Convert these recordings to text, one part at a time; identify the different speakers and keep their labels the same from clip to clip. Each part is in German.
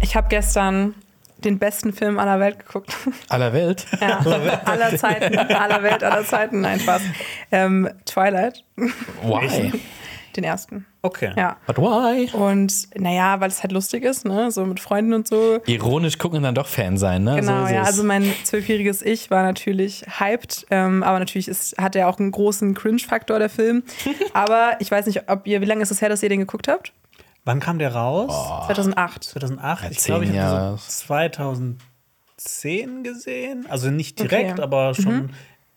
Speaker 1: Ich habe gestern den besten Film aller Welt geguckt.
Speaker 2: Aller Welt?
Speaker 1: Ja, aller Zeiten, aller Welt, aller Zeiten. Nein, Spaß. Ähm, Twilight,
Speaker 2: Why?
Speaker 1: den ersten.
Speaker 3: Okay.
Speaker 1: Ja.
Speaker 2: But why?
Speaker 1: Und naja, weil es halt lustig ist, ne? So mit Freunden und so.
Speaker 2: Ironisch gucken und dann doch Fan sein, ne?
Speaker 1: Genau,
Speaker 2: So ist
Speaker 1: ja.
Speaker 2: es.
Speaker 1: Also mein zwölfjähriges Ich war natürlich hyped, ähm, aber natürlich ist, hat er auch einen großen Cringe-Faktor, der Film. aber ich weiß nicht, ob ihr, wie lange ist es her, dass ihr den geguckt habt?
Speaker 3: Wann kam der raus?
Speaker 1: 2008.
Speaker 3: 2008? ich
Speaker 2: zehn
Speaker 3: glaube, ich habe
Speaker 2: Jahre.
Speaker 3: so 2010 gesehen. Also nicht direkt,
Speaker 1: Okay. Mhm.
Speaker 3: aber schon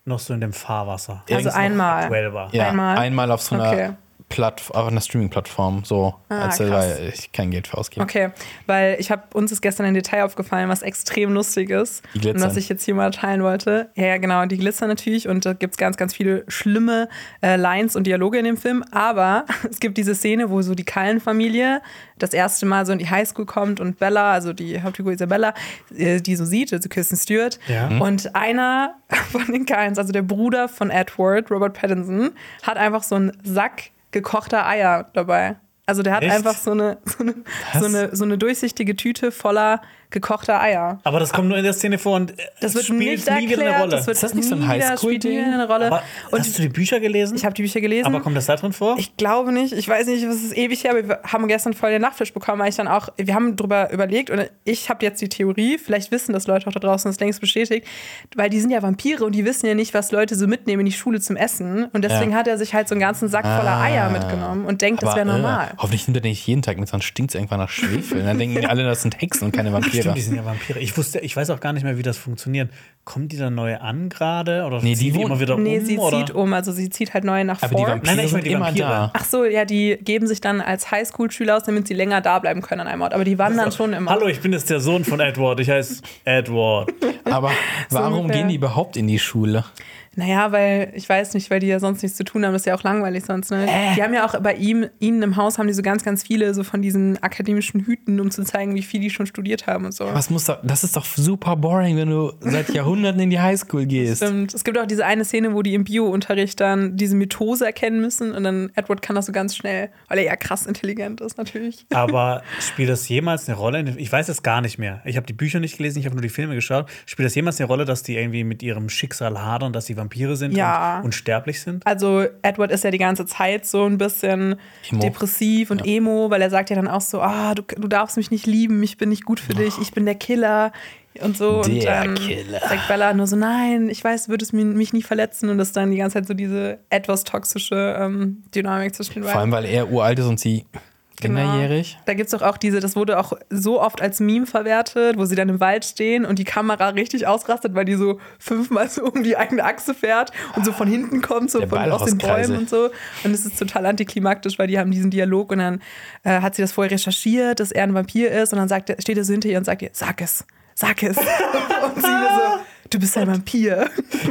Speaker 3: noch so in dem Fahrwasser.
Speaker 1: Also
Speaker 3: Als es noch
Speaker 1: einmal.
Speaker 3: Aktuell war.
Speaker 2: ja,
Speaker 1: einmal.
Speaker 2: einmal. auf so einer,
Speaker 1: Okay.
Speaker 2: Platt- auf einer Streaming-Plattform, so,
Speaker 1: Ah,
Speaker 2: als er-
Speaker 1: krass.
Speaker 2: weil ich kein Geld für ausgebe.
Speaker 1: Okay, weil ich habe uns ist gestern ein Detail aufgefallen, was extrem lustig ist
Speaker 2: Die
Speaker 1: und
Speaker 2: glitzern.
Speaker 1: was ich jetzt hier mal teilen wollte. Ja, ja, genau, die glitzern natürlich und da gibt es ganz, ganz viele schlimme äh, Lines und Dialoge in dem Film. Aber es gibt diese Szene, wo so die Kallen-Familie das erste Mal so in die Highschool kommt und Bella, also die Hauptfigur Isabella, äh, die so sieht, also Kirsten Stewart.
Speaker 3: Ja.
Speaker 1: Und einer von den Kallens, also der Bruder von Edward, Robert Pattinson, hat einfach so einen Sack gekochter Eier dabei. Also der hat
Speaker 3: Echt?
Speaker 1: einfach so eine, so eine, so eine, so eine durchsichtige Tüte voller gekochter Eier.
Speaker 3: Aber das kommt nur in der Szene vor und äh,
Speaker 1: Das wird
Speaker 3: spielt
Speaker 1: nicht
Speaker 3: nie
Speaker 1: erklärt.
Speaker 3: wieder eine Rolle.
Speaker 1: Das wird
Speaker 2: Ist das nicht so ein
Speaker 1: nie wieder-
Speaker 2: Highschool-Ding?
Speaker 1: spielt nie wieder eine Rolle.
Speaker 3: aber
Speaker 1: Und
Speaker 3: hast du die Bücher gelesen?
Speaker 1: ich habe die Bücher gelesen.
Speaker 3: aber kommt das da drin vor?
Speaker 1: Ich glaube nicht. Ich weiß nicht, was ist ewig her, aber wir haben gestern voll den Nachtisch bekommen, weil ich dann auch, wir haben drüber überlegt und ich habe jetzt die Theorie, vielleicht wissen das Leute auch da draußen, das ist längst bestätigt, weil die sind ja Vampire und die wissen ja nicht, was Leute so mitnehmen in die Schule zum Essen und deswegen
Speaker 2: Ja.
Speaker 1: hat er sich halt so einen ganzen Sack voller
Speaker 2: Ah.
Speaker 1: Eier mitgenommen und denkt, das
Speaker 2: Aber,
Speaker 1: wäre
Speaker 2: äh,
Speaker 1: normal.
Speaker 2: hoffentlich nimmt er den nicht jeden Tag mit, sonst stinkt es irgendwann nach Schwefel. Und dann denken die alle, das sind Hexen und keine Vampire.
Speaker 3: Stimmt, die sind ja Vampire. Ich wusste, ich weiß auch gar nicht mehr, wie das funktioniert. Kommen die da neu an gerade oder
Speaker 2: Nee, die
Speaker 3: ziehen die
Speaker 2: wohnen-
Speaker 3: immer wieder
Speaker 1: Nee,
Speaker 3: um?
Speaker 1: sie
Speaker 3: oder?
Speaker 1: zieht um, also sie zieht halt neu nach
Speaker 2: Aber die
Speaker 1: Forks.
Speaker 2: Vampire
Speaker 3: Nein, nein, ich meine
Speaker 2: sind
Speaker 3: die
Speaker 2: immer
Speaker 3: Vampire.
Speaker 2: da.
Speaker 1: Ach so, ja, die geben sich dann als Highschool-Schüler aus, damit sie länger da bleiben können an einem Ort. Aber die wandern schon immer.
Speaker 3: Hallo, ich bin jetzt der Sohn von Edward. Ich heiße Edward.
Speaker 2: Aber warum
Speaker 1: ungefähr.
Speaker 2: gehen die überhaupt in die Schule?
Speaker 1: Naja, weil, ich weiß nicht, weil die ja sonst nichts zu tun haben, das ist ja auch langweilig sonst, ne? Die haben ja auch bei ihm, ihnen im Haus haben die so ganz, ganz viele so von diesen akademischen Hüten, um zu zeigen, wie viel die schon studiert haben und so.
Speaker 2: Was muss da, das ist doch super boring, wenn du seit Jahrhunderten in die Highschool gehst.
Speaker 1: Stimmt. Es gibt auch diese eine Szene, wo die im Bio-Unterricht dann diese Mitose erkennen müssen und dann Edward kann das so ganz schnell, weil er ja krass intelligent ist natürlich.
Speaker 3: Aber spielt das jemals eine Rolle? in den- Ich weiß es gar nicht mehr. Ich habe die Bücher nicht gelesen, ich habe nur die Filme geschaut. Spielt das jemals eine Rolle, dass die irgendwie mit ihrem Schicksal hadern, dass die Vampire sind
Speaker 1: Ja.
Speaker 3: und unsterblich sind?
Speaker 1: Also Edward ist ja die ganze Zeit so ein bisschen
Speaker 2: Emo.
Speaker 1: depressiv und emo, weil er sagt ja dann auch so, ah, du, du darfst mich nicht lieben, ich bin nicht gut für dich, ich bin der Killer und so. und
Speaker 2: Der
Speaker 1: dann
Speaker 2: Killer.
Speaker 1: sagt Bella nur so, nein, ich weiß, du würdest mi- mich nie verletzen und das ist dann die ganze Zeit so diese etwas toxische ähm, Dynamik zwischen den
Speaker 2: Vor allem,
Speaker 1: beiden.
Speaker 2: weil er uralt ist und sie
Speaker 1: Genau.
Speaker 2: minderjährig.
Speaker 1: Da gibt es doch auch diese, das wurde auch so oft als Meme verwertet, wo sie dann im Wald stehen und die Kamera richtig ausrastet, weil die so fünfmal so um die eigene Achse fährt und so von hinten kommt, so
Speaker 2: Der
Speaker 1: von, aus den Bäumen
Speaker 2: Ballhauskreisel.
Speaker 1: und so. Und es ist total antiklimaktisch, weil die haben diesen Dialog und dann äh, hat sie das vorher recherchiert, dass er ein Vampir ist und dann sagt, er- steht er so hinter ihr und sagt ihr, sag es, sag es. und sie nur so, du bist ein Vampir.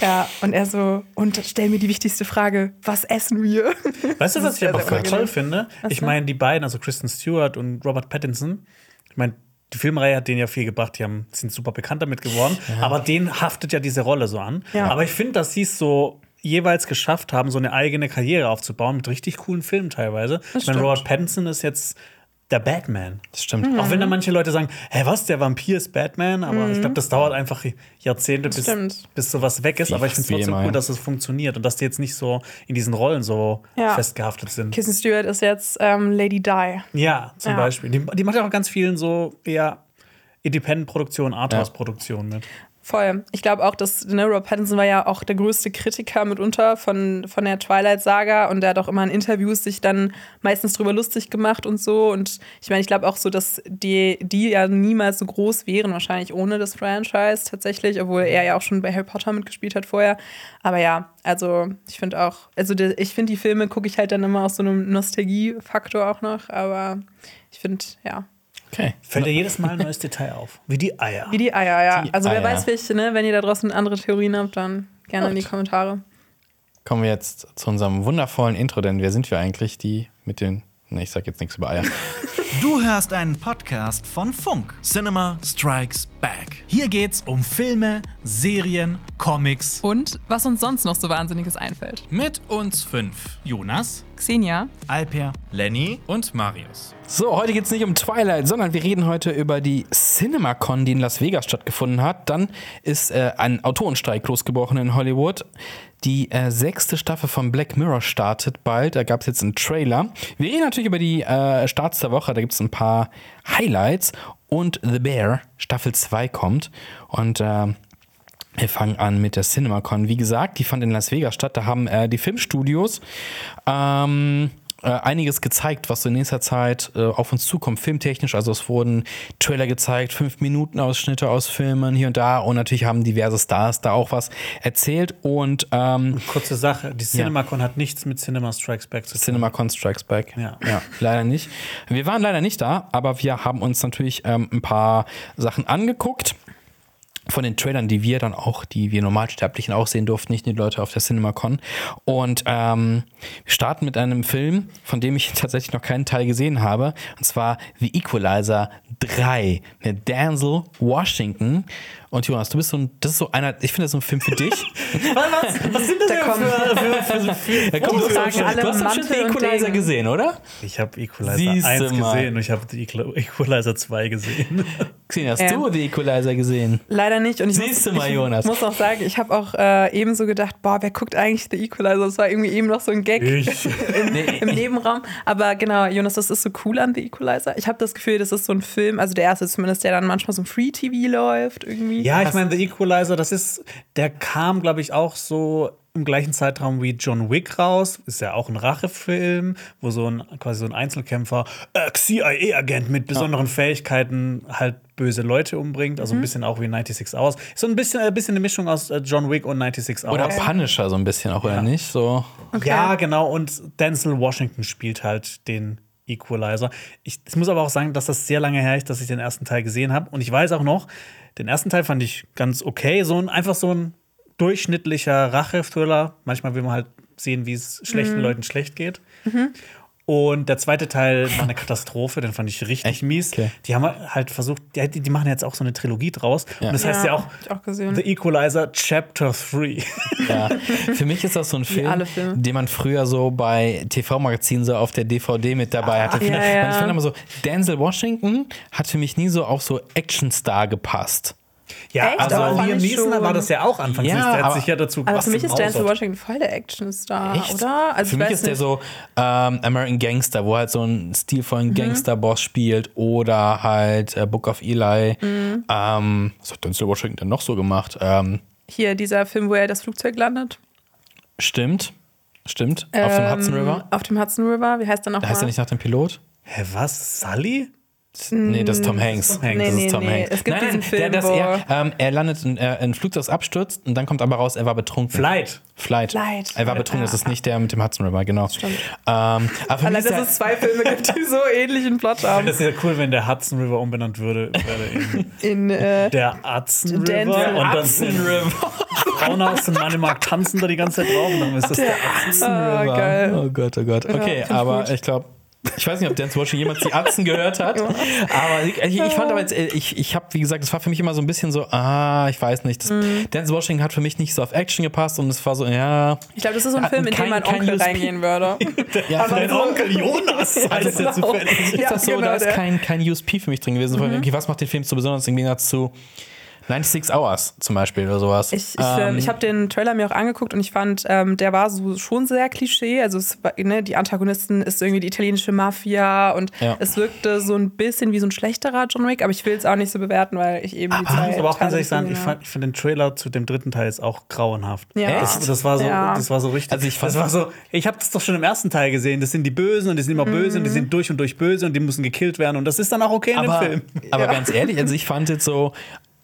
Speaker 1: ja, und er so, und stell mir die wichtigste Frage, was essen wir?
Speaker 3: Weißt du, was ich
Speaker 1: sehr,
Speaker 3: aber
Speaker 1: sehr
Speaker 3: voll
Speaker 1: unangenehm.
Speaker 3: toll finde? Ich meine, die beiden, also Kristen Stewart und Robert Pattinson, ich meine, die Filmreihe hat denen ja viel gebracht, die haben, sind super bekannt damit geworden, aber denen haftet ja diese Rolle so an.
Speaker 1: Ja.
Speaker 3: Aber ich finde, dass sie es so jeweils geschafft haben, so eine eigene Karriere aufzubauen mit richtig coolen Filmen teilweise. Ich meine,
Speaker 1: stimmt.
Speaker 3: Robert Pattinson ist jetzt der Batman.
Speaker 2: Das stimmt.
Speaker 1: Mhm.
Speaker 3: Auch wenn da manche Leute sagen, hä, was, der Vampir ist Batman? Aber ich glaube, das dauert einfach Jahrzehnte, bis,
Speaker 1: Mhm. Stimmt.
Speaker 3: bis sowas weg ist.
Speaker 2: Wie
Speaker 3: aber ich finde es
Speaker 2: fast wie
Speaker 3: trotzdem
Speaker 2: immer,
Speaker 3: cool,
Speaker 2: ja.
Speaker 3: dass es funktioniert und dass die jetzt nicht so in diesen Rollen so
Speaker 1: Ja.
Speaker 3: festgehaftet sind.
Speaker 1: Kirsten Stewart ist jetzt ähm, Lady Di.
Speaker 3: ja, zum
Speaker 1: Ja.
Speaker 3: Beispiel. Die, die macht ja auch ganz vielen so eher Independent-Produktionen, Arthouse-Produktionen mit.
Speaker 1: Voll. Ich glaube auch, dass ne, Rob Pattinson war ja auch der größte Kritiker mitunter von, von der Twilight-Saga und der hat auch immer in Interviews sich dann meistens drüber lustig gemacht und so. Und ich meine, ich glaube auch so, dass die, die ja niemals so groß wären, wahrscheinlich ohne das Franchise tatsächlich, obwohl er ja auch schon bei Harry Potter mitgespielt hat vorher. Aber ja, also ich finde auch, also der, ich finde die Filme gucke ich halt dann immer aus so einem Nostalgie-Faktor auch noch, aber ich finde, ja,
Speaker 2: Okay.
Speaker 3: Fällt dir jedes Mal ein neues Detail auf. Wie die Eier.
Speaker 1: Wie die Eier, ja.
Speaker 2: Die
Speaker 1: also wer
Speaker 2: Eier.
Speaker 1: weiß welche, ne? Wenn ihr da draußen andere Theorien habt, dann gerne in die Kommentare.
Speaker 2: Kommen wir jetzt zu unserem wundervollen Intro, denn wer sind wir eigentlich, die mit den Nee, ich sag jetzt nichts über Eier.
Speaker 4: Du hörst einen Podcast von Funk. Cinema Strikes Back. Hier geht's um Filme, Serien, Comics.
Speaker 5: Und was uns sonst noch so Wahnsinniges einfällt.
Speaker 6: Mit uns fünf. Jonas
Speaker 5: Xenia,
Speaker 4: Alper,
Speaker 6: Lenny und Marius.
Speaker 2: So, heute geht es nicht um Twilight, sondern wir reden heute über die CinemaCon, die in Las Vegas stattgefunden hat. Dann ist äh, ein Autorenstreik losgebrochen in Hollywood. Die äh, sechste Staffel von Black Mirror startet bald. Da gab es jetzt einen Trailer. Wir reden natürlich über die äh, Starts der Woche. Da gibt es ein paar Highlights. Und The Bear, Staffel 2 kommt. Und äh, wir fangen an mit der CinemaCon. Wie gesagt, die fand in Las Vegas statt. Da haben äh, die Filmstudios ähm, äh, einiges gezeigt, was so in nächster Zeit äh, auf uns zukommt, filmtechnisch. Also es wurden Trailer gezeigt, 5-Minuten-Ausschnitte aus Filmen hier und da. Und natürlich haben diverse Stars da auch was erzählt. Und ähm,
Speaker 3: Kurze Sache, die CinemaCon hat nichts mit Cinema Strikes Back zu tun.
Speaker 2: CinemaCon Strikes Back.
Speaker 3: Ja.
Speaker 2: leider nicht. Wir waren leider nicht da, aber wir haben uns natürlich ähm, ein paar Sachen angeguckt. Von den Trailern, die wir dann auch, die wir Normalsterblichen auch sehen durften, nicht nur die Leute auf der CinemaCon. Und ähm, wir starten mit einem Film, von dem ich tatsächlich noch keinen Teil gesehen habe. Und zwar The Equalizer 3 mit Denzel Washington. Und Jonas, du bist so ein, das ist so einer, ich finde das ist so ein Film für dich.
Speaker 3: Was, was sind das denn
Speaker 1: kommen-
Speaker 3: für, für, für, für,
Speaker 2: Da kommt
Speaker 1: Oh,
Speaker 2: so-
Speaker 1: sagen alle
Speaker 2: du hast doch schon
Speaker 1: Mantel
Speaker 2: The
Speaker 1: und
Speaker 2: Equalizer
Speaker 1: Degen.
Speaker 2: gesehen, oder?
Speaker 3: Ich habe Equalizer
Speaker 2: Siehste
Speaker 3: 1
Speaker 2: mal.
Speaker 3: gesehen und ich habe Equalizer 2 gesehen.
Speaker 2: Xenia, hast
Speaker 1: Ähm.
Speaker 2: du The Equalizer gesehen?
Speaker 1: Leider nicht. Und ich
Speaker 2: Siehst du
Speaker 1: muss,
Speaker 2: mal,
Speaker 1: ich
Speaker 2: Jonas.
Speaker 1: muss auch sagen, ich habe auch äh, eben so gedacht, boah, wer guckt eigentlich The Equalizer? Das war irgendwie eben noch so ein Gag
Speaker 3: Ich.
Speaker 1: im Nebenraum. Aber genau, Jonas, das ist so cool an The Equalizer. Ich habe das Gefühl, das ist so ein Film, also der erste zumindest, der dann manchmal so im Free-TV läuft irgendwie.
Speaker 3: Ja, ich meine, The Equalizer, das ist, der kam, glaube ich, auch so im gleichen Zeitraum wie John Wick raus. Ist ja auch ein Rachefilm, wo so ein quasi so ein Einzelkämpfer, äh, CIA-Agent mit besonderen Fähigkeiten halt böse Leute umbringt. Also ein bisschen auch wie 96 Hours. Ist so ein bisschen, ein bisschen eine Mischung aus äh, John Wick und 96 Hours.
Speaker 2: Oder Punisher so ein bisschen auch, oder nicht? So.
Speaker 3: Ja, genau. Und Denzel Washington spielt halt den Equalizer. Ich, ich muss aber auch sagen, dass das sehr lange her ist, dass ich den ersten Teil gesehen habe. Und ich weiß auch noch, den ersten Teil fand ich ganz okay. So ein, einfach so ein durchschnittlicher Rache-Thriller. Manchmal will man halt sehen, wie es schlechten
Speaker 1: Mhm.
Speaker 3: Leuten schlecht geht. Und der zweite Teil war eine Katastrophe, den fand ich richtig mies.
Speaker 2: Okay.
Speaker 3: Die haben halt versucht, die, die machen jetzt auch so eine Trilogie draus. Und das heißt
Speaker 1: Ja,
Speaker 3: ja auch,
Speaker 1: hab ich auch gesehen.
Speaker 3: The Equalizer Chapter 3.
Speaker 2: Ja. Für mich ist das so ein Film,
Speaker 1: alle Filme.
Speaker 2: den man früher so bei TV-Magazinen so auf der DVD mit dabei hatte.
Speaker 1: Ah, ja,
Speaker 2: Und ich
Speaker 1: ja.
Speaker 2: finde immer so, Denzel Washington hat für mich nie so auf so Actionstar gepasst.
Speaker 3: Ja,
Speaker 1: Echt? Aber
Speaker 3: also
Speaker 1: fand
Speaker 3: Liam
Speaker 1: ich
Speaker 3: Neeson
Speaker 1: schon.
Speaker 3: war das ja auch anfangs.
Speaker 2: Ja,
Speaker 3: nicht. der hat
Speaker 2: aber-
Speaker 3: sich ja dazu
Speaker 1: Aber
Speaker 3: was
Speaker 1: für mich ist Denzel
Speaker 3: gemausert.
Speaker 1: Washington voll der Actionstar,
Speaker 2: Echt?
Speaker 1: oder? Also
Speaker 2: für
Speaker 1: ich
Speaker 2: mich
Speaker 1: weiß
Speaker 2: ist der
Speaker 1: nicht.
Speaker 2: so ähm, American Gangster, wo halt so einen
Speaker 1: Mhm.
Speaker 2: stilvollen Gangster-Boss spielt oder halt äh, Book of Eli.
Speaker 1: Mhm.
Speaker 2: Ähm, was hat Denzel Washington denn noch so gemacht? Ähm,
Speaker 1: Hier dieser Film, wo er das Flugzeug landet.
Speaker 2: stimmt, stimmt. auf dem
Speaker 1: Ähm,
Speaker 2: Hudson River.
Speaker 1: Auf dem Hudson River. Wie heißt der nochmal?
Speaker 2: Heißt er nicht nach dem Pilot?
Speaker 3: Hä, was? Sully?
Speaker 2: Nee, das ist
Speaker 1: Mm,
Speaker 2: Tom Hanks.
Speaker 3: Hanks.
Speaker 2: das
Speaker 1: Nee,
Speaker 2: ist
Speaker 1: nee,
Speaker 2: Tom
Speaker 1: nee.
Speaker 2: Hanks.
Speaker 1: Es gibt
Speaker 2: nein, nein,
Speaker 1: diesen
Speaker 2: der,
Speaker 1: Film,
Speaker 2: das
Speaker 1: wo-
Speaker 2: er, ähm, er landet, in, äh, ein Flugzeug abstürzt und dann kommt aber raus, er war betrunken.
Speaker 3: Flight.
Speaker 2: Flight.
Speaker 1: Flight.
Speaker 2: Er war betrunken, das ist nicht der mit dem Hudson River, genau. Stimmt. Ähm, aber für mich
Speaker 1: Allein,
Speaker 2: ist
Speaker 1: dass
Speaker 2: der,
Speaker 1: es zwei Filme gibt, die so ähnlichen Plot haben.
Speaker 3: Das ist ja cool, wenn der Hudson River umbenannt würde. wäre in
Speaker 1: In, äh,
Speaker 3: der Hudson River.
Speaker 1: Denzel
Speaker 3: und dann Frauen aus und Mann im Markt tanzen da die ganze Zeit drauf. Und dann ist das der Hudson.
Speaker 1: ah, geil.
Speaker 2: Oh Gott, oh Gott. Okay, aber ich glaube. Ich weiß nicht, ob Dance Washington jemals die Atzen gehört hat. Aber ich, ich, ich fand aber jetzt, äh, ich, ich habe, wie gesagt, es war für mich immer so ein bisschen so, ah, ich weiß nicht. Das,
Speaker 1: Mhm.
Speaker 2: Dance Washington hat für mich nicht so auf Action gepasst und es war so, ja.
Speaker 1: Ich glaube, das ist so ein
Speaker 2: Ja,
Speaker 1: Film,
Speaker 2: und
Speaker 1: in
Speaker 2: kein-
Speaker 1: den mein
Speaker 2: kein
Speaker 1: Onkel
Speaker 2: USP.
Speaker 1: reingehen würde.
Speaker 2: ja
Speaker 1: Aber
Speaker 3: Dein
Speaker 1: so-
Speaker 3: Onkel Jonas heißt der
Speaker 1: genau.
Speaker 3: zufällig.
Speaker 2: ist
Speaker 1: Ja,
Speaker 2: das so,
Speaker 1: genau,
Speaker 2: da ist
Speaker 1: der- Mhm.
Speaker 2: kein, kein USP für mich drin gewesen. Vor allem, okay, was macht den Film so besonders im Gegensatz zu 96 Hours zum Beispiel oder sowas?
Speaker 1: Ich, ich, ähm, ich habe den Trailer mir auch angeguckt und ich fand, ähm, der war so schon sehr Klischee. Also es, war- ne, die Antagonisten ist irgendwie die italienische Mafia und
Speaker 2: Ja.
Speaker 1: es wirkte so ein bisschen wie so ein schlechterer John Wick, aber ich will es auch nicht so bewerten, weil ich eben die
Speaker 3: Ich
Speaker 1: zwei
Speaker 3: Ah, muss aber auch ganz
Speaker 1: Teile
Speaker 3: ehrlich sagen, ich
Speaker 1: gesehen
Speaker 3: fand, ich fand den Trailer zu dem dritten Teil ist auch grauenhaft.
Speaker 1: Ja.
Speaker 3: Das, das war so,
Speaker 1: Ja.
Speaker 3: das war so richtig.
Speaker 2: Also ich fand-
Speaker 3: das war so, ich habe das doch schon im ersten Teil gesehen. Das sind die Bösen und die sind
Speaker 1: Mhm.
Speaker 3: immer böse und die sind durch und durch böse und die müssen gekillt werden und das ist dann auch okay in
Speaker 2: aber,
Speaker 3: dem Film.
Speaker 2: aber ganz ehrlich, also ich fand jetzt so,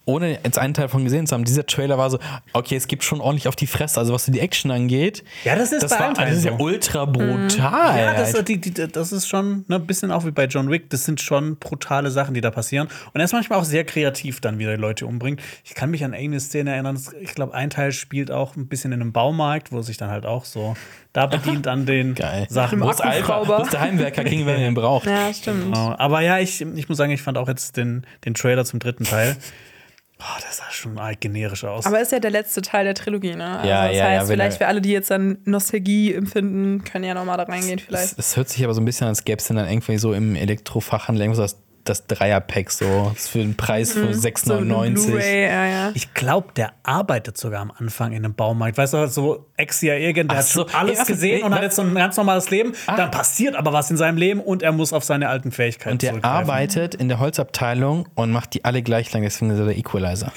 Speaker 2: ohne jetzt einen Teil von gesehen zu haben, dieser Trailer war so, okay, es gibt schon ordentlich auf die Fresse, also was die Action angeht.
Speaker 3: Ja, das ist
Speaker 2: das
Speaker 3: bei
Speaker 2: war, also
Speaker 3: allen Teilen
Speaker 2: Das ist ja
Speaker 3: so.
Speaker 2: ultra
Speaker 1: Mhm.
Speaker 2: brutal.
Speaker 3: Ja, das, ist- die, die, das ist schon ne, ein bisschen auch wie bei John Wick. Das sind schon brutale Sachen, die da passieren. Und er ist manchmal auch sehr kreativ, dann wieder Leute umbringt. Ich kann mich an eine Szene erinnern. das- Ich glaube, ein Teil spielt auch ein bisschen in einem Baumarkt, wo er sich dann halt auch so da bedient an den
Speaker 2: Geil.
Speaker 3: Sachen.
Speaker 2: Wo ist Alpha,
Speaker 1: Akkuschrauber.
Speaker 2: wo ist der Heimwerker kriegen, wenn man ihn braucht.
Speaker 1: Ja, stimmt.
Speaker 3: Genau. Aber ja, ich, ich muss sagen, ich fand auch jetzt den, den Trailer zum dritten Teil. Oh, das sah schon arg generisch aus.
Speaker 1: Aber ist ja der letzte Teil der Trilogie, ne? Also
Speaker 2: Ja,
Speaker 1: das
Speaker 2: ja, ja,
Speaker 1: heißt,
Speaker 2: wenn
Speaker 1: vielleicht
Speaker 2: er-
Speaker 1: für alle, die jetzt dann Nostalgie empfinden, können ja nochmal da reingehen
Speaker 2: Es,
Speaker 1: vielleicht.
Speaker 2: es hört sich aber so ein bisschen an, als gäbe es denn dann irgendwie so im Elektrofachhandel irgendwas, das, das Dreierpack so das für einen Preis von
Speaker 1: Mhm. So eine
Speaker 2: 6,99.
Speaker 1: Blu-ray, ja, ja.
Speaker 3: Ich glaube, der arbeitet sogar am Anfang in einem Baumarkt. Weißt du, so Ex-CIA, der
Speaker 2: Ach
Speaker 3: hat
Speaker 2: so.
Speaker 3: schon alles
Speaker 2: Erst-
Speaker 3: gesehen und
Speaker 2: nee,
Speaker 3: hat jetzt so ein ganz normales Leben.
Speaker 2: Ah.
Speaker 3: Dann passiert aber was in seinem Leben und er muss auf seine alten Fähigkeiten
Speaker 2: Und der
Speaker 3: zurückgreifen.
Speaker 2: arbeitet in der Holzabteilung und macht die alle gleich lang, deswegen ist er der Equalizer.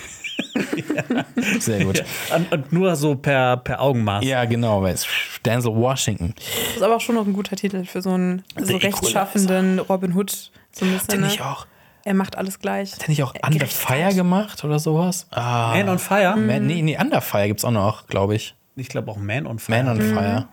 Speaker 2: Sehr gut.
Speaker 3: Und, und nur so per, per Augenmaß.
Speaker 2: Ja, genau, weil es Denzel Washington.
Speaker 1: Das ist aber auch schon noch ein guter Titel für so einen so
Speaker 2: Equalizer.
Speaker 1: rechtschaffenden Robin Hood. So ein bisschen,
Speaker 2: Den
Speaker 1: ne?
Speaker 2: ich auch.
Speaker 1: Er macht alles gleich.
Speaker 2: Hat er nicht auch Under Fire gemacht oder sowas? Ah.
Speaker 3: Man on Fire?
Speaker 1: Mhm.
Speaker 2: Man, nee, nee, Under Fire gibt's auch noch, glaube ich.
Speaker 3: Ich glaube auch Man on Fire.
Speaker 2: Man on
Speaker 1: Mhm.
Speaker 2: Fire.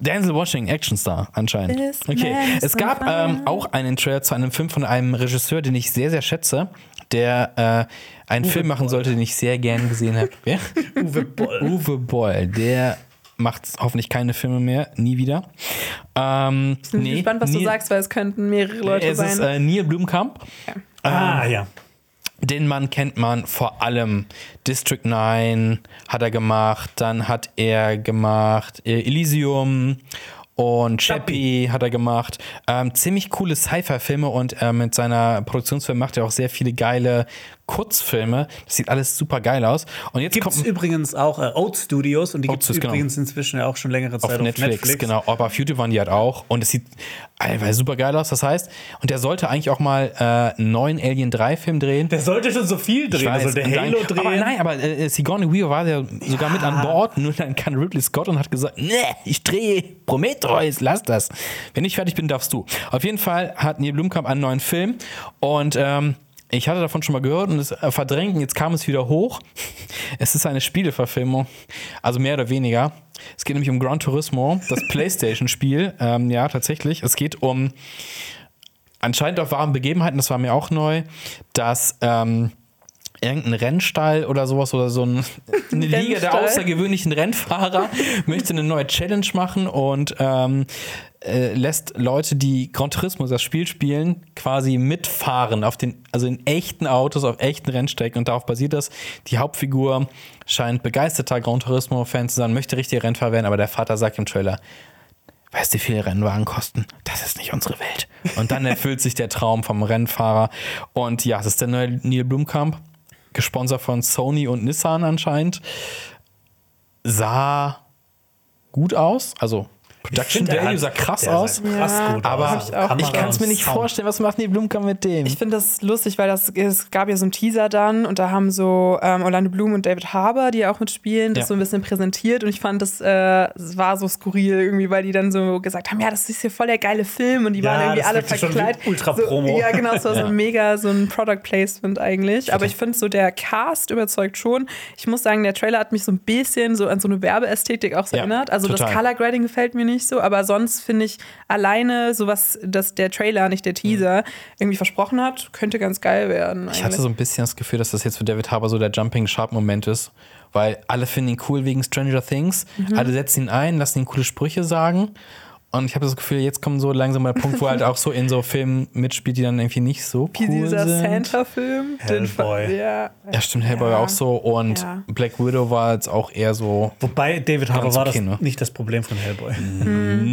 Speaker 2: Denzel Washington, Actionstar anscheinend.
Speaker 1: This
Speaker 2: Okay.
Speaker 1: man is
Speaker 2: Es
Speaker 1: on
Speaker 2: gab
Speaker 1: fire.
Speaker 2: ähm, auch einen Trailer zu einem Film von einem Regisseur, den ich sehr, sehr schätze, der äh, einen Film machen sollte, den ich sehr gern gesehen habe. Wer?
Speaker 3: Uwe Boll.
Speaker 2: Uwe Boll. Der macht hoffentlich keine Filme mehr, nie wieder. Ähm,
Speaker 1: Ich bin gespannt, was du
Speaker 2: Neil-
Speaker 1: sagst, weil es könnten mehrere Leute
Speaker 2: Es
Speaker 1: sein.
Speaker 2: ist äh, Neil Blumkamp.
Speaker 3: Ah, ja.
Speaker 2: Den Mann kennt man vor allem. District 9 hat er gemacht, dann hat er gemacht äh, Elysium und Chappie hat er gemacht. Ähm, ziemlich coole Sci-Fi-Filme und äh, mit seiner Produktionsfirma macht er auch sehr viele geile Kurzfilme. Das sieht alles super geil aus. Und jetzt
Speaker 3: Gibt es
Speaker 2: kommt
Speaker 3: übrigens auch äh, Oat Studios und die gibt
Speaker 2: Oat
Speaker 3: es
Speaker 2: Studios, genau.
Speaker 3: übrigens inzwischen ja auch schon längere Zeit
Speaker 2: auf Netflix, genau. Aber auf YouTube waren die halt auch. Und es sieht einfach super geil aus. Das heißt, und der sollte eigentlich auch mal äh, einen neuen Alien 3-Film drehen.
Speaker 3: Der sollte schon so viel drehen. also Der sollte
Speaker 2: und
Speaker 3: Halo
Speaker 2: dann-
Speaker 3: drehen.
Speaker 2: Aber nein, aber äh, Sigourney Weaver war ja sogar mit an Bord, nur dann kann Ridley Scott und hat gesagt, nee, ich drehe Prometheus, lass das. Wenn ich fertig bin, darfst du. Auf jeden Fall hat Neil Blumkamp einen neuen Film und ähm, ich hatte davon schon mal gehört und es äh, verdrängt und jetzt kam es wieder hoch. Es ist eine Spieleverfilmung, also mehr oder weniger. Es geht nämlich um Gran Turismo, das Playstation-Spiel. Ähm, ja, tatsächlich. Es geht um anscheinend auf wahren Begebenheiten, das war mir auch neu, dass ähm, irgendein Rennstall oder sowas oder so ein, eine Liga der
Speaker 1: Rennstall.
Speaker 2: außergewöhnlichen Rennfahrer möchte eine neue Challenge machen und ähm, äh, lässt Leute, die Gran Turismo das Spiel spielen, quasi mitfahren auf den, also in echten Autos, auf echten Rennstrecken und darauf basiert das. Die Hauptfigur scheint begeisterter Gran Turismo-Fan zu sein, möchte richtiger Rennfahrer werden, aber der Vater sagt im Trailer, weißt du, wie viel Rennwagen kosten? Das ist nicht unsere Welt. Und dann erfüllt sich der Traum vom Rennfahrer. Und ja, das ist der neue Neil Blumkamp, gesponsert von Sony und Nissan anscheinend. Sah gut aus. Also Production
Speaker 3: Der
Speaker 2: Value
Speaker 3: hat-
Speaker 2: sah krass
Speaker 3: der
Speaker 2: aus.
Speaker 3: sah krass
Speaker 1: Ja.
Speaker 3: gut
Speaker 2: Aber
Speaker 3: aus.
Speaker 1: ich auch.
Speaker 2: Ich kann es mir
Speaker 3: und
Speaker 2: nicht
Speaker 3: Sound.
Speaker 2: vorstellen, was macht Neil Blumkamp mit dem?
Speaker 1: Ich finde das lustig, weil das, es gab ja so einen Teaser dann und da haben so ähm, Orlando Bloom und David Harbour, die ja auch mitspielen, das
Speaker 2: Ja.
Speaker 1: so ein bisschen präsentiert und ich fand, das äh, es war so skurril irgendwie, weil die dann so gesagt haben, ja, das ist hier voll der geile Film und die
Speaker 3: Ja,
Speaker 1: waren irgendwie
Speaker 3: das
Speaker 1: alle
Speaker 3: wirkte schon wie
Speaker 1: verkleidet.
Speaker 3: Ultra-Promo.
Speaker 1: So, ja, genau, es war so
Speaker 2: Ja.
Speaker 1: ein mega so ein Product Placement eigentlich, aber ich finde so der Cast überzeugt schon. Ich muss sagen, der Trailer hat mich so ein bisschen so an so eine Werbeästhetik auch so
Speaker 2: Ja,
Speaker 1: erinnert, also das
Speaker 2: total.
Speaker 1: Color Grading gefällt mir nicht so, aber sonst finde ich alleine sowas, dass der Trailer, nicht der Teaser, irgendwie versprochen hat, könnte ganz geil werden.
Speaker 2: Ich hatte
Speaker 1: eigentlich.
Speaker 2: so ein bisschen das Gefühl, dass das jetzt für David Harbour so der Jumping Sharp Moment ist, weil alle finden ihn cool wegen Stranger Things,
Speaker 1: Mhm.
Speaker 2: alle setzen ihn ein, lassen ihn coole Sprüche sagen. Und ich habe das Gefühl, jetzt kommt so langsam der Punkt, wo er halt auch so in so Filmen mitspielt, die dann irgendwie nicht so
Speaker 1: Wie
Speaker 2: cool
Speaker 1: dieser
Speaker 2: sind.
Speaker 1: Santa-Film. den
Speaker 3: Hellboy.
Speaker 1: fa- Ja. Ähm,
Speaker 2: ja, stimmt, Hellboy war auch so. Und
Speaker 1: Ja.
Speaker 2: Black Widow war jetzt auch eher so.
Speaker 3: Wobei David Harbour
Speaker 2: Ganz
Speaker 3: war das
Speaker 2: okay, Mhm. ne?
Speaker 3: nicht das Problem von Hellboy.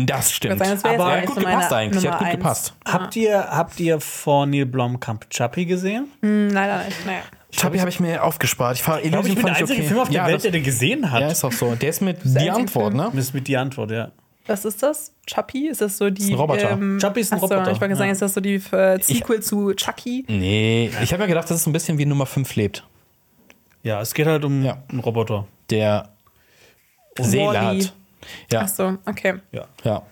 Speaker 2: Das stimmt.
Speaker 1: sagen, Mhm. das wär jetzt
Speaker 2: Aber
Speaker 1: gar
Speaker 2: hat
Speaker 1: nicht
Speaker 2: gut
Speaker 1: so meine
Speaker 2: gepasst eigentlich.
Speaker 1: Nummer
Speaker 2: Hat gut
Speaker 1: eins.
Speaker 2: gepasst.
Speaker 3: Habt ihr, habt ihr vor Neil Blomkamp Chappie gesehen?
Speaker 1: Hm, leider nicht. Naja.
Speaker 2: Chappie habe ich mir aufgespart. Ich, fahr,
Speaker 3: Glaub
Speaker 2: Illusion fand okay. ja, das,
Speaker 3: den gesehen hat.
Speaker 2: Ja, ist auch so. Der ist mit die
Speaker 1: einzige
Speaker 2: Antwort,
Speaker 1: Film.
Speaker 2: ne?
Speaker 3: Das ist mit die Antwort, ja.
Speaker 1: Was ist das? Chucky? Ist das so die.
Speaker 2: ein Roboter.
Speaker 1: Ähm,
Speaker 3: Chappie ist ein
Speaker 1: achso,
Speaker 3: Roboter,
Speaker 1: Ich wollte sagen,
Speaker 3: ja.
Speaker 1: ist das so die äh, Sequel zu Chucky?
Speaker 2: Mhm. Nee, ich habe ja gedacht, das ist so ein bisschen wie Nummer 5 lebt.
Speaker 3: Ja, es geht halt um
Speaker 2: Ja.
Speaker 3: einen Roboter.
Speaker 2: der Seele
Speaker 1: Wall-E.
Speaker 2: hat. Ja,
Speaker 1: Achso, okay.
Speaker 3: Ja.
Speaker 2: ja.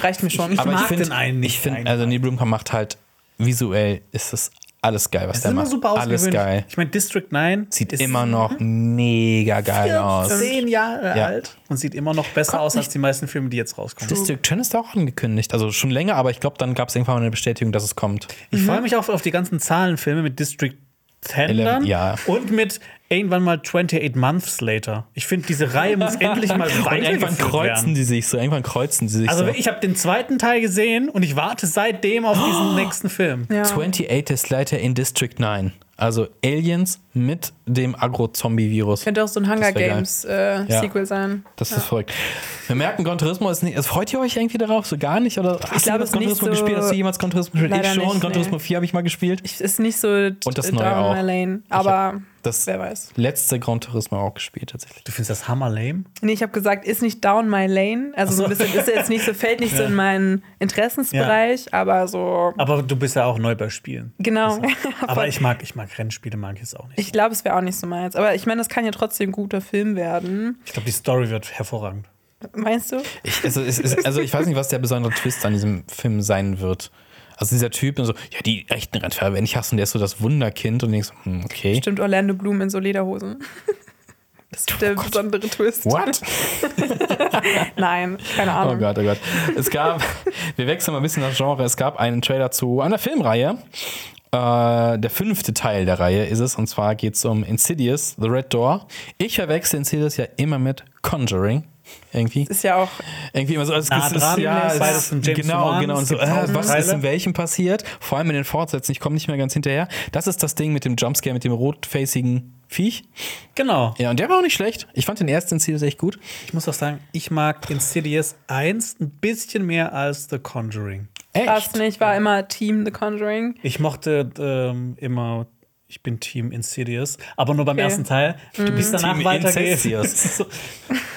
Speaker 1: Reicht mir schon.
Speaker 2: Aber ich
Speaker 3: mag den
Speaker 2: finde,
Speaker 3: einen nicht,
Speaker 2: ich finde,
Speaker 3: den
Speaker 2: also Neil Blomkamp macht halt visuell ist es Alles geil, was
Speaker 3: Das ist
Speaker 2: der
Speaker 3: immer
Speaker 2: macht.
Speaker 3: super ausgewöhnlich.
Speaker 2: Alles geil.
Speaker 3: Ich meine, District 9
Speaker 2: Sieht
Speaker 3: ist
Speaker 2: immer noch mega geil aus.
Speaker 3: 10 Jahre
Speaker 2: Ja.
Speaker 3: alt und sieht immer noch besser aus als die meisten Filme, die jetzt rauskommen.
Speaker 2: District 10 ist da auch angekündigt. Also schon länger, aber ich glaube, dann gab es irgendwann mal eine Bestätigung, dass es kommt.
Speaker 3: Ich freue mich auf, auf die ganzen Zahlenfilme mit District 10
Speaker 2: Eleven,
Speaker 3: dann
Speaker 2: ja.
Speaker 3: und mit irgendwann mal 28 Months Later. Ich finde, diese Reihe muss endlich mal
Speaker 2: Und irgendwann
Speaker 3: weitergeführt
Speaker 2: kreuzen
Speaker 3: werden.
Speaker 2: die sich so. Irgendwann kreuzen die sich
Speaker 3: Also
Speaker 2: so.
Speaker 3: ich habe den zweiten Teil gesehen und ich warte seitdem auf diesen nächsten Film.
Speaker 1: Ja.
Speaker 2: 28 ist later in District 9. Also Aliens mit dem Agro-Zombie-Virus.
Speaker 1: Könnte auch so ein Hunger
Speaker 2: Das wär geil.
Speaker 1: Games äh,
Speaker 2: Ja.
Speaker 1: Sequel sein.
Speaker 2: Das ist verrückt. Wir merken, Gonturismo ist nicht. Also freut ihr euch irgendwie darauf? So gar nicht? Oder hast du
Speaker 1: glaube,
Speaker 2: jemals
Speaker 1: es ist nicht
Speaker 2: Gonturismo
Speaker 1: so-
Speaker 2: gespielt? Hast du jemals Gonturismo gespielt?
Speaker 1: Leider
Speaker 2: ich schon.
Speaker 1: nicht,
Speaker 2: Gonturismo
Speaker 1: nee.
Speaker 2: 4 habe ich mal gespielt. Ich
Speaker 1: Ich, ist nicht so
Speaker 2: Und das
Speaker 1: d-
Speaker 2: neue
Speaker 1: down
Speaker 2: auch.
Speaker 1: my lane,
Speaker 2: hab
Speaker 1: aber
Speaker 2: das
Speaker 1: wer weiß.
Speaker 2: letzte Gonturismo auch gespielt, tatsächlich.
Speaker 3: Du findest das hammer lame?
Speaker 1: Nee, ich habe gesagt, ist nicht down my lane. Also so ein bisschen ist jetzt nicht so, fällt nicht so in meinen Interessensbereich, aber so.
Speaker 3: Aber du bist ja auch neu bei Spielen.
Speaker 1: Genau.
Speaker 3: Aber ich mag, ich mag Rennspiele, mag ich jetzt auch nicht.
Speaker 1: Ich glaube, es wäre auch nicht so meins. Aber ich meine, das kann ja trotzdem ein guter Film werden.
Speaker 3: Ich glaube, die Story wird hervorragend.
Speaker 1: Meinst du?
Speaker 2: Ich, also, es, ist- also ich weiß nicht, was der besondere Twist an diesem Film sein wird. Also dieser Typ, und so, ja, die echten Rennfahrer werden nicht hassen, der ist so das Wunderkind und denkst, hm, okay.
Speaker 1: Stimmt Orlando Bloom in so Lederhosen. Das ist der besondere Twist.
Speaker 2: Oh What?
Speaker 1: Nein, keine
Speaker 2: Oh
Speaker 1: Ahnung.
Speaker 2: Gott, oh Gott. Es gab, wir wechseln mal ein bisschen das Genre. Es gab einen Trailer zu einer Filmreihe. Äh, der fünfte Teil der Reihe ist es. Und zwar geht es um Insidious, The Red Door. Ich verwechsel Insidious ja immer mit Conjuring. Irgendwie.
Speaker 1: Ist ja auch.
Speaker 2: Irgendwie immer so, als
Speaker 3: Nah dran, ne?
Speaker 2: ja, es-
Speaker 3: beides von James
Speaker 2: genau,
Speaker 3: Wan.
Speaker 2: genau. Und
Speaker 3: Es
Speaker 2: so,
Speaker 3: gibt
Speaker 2: äh,
Speaker 3: tausend
Speaker 2: was ist
Speaker 3: Teile.
Speaker 2: in welchem passiert? Vor allem in den Fortsätzen. Ich komme nicht mehr ganz hinterher. Das ist das Ding mit dem Jumpscare, mit dem rotfacigen Viech.
Speaker 3: Genau.
Speaker 2: Ja, und der war auch nicht schlecht. Ich fand den ersten Insidious echt gut.
Speaker 3: Ich muss auch sagen, ich mag Insidious 1 ein bisschen mehr als The Conjuring.
Speaker 2: Echt?
Speaker 1: Krass ne? nicht, war immer Team The Conjuring.
Speaker 3: Ich mochte ähm, immer, ich bin Team Insidious, aber nur beim
Speaker 1: Okay. Mhm.
Speaker 3: ersten Teil. Du bist danach
Speaker 2: Team
Speaker 3: weitergegangen.
Speaker 2: Insidious.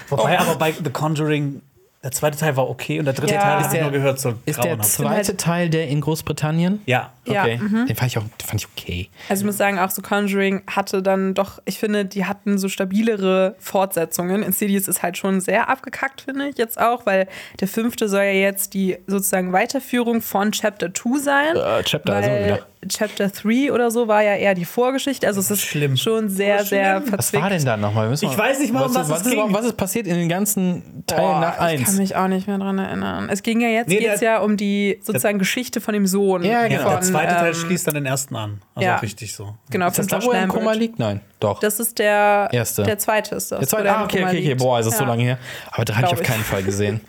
Speaker 3: So. Wobei aber bei The Conjuring, der zweite Teil war okay und der dritte
Speaker 1: Ja.
Speaker 3: Teil
Speaker 1: Ist
Speaker 3: ist
Speaker 2: der-
Speaker 3: nur gehört so
Speaker 2: Ist der
Speaker 3: grauenhaft.
Speaker 2: zweite
Speaker 1: halt
Speaker 2: Teil der in Großbritannien?
Speaker 3: Ja.
Speaker 1: Ja. mhm.
Speaker 2: Okay. Den fand ich auch den fand ich okay.
Speaker 1: Also ich muss sagen, auch so Conjuring hatte dann doch, ich finde, die hatten so stabilere Fortsetzungen. Insidious ist halt schon sehr abgekackt, finde ich jetzt auch, weil der fünfte soll ja jetzt die sozusagen Weiterführung von Chapter 2 sein.
Speaker 2: Äh, Chapter,
Speaker 1: weil
Speaker 2: also wieder.
Speaker 1: Chapter 3 oder so war ja eher die Vorgeschichte. Also es ist
Speaker 3: Schlimm.
Speaker 1: schon sehr, sehr
Speaker 2: Was
Speaker 1: verzwickt.
Speaker 2: war denn da nochmal?
Speaker 3: Ich weiß nicht mal, um was
Speaker 2: was
Speaker 3: es
Speaker 2: ist,
Speaker 3: ging.
Speaker 2: überhaupt- was ist passiert in den ganzen Teilen nach
Speaker 1: Ich kann
Speaker 2: 1?
Speaker 1: mich auch nicht mehr dran erinnern. Es ging ja jetzt
Speaker 3: Nee,
Speaker 1: geht's
Speaker 3: der-
Speaker 1: ja um die sozusagen Geschichte von dem Sohn.
Speaker 2: Ja, genau.
Speaker 1: Von,
Speaker 3: Der zweite Teil
Speaker 1: ähm,
Speaker 3: schließt dann den ersten an. Also
Speaker 1: ja.
Speaker 3: auch richtig so.
Speaker 1: Genau,
Speaker 2: Ist das
Speaker 1: von
Speaker 2: da,
Speaker 1: Josh
Speaker 2: wo er im
Speaker 1: Lambert.
Speaker 2: Koma liegt? Nein, doch.
Speaker 1: Das ist der
Speaker 2: Erste.
Speaker 1: Der zweite ist das.
Speaker 2: der
Speaker 1: wo
Speaker 2: zweite,
Speaker 1: der im
Speaker 2: ah, okay,
Speaker 1: Koma
Speaker 2: okay, okay.
Speaker 1: liegt.
Speaker 2: Boah, es ist so
Speaker 1: Ja.
Speaker 2: lange her. Aber drei habe ich
Speaker 1: Glaub
Speaker 2: auf
Speaker 1: ich.
Speaker 2: keinen Fall gesehen.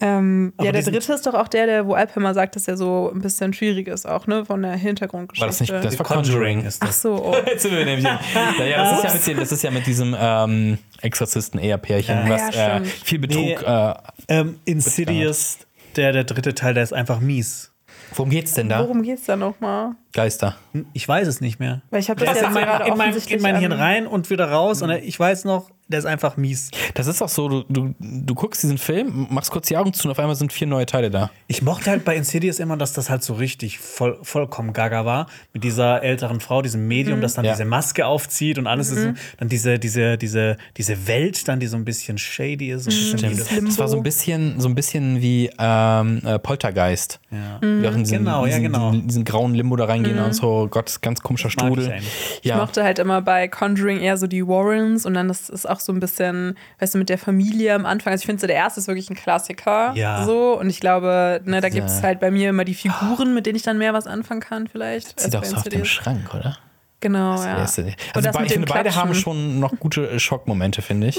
Speaker 1: Ähm, ja, der
Speaker 3: diesen-
Speaker 1: dritte ist doch auch der, der, wo Alp immer sagt, dass er so ein bisschen schwierig ist, auch, ne? Von der Hintergrundgeschichte.
Speaker 2: War das nicht das war
Speaker 3: Conjuring
Speaker 2: Conjuring?
Speaker 3: ist
Speaker 1: Ach
Speaker 3: das.
Speaker 1: so, oh.
Speaker 2: Jetzt sind wir nämlich. Ja, ja, das, ist ja mit dem, das ist ja mit diesem ähm, Exorzisten eher Pärchen,
Speaker 1: Ja.
Speaker 2: was
Speaker 1: Ja,
Speaker 2: äh,
Speaker 1: stimmt.
Speaker 2: viel Betrug.
Speaker 3: Nee.
Speaker 2: Äh,
Speaker 3: Ähm, Insidious, der, der dritte Teil, der ist einfach mies.
Speaker 2: worum geht's denn da?
Speaker 1: Worum geht's da nochmal?
Speaker 2: Geister.
Speaker 3: Ich weiß es nicht mehr.
Speaker 1: Weil ich habe
Speaker 3: Der
Speaker 1: das
Speaker 3: ist
Speaker 1: jetzt
Speaker 3: in mein,
Speaker 1: gerade
Speaker 3: in mein,
Speaker 1: offensichtlich
Speaker 3: in mein Hirn
Speaker 1: an-
Speaker 3: rein und wieder raus.
Speaker 2: Mhm.
Speaker 3: Und äh, ich weiß noch, der ist einfach mies.
Speaker 2: Das ist auch so, du, du, du guckst diesen Film, machst kurz die Augen zu und auf einmal sind vier neue Teile da.
Speaker 3: Ich mochte halt bei Insidious immer, dass das halt so richtig voll, vollkommen gaga war. Mit dieser älteren Frau, diesem Medium, das dann
Speaker 2: Ja.
Speaker 3: diese Maske aufzieht und alles. Ist so, dann diese, diese, diese, diese Welt dann, die so ein bisschen shady ist. Und ein bisschen
Speaker 2: Stimmt.
Speaker 3: dieses-
Speaker 2: Das war so ein bisschen, so ein bisschen wie ähm, äh, Poltergeist. Ja. Die auch in diesen,
Speaker 3: Genau, ja,
Speaker 2: diesen,
Speaker 3: genau. Mhm.
Speaker 2: Diesen, diesen grauen Limbo da reingehen und so, Gott, ganz komischer
Speaker 3: mag ich
Speaker 2: Strudel.
Speaker 3: eigentlich.
Speaker 1: Ich
Speaker 2: ja.
Speaker 1: mochte halt immer bei Conjuring eher so die Warrens und dann das ist auch so ein bisschen, weißt du, mit der Familie am Anfang. Also ich finde so, der erste ist wirklich ein Klassiker.
Speaker 3: Ja.
Speaker 1: So. Und ich glaube, ne, da gibt
Speaker 2: Ja.
Speaker 1: es halt bei mir immer die Figuren, mit denen ich dann mehr was anfangen kann, vielleicht. als
Speaker 2: Sieht auch
Speaker 1: bei
Speaker 2: so auf dem
Speaker 1: NCDs.
Speaker 2: Schrank, oder?
Speaker 1: Genau,
Speaker 2: Der
Speaker 1: ja.
Speaker 2: erste-
Speaker 1: und
Speaker 2: Also
Speaker 1: das
Speaker 2: be-
Speaker 1: mit
Speaker 2: ich
Speaker 1: dem
Speaker 2: finde, beide haben
Speaker 1: Klatschen.
Speaker 2: schon noch gute äh, Schockmomente, finde ich.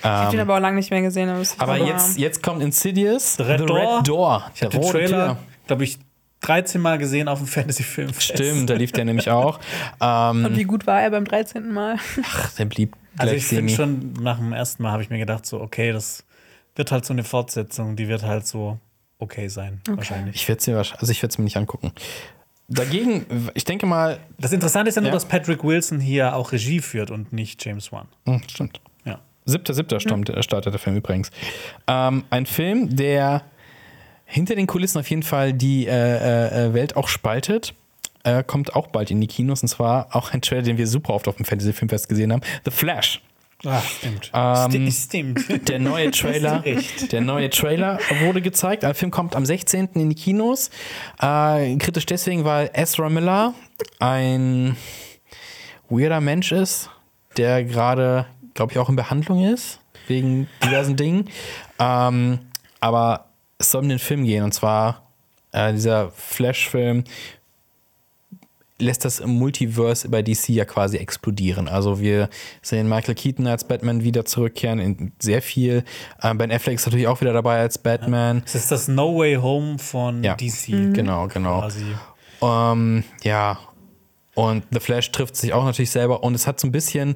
Speaker 1: Ich habe den aber auch lange nicht mehr gesehen. muss ich
Speaker 2: Ähm, Aber
Speaker 1: sagen.
Speaker 2: jetzt, jetzt kommt Insidious,
Speaker 3: The Red Door.
Speaker 2: Red Door.
Speaker 3: Ich habe
Speaker 2: Der
Speaker 3: den
Speaker 2: rote
Speaker 3: Trailer,
Speaker 2: Tür.
Speaker 3: glaube ich, 13 Mal gesehen auf dem Fantasy-Film.
Speaker 2: Stimmt, da lief der nämlich auch. Ähm,
Speaker 1: Und wie gut war er beim 13. Mal?
Speaker 2: ach, der blieb gleich
Speaker 3: Also ich finde
Speaker 2: semi.
Speaker 3: schon, nach dem ersten Mal habe ich mir gedacht, so, okay, das wird halt so eine Fortsetzung, die wird halt so okay sein, wahrscheinlich.
Speaker 2: Ich werde es mir, wahrsch- also ich werd's mir nicht angucken. Dagegen, ich denke mal,
Speaker 3: Das Interessante ist ja nur,
Speaker 2: Ja.
Speaker 3: dass Patrick Wilson hier auch Regie führt und nicht James Wan.
Speaker 2: hm, stimmt.
Speaker 3: Ja.
Speaker 2: Siebter, siebter stammt, äh, startet der Film übrigens. Ähm, ein Film, der hinter den Kulissen auf jeden Fall die äh, äh, äh, Welt auch spaltet. Äh, kommt auch bald in die Kinos und zwar auch ein Trailer, den wir super oft auf dem Fantasy-Filmfest gesehen haben: The Flash.
Speaker 3: Ach, stimmt.
Speaker 2: Ähm,
Speaker 3: Sti- stimmt.
Speaker 2: Der neue Trailer,
Speaker 3: Recht.
Speaker 2: der neue Trailer wurde gezeigt. Der Film kommt am 16. in die Kinos. Äh, kritisch deswegen, weil Ezra Miller ein weirder Mensch ist, der gerade, glaube ich, auch in Behandlung ist, wegen diversen Dingen. Ähm, aber es soll um den Film gehen. Und zwar äh, dieser Flash-Film lässt das Multiverse bei DC ja quasi explodieren. Also wir sehen Michael Keaton als Batman wieder zurückkehren in sehr viel. Ähm, ben Affleck ist natürlich auch wieder dabei als Batman.
Speaker 3: Das ist das No Way Home von
Speaker 2: Ja,
Speaker 3: DC.
Speaker 2: Genau, genau.
Speaker 3: Quasi.
Speaker 2: Ähm, ja. Und The Flash trifft sich auch natürlich selber und es hat so ein bisschen,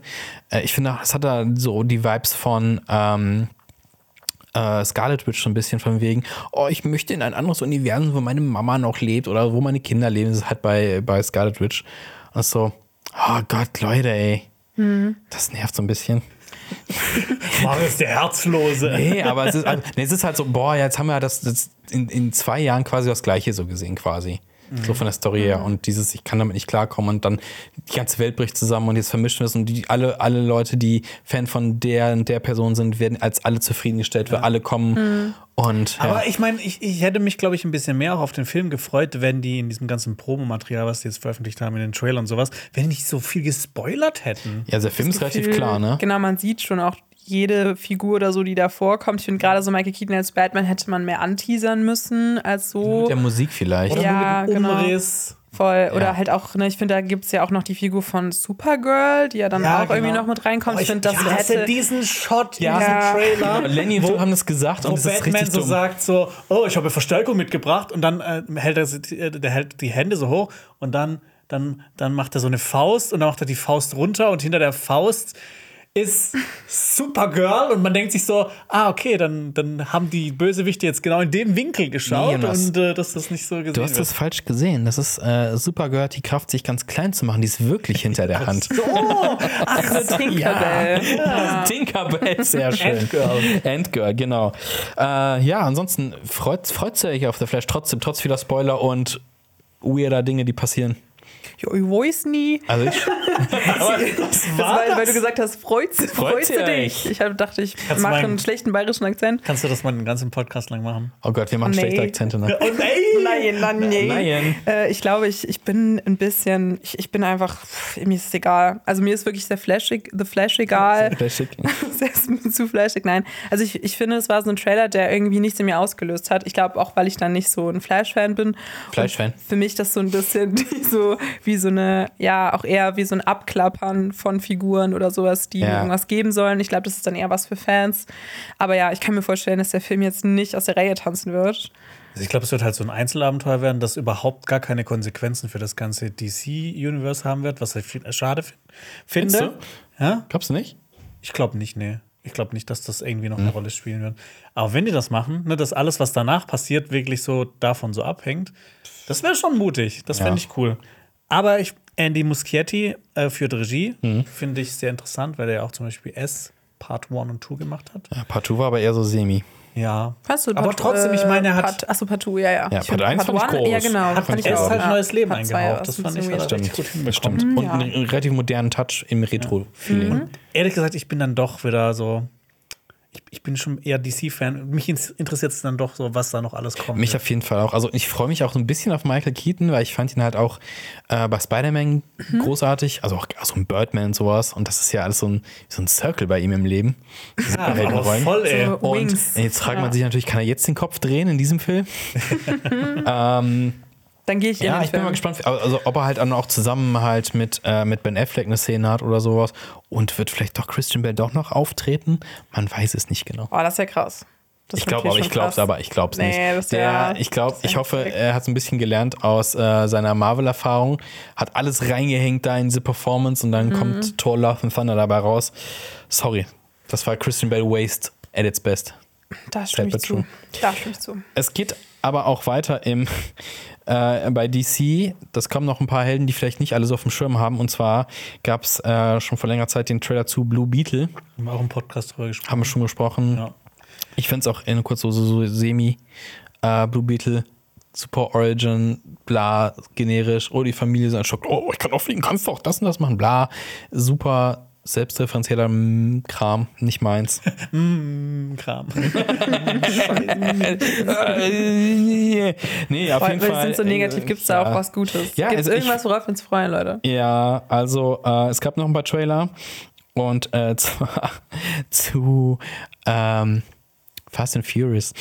Speaker 2: äh, ich finde, es hat da so die Vibes von ähm, äh, Scarlet Witch so ein bisschen von wegen, oh, ich möchte in ein anderes Universum, wo meine Mama noch lebt oder wo meine Kinder leben. Das ist halt bei, bei Scarlet Witch. Und so, oh Gott, Leute, ey. Das nervt so ein bisschen.
Speaker 3: Mario ist der Herzlose.
Speaker 2: Nee, aber es ist, also, nee, es ist halt so, boah, jetzt haben wir das, das in, in zwei Jahren quasi das Gleiche so gesehen, quasi. So
Speaker 3: Mhm.
Speaker 2: von der Story her. Und dieses, ich kann damit nicht klarkommen und dann die ganze Welt bricht zusammen und jetzt vermischen wir es und die, alle, alle Leute, die Fan von der und der Person sind, werden als alle zufriedengestellt, weil alle kommen und ja,
Speaker 3: Aber ich meine, ich, ich hätte mich, glaube ich, ein bisschen mehr auch auf den Film gefreut, wenn die in diesem ganzen Promomaterial, was die jetzt veröffentlicht haben, in den Trailern und sowas, wenn die nicht so viel gespoilert hätten.
Speaker 2: ja, der Film ist relativ
Speaker 1: Gefühl,
Speaker 2: klar, ne?
Speaker 1: Genau, man sieht schon auch jede Figur oder so, die da vorkommt. Ich finde gerade so Michael Keaton als Batman hätte man mehr anteasern müssen als so.
Speaker 2: Mit der Musik vielleicht.
Speaker 1: Oder- Ja,
Speaker 3: Nur mit einem
Speaker 1: genau.
Speaker 3: Umriss.
Speaker 1: Voll. Oder
Speaker 2: Ja.
Speaker 1: halt auch, ne, ich finde, da gibt es ja auch noch die Figur von Supergirl, die ja dann
Speaker 3: Ja,
Speaker 1: auch irgendwie
Speaker 3: genau.
Speaker 1: noch mit reinkommt.
Speaker 3: Oh,
Speaker 1: Ich finde, das
Speaker 3: ich hasse
Speaker 1: hätte.
Speaker 3: diesen Shot
Speaker 2: Ja.
Speaker 3: in diesem Trailer.
Speaker 2: Genau, Lenny und
Speaker 3: wo-
Speaker 2: Phil haben das gesagt
Speaker 3: Wo
Speaker 2: und es ist
Speaker 3: Batman
Speaker 2: richtig
Speaker 3: so
Speaker 2: dumm.
Speaker 3: sagt so, oh, ich habe Verstärkung mitgebracht und dann äh, hält er sie- äh, der hält die Hände so hoch und dann, dann, dann macht er so eine Faust und dann macht er die Faust runter und hinter der Faust ist Supergirl und man denkt sich so, ah, okay, dann, dann haben die Bösewichte jetzt genau in dem Winkel
Speaker 2: Nee,
Speaker 3: geschaut
Speaker 2: Jonas.
Speaker 3: und äh, dass das nicht so gesehen
Speaker 2: Du hast
Speaker 3: wird.
Speaker 2: das falsch gesehen. Das ist äh, Supergirl, hat die Kraft, sich ganz klein zu machen. Die ist wirklich hinter der Hand.
Speaker 3: so,
Speaker 1: So Tinkerbell.
Speaker 2: Tinkerbell, sehr schön.
Speaker 3: Endgirl.
Speaker 2: Endgirl, genau. Äh, ja, ansonsten freut, freut ihr euch auf der Flash trotzdem, trotz vieler Spoiler und weirder Dinge, die passieren.
Speaker 1: Ich weiß nie.
Speaker 2: Also ich,
Speaker 3: war
Speaker 2: halt,
Speaker 1: weil,
Speaker 3: das?
Speaker 1: weil du gesagt hast, freut's, freut's
Speaker 2: ihr
Speaker 1: dich.
Speaker 2: euch?
Speaker 1: Ich hab, dachte, ich
Speaker 3: Kannst du
Speaker 1: mache
Speaker 3: meinen-
Speaker 1: einen schlechten bayerischen Akzent.
Speaker 3: Kannst du das mal den ganzen Podcast lang machen?
Speaker 2: oh Gott, wir machen
Speaker 1: Nee.
Speaker 2: schlechte Akzente. Ne?
Speaker 3: Oh nein!
Speaker 1: Nein, nein, nein.
Speaker 2: Nein.
Speaker 1: Äh, ich glaube, ich, ich bin ein bisschen, ich, ich bin einfach, pff, mir ist es egal. Also mir ist wirklich der Flash, The Flash egal.
Speaker 2: Flashig.
Speaker 1: Selbst ein bisschen zu flashig, nein. Also ich, ich finde, es war so ein Trailer, der irgendwie nichts in mir ausgelöst hat. Ich glaube auch, weil ich dann nicht so ein Flash-Fan bin.
Speaker 2: Flash-Fan.
Speaker 1: Und Für mich das so ein bisschen die so wie so eine, ja, auch eher wie so ein Abklappern von Figuren oder sowas, die
Speaker 2: Ja.
Speaker 1: irgendwas geben sollen. Ich glaube, das ist dann eher was für Fans. Aber ja, ich kann mir vorstellen, dass der Film jetzt nicht aus der Reihe tanzen wird.
Speaker 3: Also ich glaube, es wird halt so ein Einzelabenteuer werden, das überhaupt gar keine Konsequenzen für das ganze DC-Universe haben wird, was ich viel, schade fi- finde.
Speaker 2: Findest
Speaker 3: Ja?
Speaker 2: Glaubst du nicht?
Speaker 3: Ich glaube nicht, nee. Ich glaube nicht, dass das irgendwie
Speaker 2: Hm.
Speaker 3: noch eine Rolle spielen wird. Aber wenn die das machen, ne, dass alles, was danach passiert, wirklich so davon so abhängt, das wäre schon mutig. Das fände ich cool. Aber ich, Andy Muschietti äh, für die Regie
Speaker 2: Hm.
Speaker 3: finde ich sehr interessant, weil er ja auch zum Beispiel S Part 1 und 2 gemacht hat.
Speaker 2: Ja, Partout war aber eher so semi.
Speaker 3: Ja.
Speaker 1: Weißt du,
Speaker 3: Aber
Speaker 1: Part-
Speaker 3: trotzdem, ich
Speaker 1: äh,
Speaker 3: meine, er hat.
Speaker 1: Part, achso, Part 2, ja, ja.
Speaker 2: Ja,
Speaker 1: Ich
Speaker 2: Part
Speaker 1: finde,
Speaker 2: 1 fand ich
Speaker 1: one- Ja,
Speaker 2: groß.
Speaker 1: genau.
Speaker 3: hat
Speaker 1: fand
Speaker 3: mit
Speaker 1: ich
Speaker 3: S
Speaker 1: auch.
Speaker 3: halt
Speaker 1: Ja.
Speaker 3: neues Leben
Speaker 1: Part zwei war
Speaker 3: eingehaucht.
Speaker 1: es
Speaker 3: Das
Speaker 1: ein
Speaker 3: fand ich
Speaker 1: bisschen
Speaker 3: hat er
Speaker 1: weird.
Speaker 3: richtig gut hinbekommen. Mhm.
Speaker 2: Stimmt. Und einen relativ modernen Touch im Retro-Feeling.
Speaker 3: Ehrlich gesagt, ich bin dann doch wieder so. Ich, ich bin schon eher DC-Fan. Mich interessiert es dann doch so, was da noch alles kommt.
Speaker 2: Mich auf jeden Fall auch. Also ich freue mich auch so ein bisschen auf Michael Keaton, weil ich fand ihn halt auch äh, bei Spider-Man
Speaker 1: Mhm.
Speaker 2: großartig, also auch so ein Birdman und sowas. Und das ist ja alles so ein, so ein Circle bei ihm im Leben. Diese
Speaker 3: aber
Speaker 2: Heldenrollen.
Speaker 3: voll, ey.
Speaker 1: So
Speaker 2: Äh, Und
Speaker 1: Wings.
Speaker 2: jetzt fragt man sich natürlich, kann er jetzt den Kopf drehen in diesem Film? ähm,
Speaker 1: Dann gehe ich in
Speaker 2: ja,
Speaker 1: den
Speaker 2: ich bin mal
Speaker 1: Film.
Speaker 2: gespannt, also ob er halt dann auch zusammen halt mit, äh, mit Ben Affleck eine Szene hat oder sowas. Und wird vielleicht doch Christian Bell doch noch auftreten? Man weiß es nicht genau.
Speaker 1: Oh, das ist ja krass. Das
Speaker 2: Ich
Speaker 1: ist
Speaker 2: glaube,
Speaker 1: natürlich
Speaker 2: aber ich
Speaker 1: schon
Speaker 2: glaube es,
Speaker 1: krass.
Speaker 2: aber ich glaube es
Speaker 1: Nee,
Speaker 2: nicht.
Speaker 1: das wär-
Speaker 2: Der, ich glaube,
Speaker 1: das wär
Speaker 2: ich hoffe,
Speaker 1: verrückt.
Speaker 2: er hat so ein bisschen gelernt aus äh, seiner Marvel-Erfahrung, hat alles reingehängt da in diese Performance und
Speaker 1: Mhm.
Speaker 2: dann kommt Thor Love and Thunder dabei raus. Sorry, das war Christian Bell Waste at its best.
Speaker 1: Da stimme ich
Speaker 2: Pepper
Speaker 1: zu. Da stimme ich zu.
Speaker 2: Es geht aber auch weiter im, äh, bei DC. Das kommen noch ein paar Helden, die vielleicht nicht alle so auf dem Schirm haben. Und zwar gab es äh, schon vor längerer Zeit den Trailer zu Blue Beetle.
Speaker 3: Haben wir auch im Podcast drüber gesprochen.
Speaker 2: Haben wir schon gesprochen.
Speaker 3: Ja.
Speaker 2: Ich finde es auch in kurz so, so, so semi äh, Blue Beetle, Super Origin, bla, generisch. Oh, die Familie ist ein Schock. Oh, ich kann auch fliegen, kannst doch das und das machen, bla. Super selbstreferenzieller M- Kram nicht meins.
Speaker 3: Kram.
Speaker 2: nee,
Speaker 1: Weil weil
Speaker 2: auf jeden Fall. äh,
Speaker 1: die sind so negativ, gibt es da
Speaker 2: ja.
Speaker 1: auch was Gutes.
Speaker 2: Ja,
Speaker 1: gibt es
Speaker 2: also ich-
Speaker 1: irgendwas, worauf wir uns freuen, Leute?
Speaker 2: Ja, also äh, es gab noch ein paar Trailer und äh, zwar zu ähm, Fast and Furious.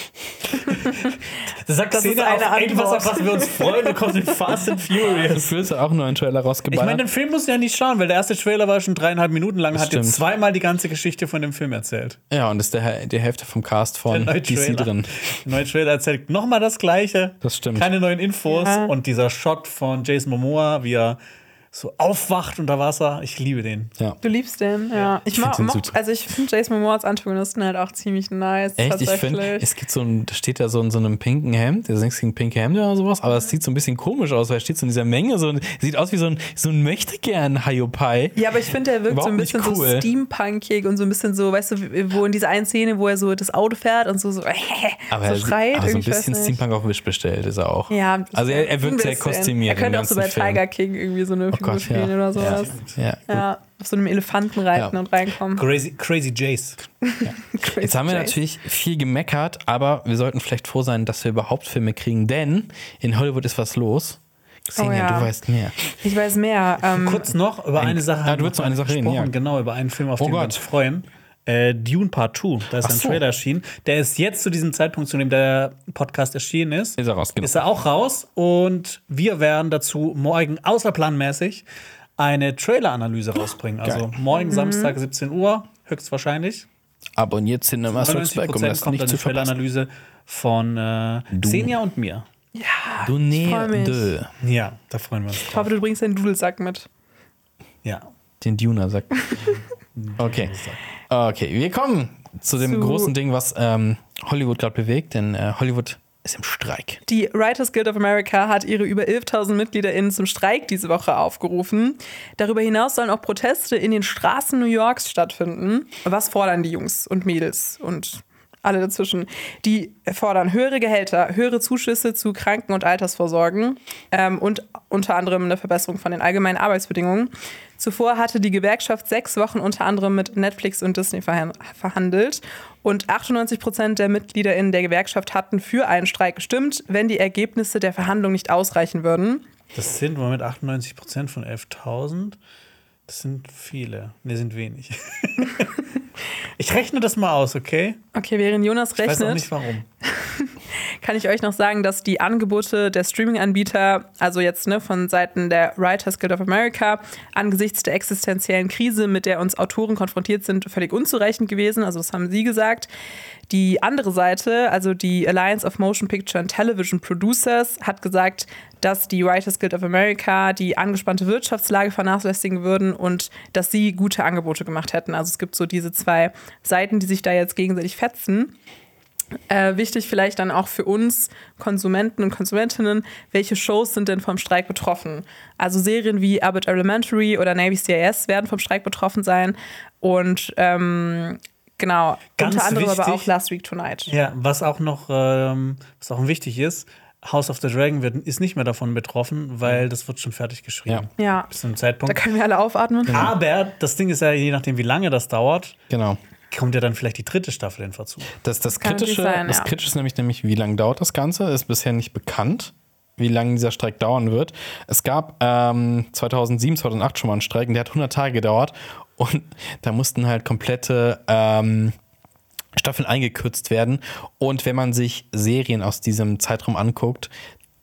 Speaker 3: Das sagt
Speaker 1: Das ist
Speaker 3: Xena
Speaker 1: eine
Speaker 3: auf irgendwas,
Speaker 1: Antwort.
Speaker 3: auf was wir uns freuen, da kommt den Fast and Furious.
Speaker 2: Fast and Furious hat auch einen neuen Trailer
Speaker 3: Ich
Speaker 2: rausgeballert.
Speaker 3: meine, den Film musst du ja nicht schauen, weil der erste Trailer war schon dreieinhalb Minuten lang, hat dir
Speaker 2: stimmt.
Speaker 3: zweimal die ganze Geschichte von dem Film erzählt.
Speaker 2: ja, und das ist der, die Hälfte vom Cast von
Speaker 3: Der neue
Speaker 2: DC
Speaker 3: Trailer.
Speaker 2: drin.
Speaker 3: Der neue Trailer erzählt nochmal das Gleiche.
Speaker 2: Das stimmt.
Speaker 3: Keine neuen Infos.
Speaker 1: Ja.
Speaker 3: Und dieser Shot von Jason Momoa, wie er so aufwacht unter Wasser. Ich liebe den.
Speaker 2: Ja.
Speaker 1: Du liebst den, ja. Ich,
Speaker 2: Ich
Speaker 1: mag,
Speaker 2: find den
Speaker 1: mocht-
Speaker 2: super.
Speaker 1: also ich finde Jason Momoa als Antagonisten halt auch ziemlich nice.
Speaker 2: Echt, ich
Speaker 1: tatsächlich.
Speaker 2: finde, es gibt so ein, da steht da so in so einem pinken Hemd, der nichts gegen pinke Hemden oder sowas, aber es sieht so ein bisschen komisch aus, weil er steht so in dieser Menge, so ein- sieht aus wie so ein, so ein möchtegern Hayopai.
Speaker 1: Ja, aber ich finde, er wirkt so ein
Speaker 2: Überhaupt
Speaker 1: bisschen
Speaker 2: nicht cool.
Speaker 1: so steampunkig und so ein bisschen so, weißt du, wie- wo in dieser einen Szene, wo er so das Auto fährt und so, so,
Speaker 2: Aber, er
Speaker 1: so
Speaker 2: sieht-
Speaker 1: schreit.
Speaker 2: aber
Speaker 1: irgendwie,
Speaker 2: so ein
Speaker 1: ich weiß
Speaker 2: bisschen
Speaker 1: nicht.
Speaker 2: Steampunk auf Wish bestellt ist er auch.
Speaker 1: Ja,
Speaker 2: also er,
Speaker 1: ein
Speaker 2: er wirkt sehr
Speaker 1: bisschen.
Speaker 2: kostümiert.
Speaker 1: Er könnte
Speaker 2: im
Speaker 1: auch so bei
Speaker 2: ganzen Film. Oh
Speaker 1: Tiger King irgendwie so eine Figur
Speaker 2: Gott, ja.
Speaker 1: spielen oder sowas.
Speaker 2: Ja,
Speaker 1: Ja.
Speaker 2: gut.
Speaker 1: auf so einem Elefanten reiten
Speaker 2: Ja.
Speaker 1: und reinkommen.
Speaker 3: Crazy, crazy Jace.
Speaker 1: Crazy
Speaker 2: Jetzt haben wir
Speaker 1: Jay.
Speaker 2: natürlich viel gemeckert, aber wir sollten vielleicht froh sein, dass wir überhaupt Filme kriegen, denn in Hollywood ist was los. Xenia,
Speaker 1: Oh ja.
Speaker 2: du weißt mehr.
Speaker 1: Ich weiß mehr. Ähm,
Speaker 3: Kurz noch über eine Sache.
Speaker 2: Ah,
Speaker 3: haben
Speaker 2: du
Speaker 3: wir
Speaker 2: willst noch eine Sache reden,
Speaker 3: gesprochen,
Speaker 2: ja.
Speaker 3: Genau, über einen Film, auf
Speaker 2: Oh
Speaker 3: den wir
Speaker 2: Gott.
Speaker 3: uns freuen. Äh, Dune Part 2. Da ist
Speaker 2: Ach
Speaker 3: ein
Speaker 2: so.
Speaker 3: Trailer erschienen. Der ist jetzt zu diesem Zeitpunkt, zu dem der Podcast erschienen ist.
Speaker 2: Ist er raus, genau.
Speaker 3: Ist er auch raus. Und wir werden dazu morgen außerplanmäßig eine Trailer-Analyse rausbringen. Also morgen Samstag 17 Uhr, höchstwahrscheinlich.
Speaker 2: Abonniert Cinema Strikes
Speaker 3: 99%
Speaker 2: Back, um das
Speaker 3: kommt
Speaker 2: nicht
Speaker 3: dann
Speaker 2: zu
Speaker 3: die
Speaker 2: verpassen.
Speaker 3: Traileranalyse von äh, Xenia und mir.
Speaker 1: freu
Speaker 2: Du
Speaker 1: mich.
Speaker 2: nee,
Speaker 3: Ja, da freuen wir uns
Speaker 1: ich
Speaker 3: drauf.
Speaker 1: hoffe, du bringst den Dudelsack mit.
Speaker 3: Ja.
Speaker 2: den Duna sagt. Okay. Okay, wir kommen zu dem
Speaker 1: Zu-
Speaker 2: großen Ding, was ähm, Hollywood gerade bewegt, denn äh, Hollywood ist im Streik.
Speaker 1: Die Writers Guild of America hat ihre über 11.000 MitgliederInnen zum Streik diese Woche aufgerufen. Darüber hinaus sollen auch Proteste in den Straßen New Yorks stattfinden. Was fordern die Jungs und Mädels und alle dazwischen? Die fordern höhere Gehälter, höhere Zuschüsse zu Kranken- und Altersvorsorgen ähm, und unter anderem eine Verbesserung von den allgemeinen Arbeitsbedingungen. Zuvor hatte die Gewerkschaft sechs Wochen unter anderem mit Netflix und Disney verhan- verhandelt und 98 Prozent der MitgliederInnen der Gewerkschaft hatten für einen Streik gestimmt, wenn die Ergebnisse der Verhandlung nicht ausreichen würden.
Speaker 3: Das sind im Moment 98 Prozent von 11.000. Das sind viele. Ne, sind wenig. ich rechne das mal aus, okay?
Speaker 1: Okay, während Jonas
Speaker 3: Ich weiß auch
Speaker 1: rechnet,
Speaker 3: nicht warum.
Speaker 1: kann ich euch noch sagen, dass die Angebote der Streaming-Anbieter, also jetzt ne, von Seiten der Writers Guild of America, angesichts der existenziellen Krise, mit der uns Autoren konfrontiert sind, völlig unzureichend gewesen. Also das haben sie gesagt. Die andere Seite, also die Alliance of Motion Picture and Television Producers, hat gesagt, dass die Writers Guild of America die angespannte Wirtschaftslage vernachlässigen würden und dass sie gute Angebote gemacht hätten. Also es gibt so diese zwei Seiten, die sich da jetzt gegenseitig fetzen. Äh, wichtig vielleicht dann auch für uns Konsumenten und Konsumentinnen, welche Shows sind denn vom Streik betroffen? Also Serien wie Abbott Elementary oder Navy CIS werden vom Streik betroffen sein und ähm, genau,
Speaker 3: Ganz
Speaker 1: unter anderem aber
Speaker 3: wichtig-
Speaker 1: auch Last Week Tonight.
Speaker 3: Ja, was auch noch ähm, was auch wichtig ist, House of the Dragon wird, ist nicht mehr davon betroffen, weil das wird schon fertig geschrieben.
Speaker 1: Ja.
Speaker 3: Bis zum
Speaker 1: Da
Speaker 3: Zeitpunkt.
Speaker 1: können wir alle aufatmen.
Speaker 3: Aber das Ding ist ja, je nachdem, wie lange das dauert,
Speaker 2: Genau.
Speaker 3: kommt ja dann vielleicht die dritte Staffel in Verzug.
Speaker 2: Das, das,
Speaker 1: Kann natürlich
Speaker 2: kritische,
Speaker 1: sein,
Speaker 2: das
Speaker 1: ja.
Speaker 2: kritische ist nämlich, nämlich, wie lange dauert das Ganze? Ist bisher nicht bekannt, wie lange dieser Streik dauern wird. Es gab ähm, 2007, 2008 schon mal einen Streik, und der hat 100 Tage gedauert. Und da mussten halt komplette ähm, Staffeln eingekürzt werden. Und wenn man sich Serien aus diesem Zeitraum anguckt,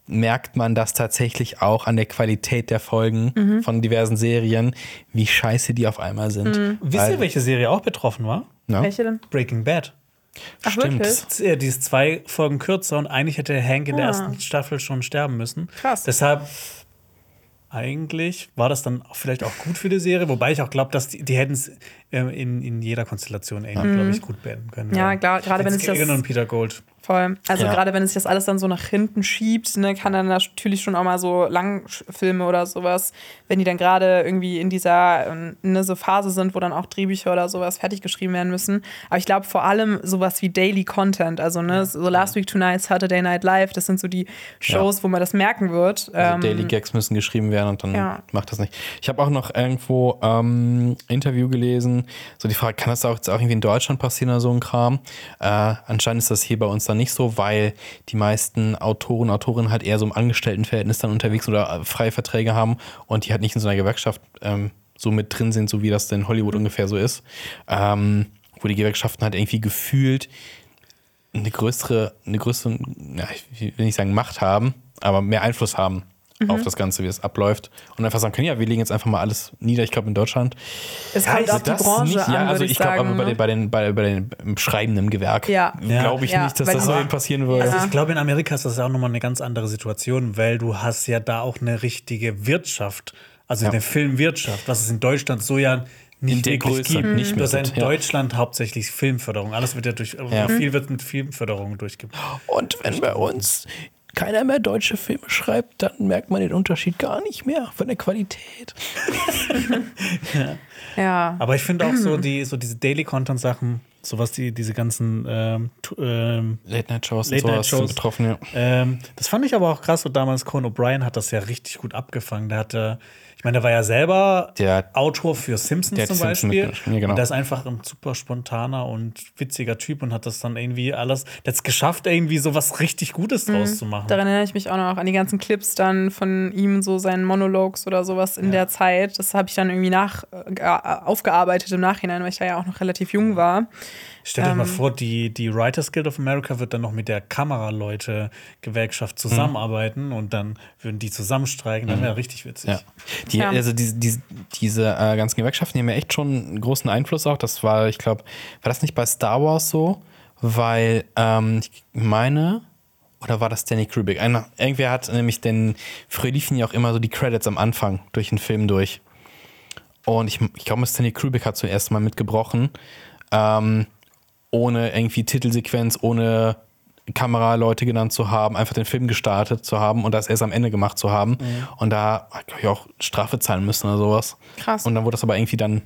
Speaker 2: merkt man das tatsächlich auch an der Qualität der Folgen
Speaker 1: Mhm.
Speaker 2: von diversen Serien, wie scheiße die auf einmal sind.
Speaker 3: Wisst ihr, welche Serie auch betroffen war?
Speaker 2: Ne?
Speaker 1: Mhm. Welche denn?
Speaker 3: Breaking Bad.
Speaker 1: Ach, wirklich?
Speaker 2: Stimmt's.
Speaker 3: Äh, Die ist zwei Folgen kürzer und eigentlich hätte Hank in der ersten Staffel schon sterben müssen.
Speaker 1: Ah. Krass.
Speaker 3: Deshalb eigentlich war das dann vielleicht auch gut für die Serie, wobei ich auch glaube, dass die, äh, die hätten es ähm, in, in jeder Konstellation irgendwie, glaube ich, gut beenden können.
Speaker 1: Mhm. Ja,
Speaker 3: Weil
Speaker 1: klar, gerade wenn
Speaker 3: Vince
Speaker 1: es das-
Speaker 3: Gilligan und Peter Gold.
Speaker 1: Voll. Also
Speaker 2: Ja.
Speaker 1: gerade wenn es sich das alles dann so nach hinten schiebt, ne, kann dann natürlich schon auch mal so Langfilme oder sowas, wenn die dann gerade irgendwie in dieser ähm, ne, so Phase sind, wo dann auch Drehbücher oder sowas fertig geschrieben werden müssen. Aber ich glaube vor allem sowas wie Daily Content, also ne, so Last Week Tonight, Saturday Night Live, das sind so die Shows, wo man das merken wird.
Speaker 2: Also
Speaker 1: Ähm,
Speaker 2: Daily Gags müssen geschrieben werden und dann
Speaker 1: ja.
Speaker 2: macht das nicht. Ich habe auch noch irgendwo ähm, Interview gelesen, so die Frage, kann das auch jetzt auch irgendwie in Deutschland passieren oder so ein Kram? Äh, anscheinend ist das hier bei uns dann nicht so, weil die meisten Autoren, Autorinnen halt eher so im Angestelltenverhältnis dann unterwegs oder äh, freie Verträge haben und die halt nicht in so einer Gewerkschaft ähm, so mit drin sind, so wie das denn in
Speaker 1: Mhm.
Speaker 2: Hollywood ungefähr so ist. Ähm, wo die Gewerkschaften halt irgendwie gefühlt eine größere, eine größere, ja, ich will nicht sagen Macht haben, aber mehr Einfluss haben
Speaker 1: Mhm.
Speaker 2: auf das Ganze, wie es abläuft. Und einfach sagen können, ja, wir legen jetzt einfach mal alles nieder. Ich glaube, in Deutschland
Speaker 1: es kommt auf Halt die
Speaker 2: das
Speaker 1: Branche
Speaker 2: nicht.
Speaker 1: an,
Speaker 2: Ja, also
Speaker 1: würde
Speaker 2: ich,
Speaker 1: ich,
Speaker 2: glaube,
Speaker 1: sagen.
Speaker 2: aber bei
Speaker 1: ne?
Speaker 2: den, bei den, bei, bei den im schreibenden Gewerk
Speaker 1: Ja.
Speaker 3: Ja.
Speaker 2: glaube ich
Speaker 1: Ja,
Speaker 2: nicht, dass
Speaker 1: weil
Speaker 2: das
Speaker 1: die-
Speaker 2: so passieren würde.
Speaker 1: Also
Speaker 3: Ich glaube, in Amerika ist das auch nochmal eine ganz andere Situation, weil du hast ja da auch eine richtige Wirtschaft, also eine Filmwirtschaft, was es in Deutschland so ja nicht
Speaker 2: In der
Speaker 3: wirklich
Speaker 2: Größe
Speaker 3: gibt.
Speaker 2: nicht mehr
Speaker 3: du hast ja in
Speaker 2: gibt, ja. Mhm.
Speaker 3: Deutschland hauptsächlich Filmförderung. Alles wird ja durch, also viel wird mit Filmförderung durchgebracht.
Speaker 2: Und wenn bei uns keiner mehr deutsche Filme schreibt, dann merkt man den Unterschied gar nicht mehr von der Qualität.
Speaker 1: ja.
Speaker 3: Aber ich finde auch so, die, so diese Daily-Content-Sachen, sowas, die, diese ganzen ähm, tu- ähm,
Speaker 2: Late-Night-Shows und
Speaker 3: Late Night
Speaker 2: sowas sind
Speaker 3: Shows.
Speaker 2: betroffen, ja.
Speaker 3: Ähm, das fand ich aber auch krass, so damals Conan O'Brien hat das ja richtig gut abgefangen. Der hatte, ich meine, der war ja selber
Speaker 2: Der-
Speaker 3: Autor für Simpsons
Speaker 2: der hat
Speaker 3: zum
Speaker 2: Simpsons
Speaker 3: Beispiel.
Speaker 2: mitgeschrieben, ja, genau.
Speaker 3: Und der ist einfach ein super spontaner und witziger Typ und hat das dann irgendwie alles, der hat es geschafft, irgendwie so was richtig Gutes draus zu machen.
Speaker 1: Daran erinnere ich mich auch noch an die ganzen Clips dann von ihm, so seinen Monologs oder sowas in der Zeit. Das habe ich dann irgendwie nach, äh, aufgearbeitet im Nachhinein, weil ich da ja auch noch relativ jung war.
Speaker 3: Stell dir mal vor, die, die Writers Guild of America wird dann noch mit der
Speaker 2: Mhm.
Speaker 3: Kameraleute-Gewerkschaft zusammenarbeiten und dann würden die zusammenstreiken, dann wäre richtig witzig.
Speaker 2: Ja. Die,
Speaker 1: Ja.
Speaker 2: Also diese, diese, diese äh, ganzen Gewerkschaften die haben ja echt schon einen großen Einfluss auch. Das war, ich glaube, war das nicht bei Star Wars so? Weil ähm, ich meine, oder war das Danny Kubrick? Einer, irgendwer hat nämlich den, früher liefen ja auch immer so die Credits am Anfang durch den Film durch. Und ich, ich glaube, Stanley Kubrick hat zuerst mal mitgebrochen. Ähm, ohne irgendwie Titelsequenz, ohne Kameraleute genannt zu haben, einfach den Film gestartet zu haben und das erst am Ende gemacht zu haben.
Speaker 1: Mhm.
Speaker 2: Und da hat, glaube ich, auch Strafe zahlen müssen oder sowas.
Speaker 1: Krass.
Speaker 2: Und dann wurde das aber irgendwie dann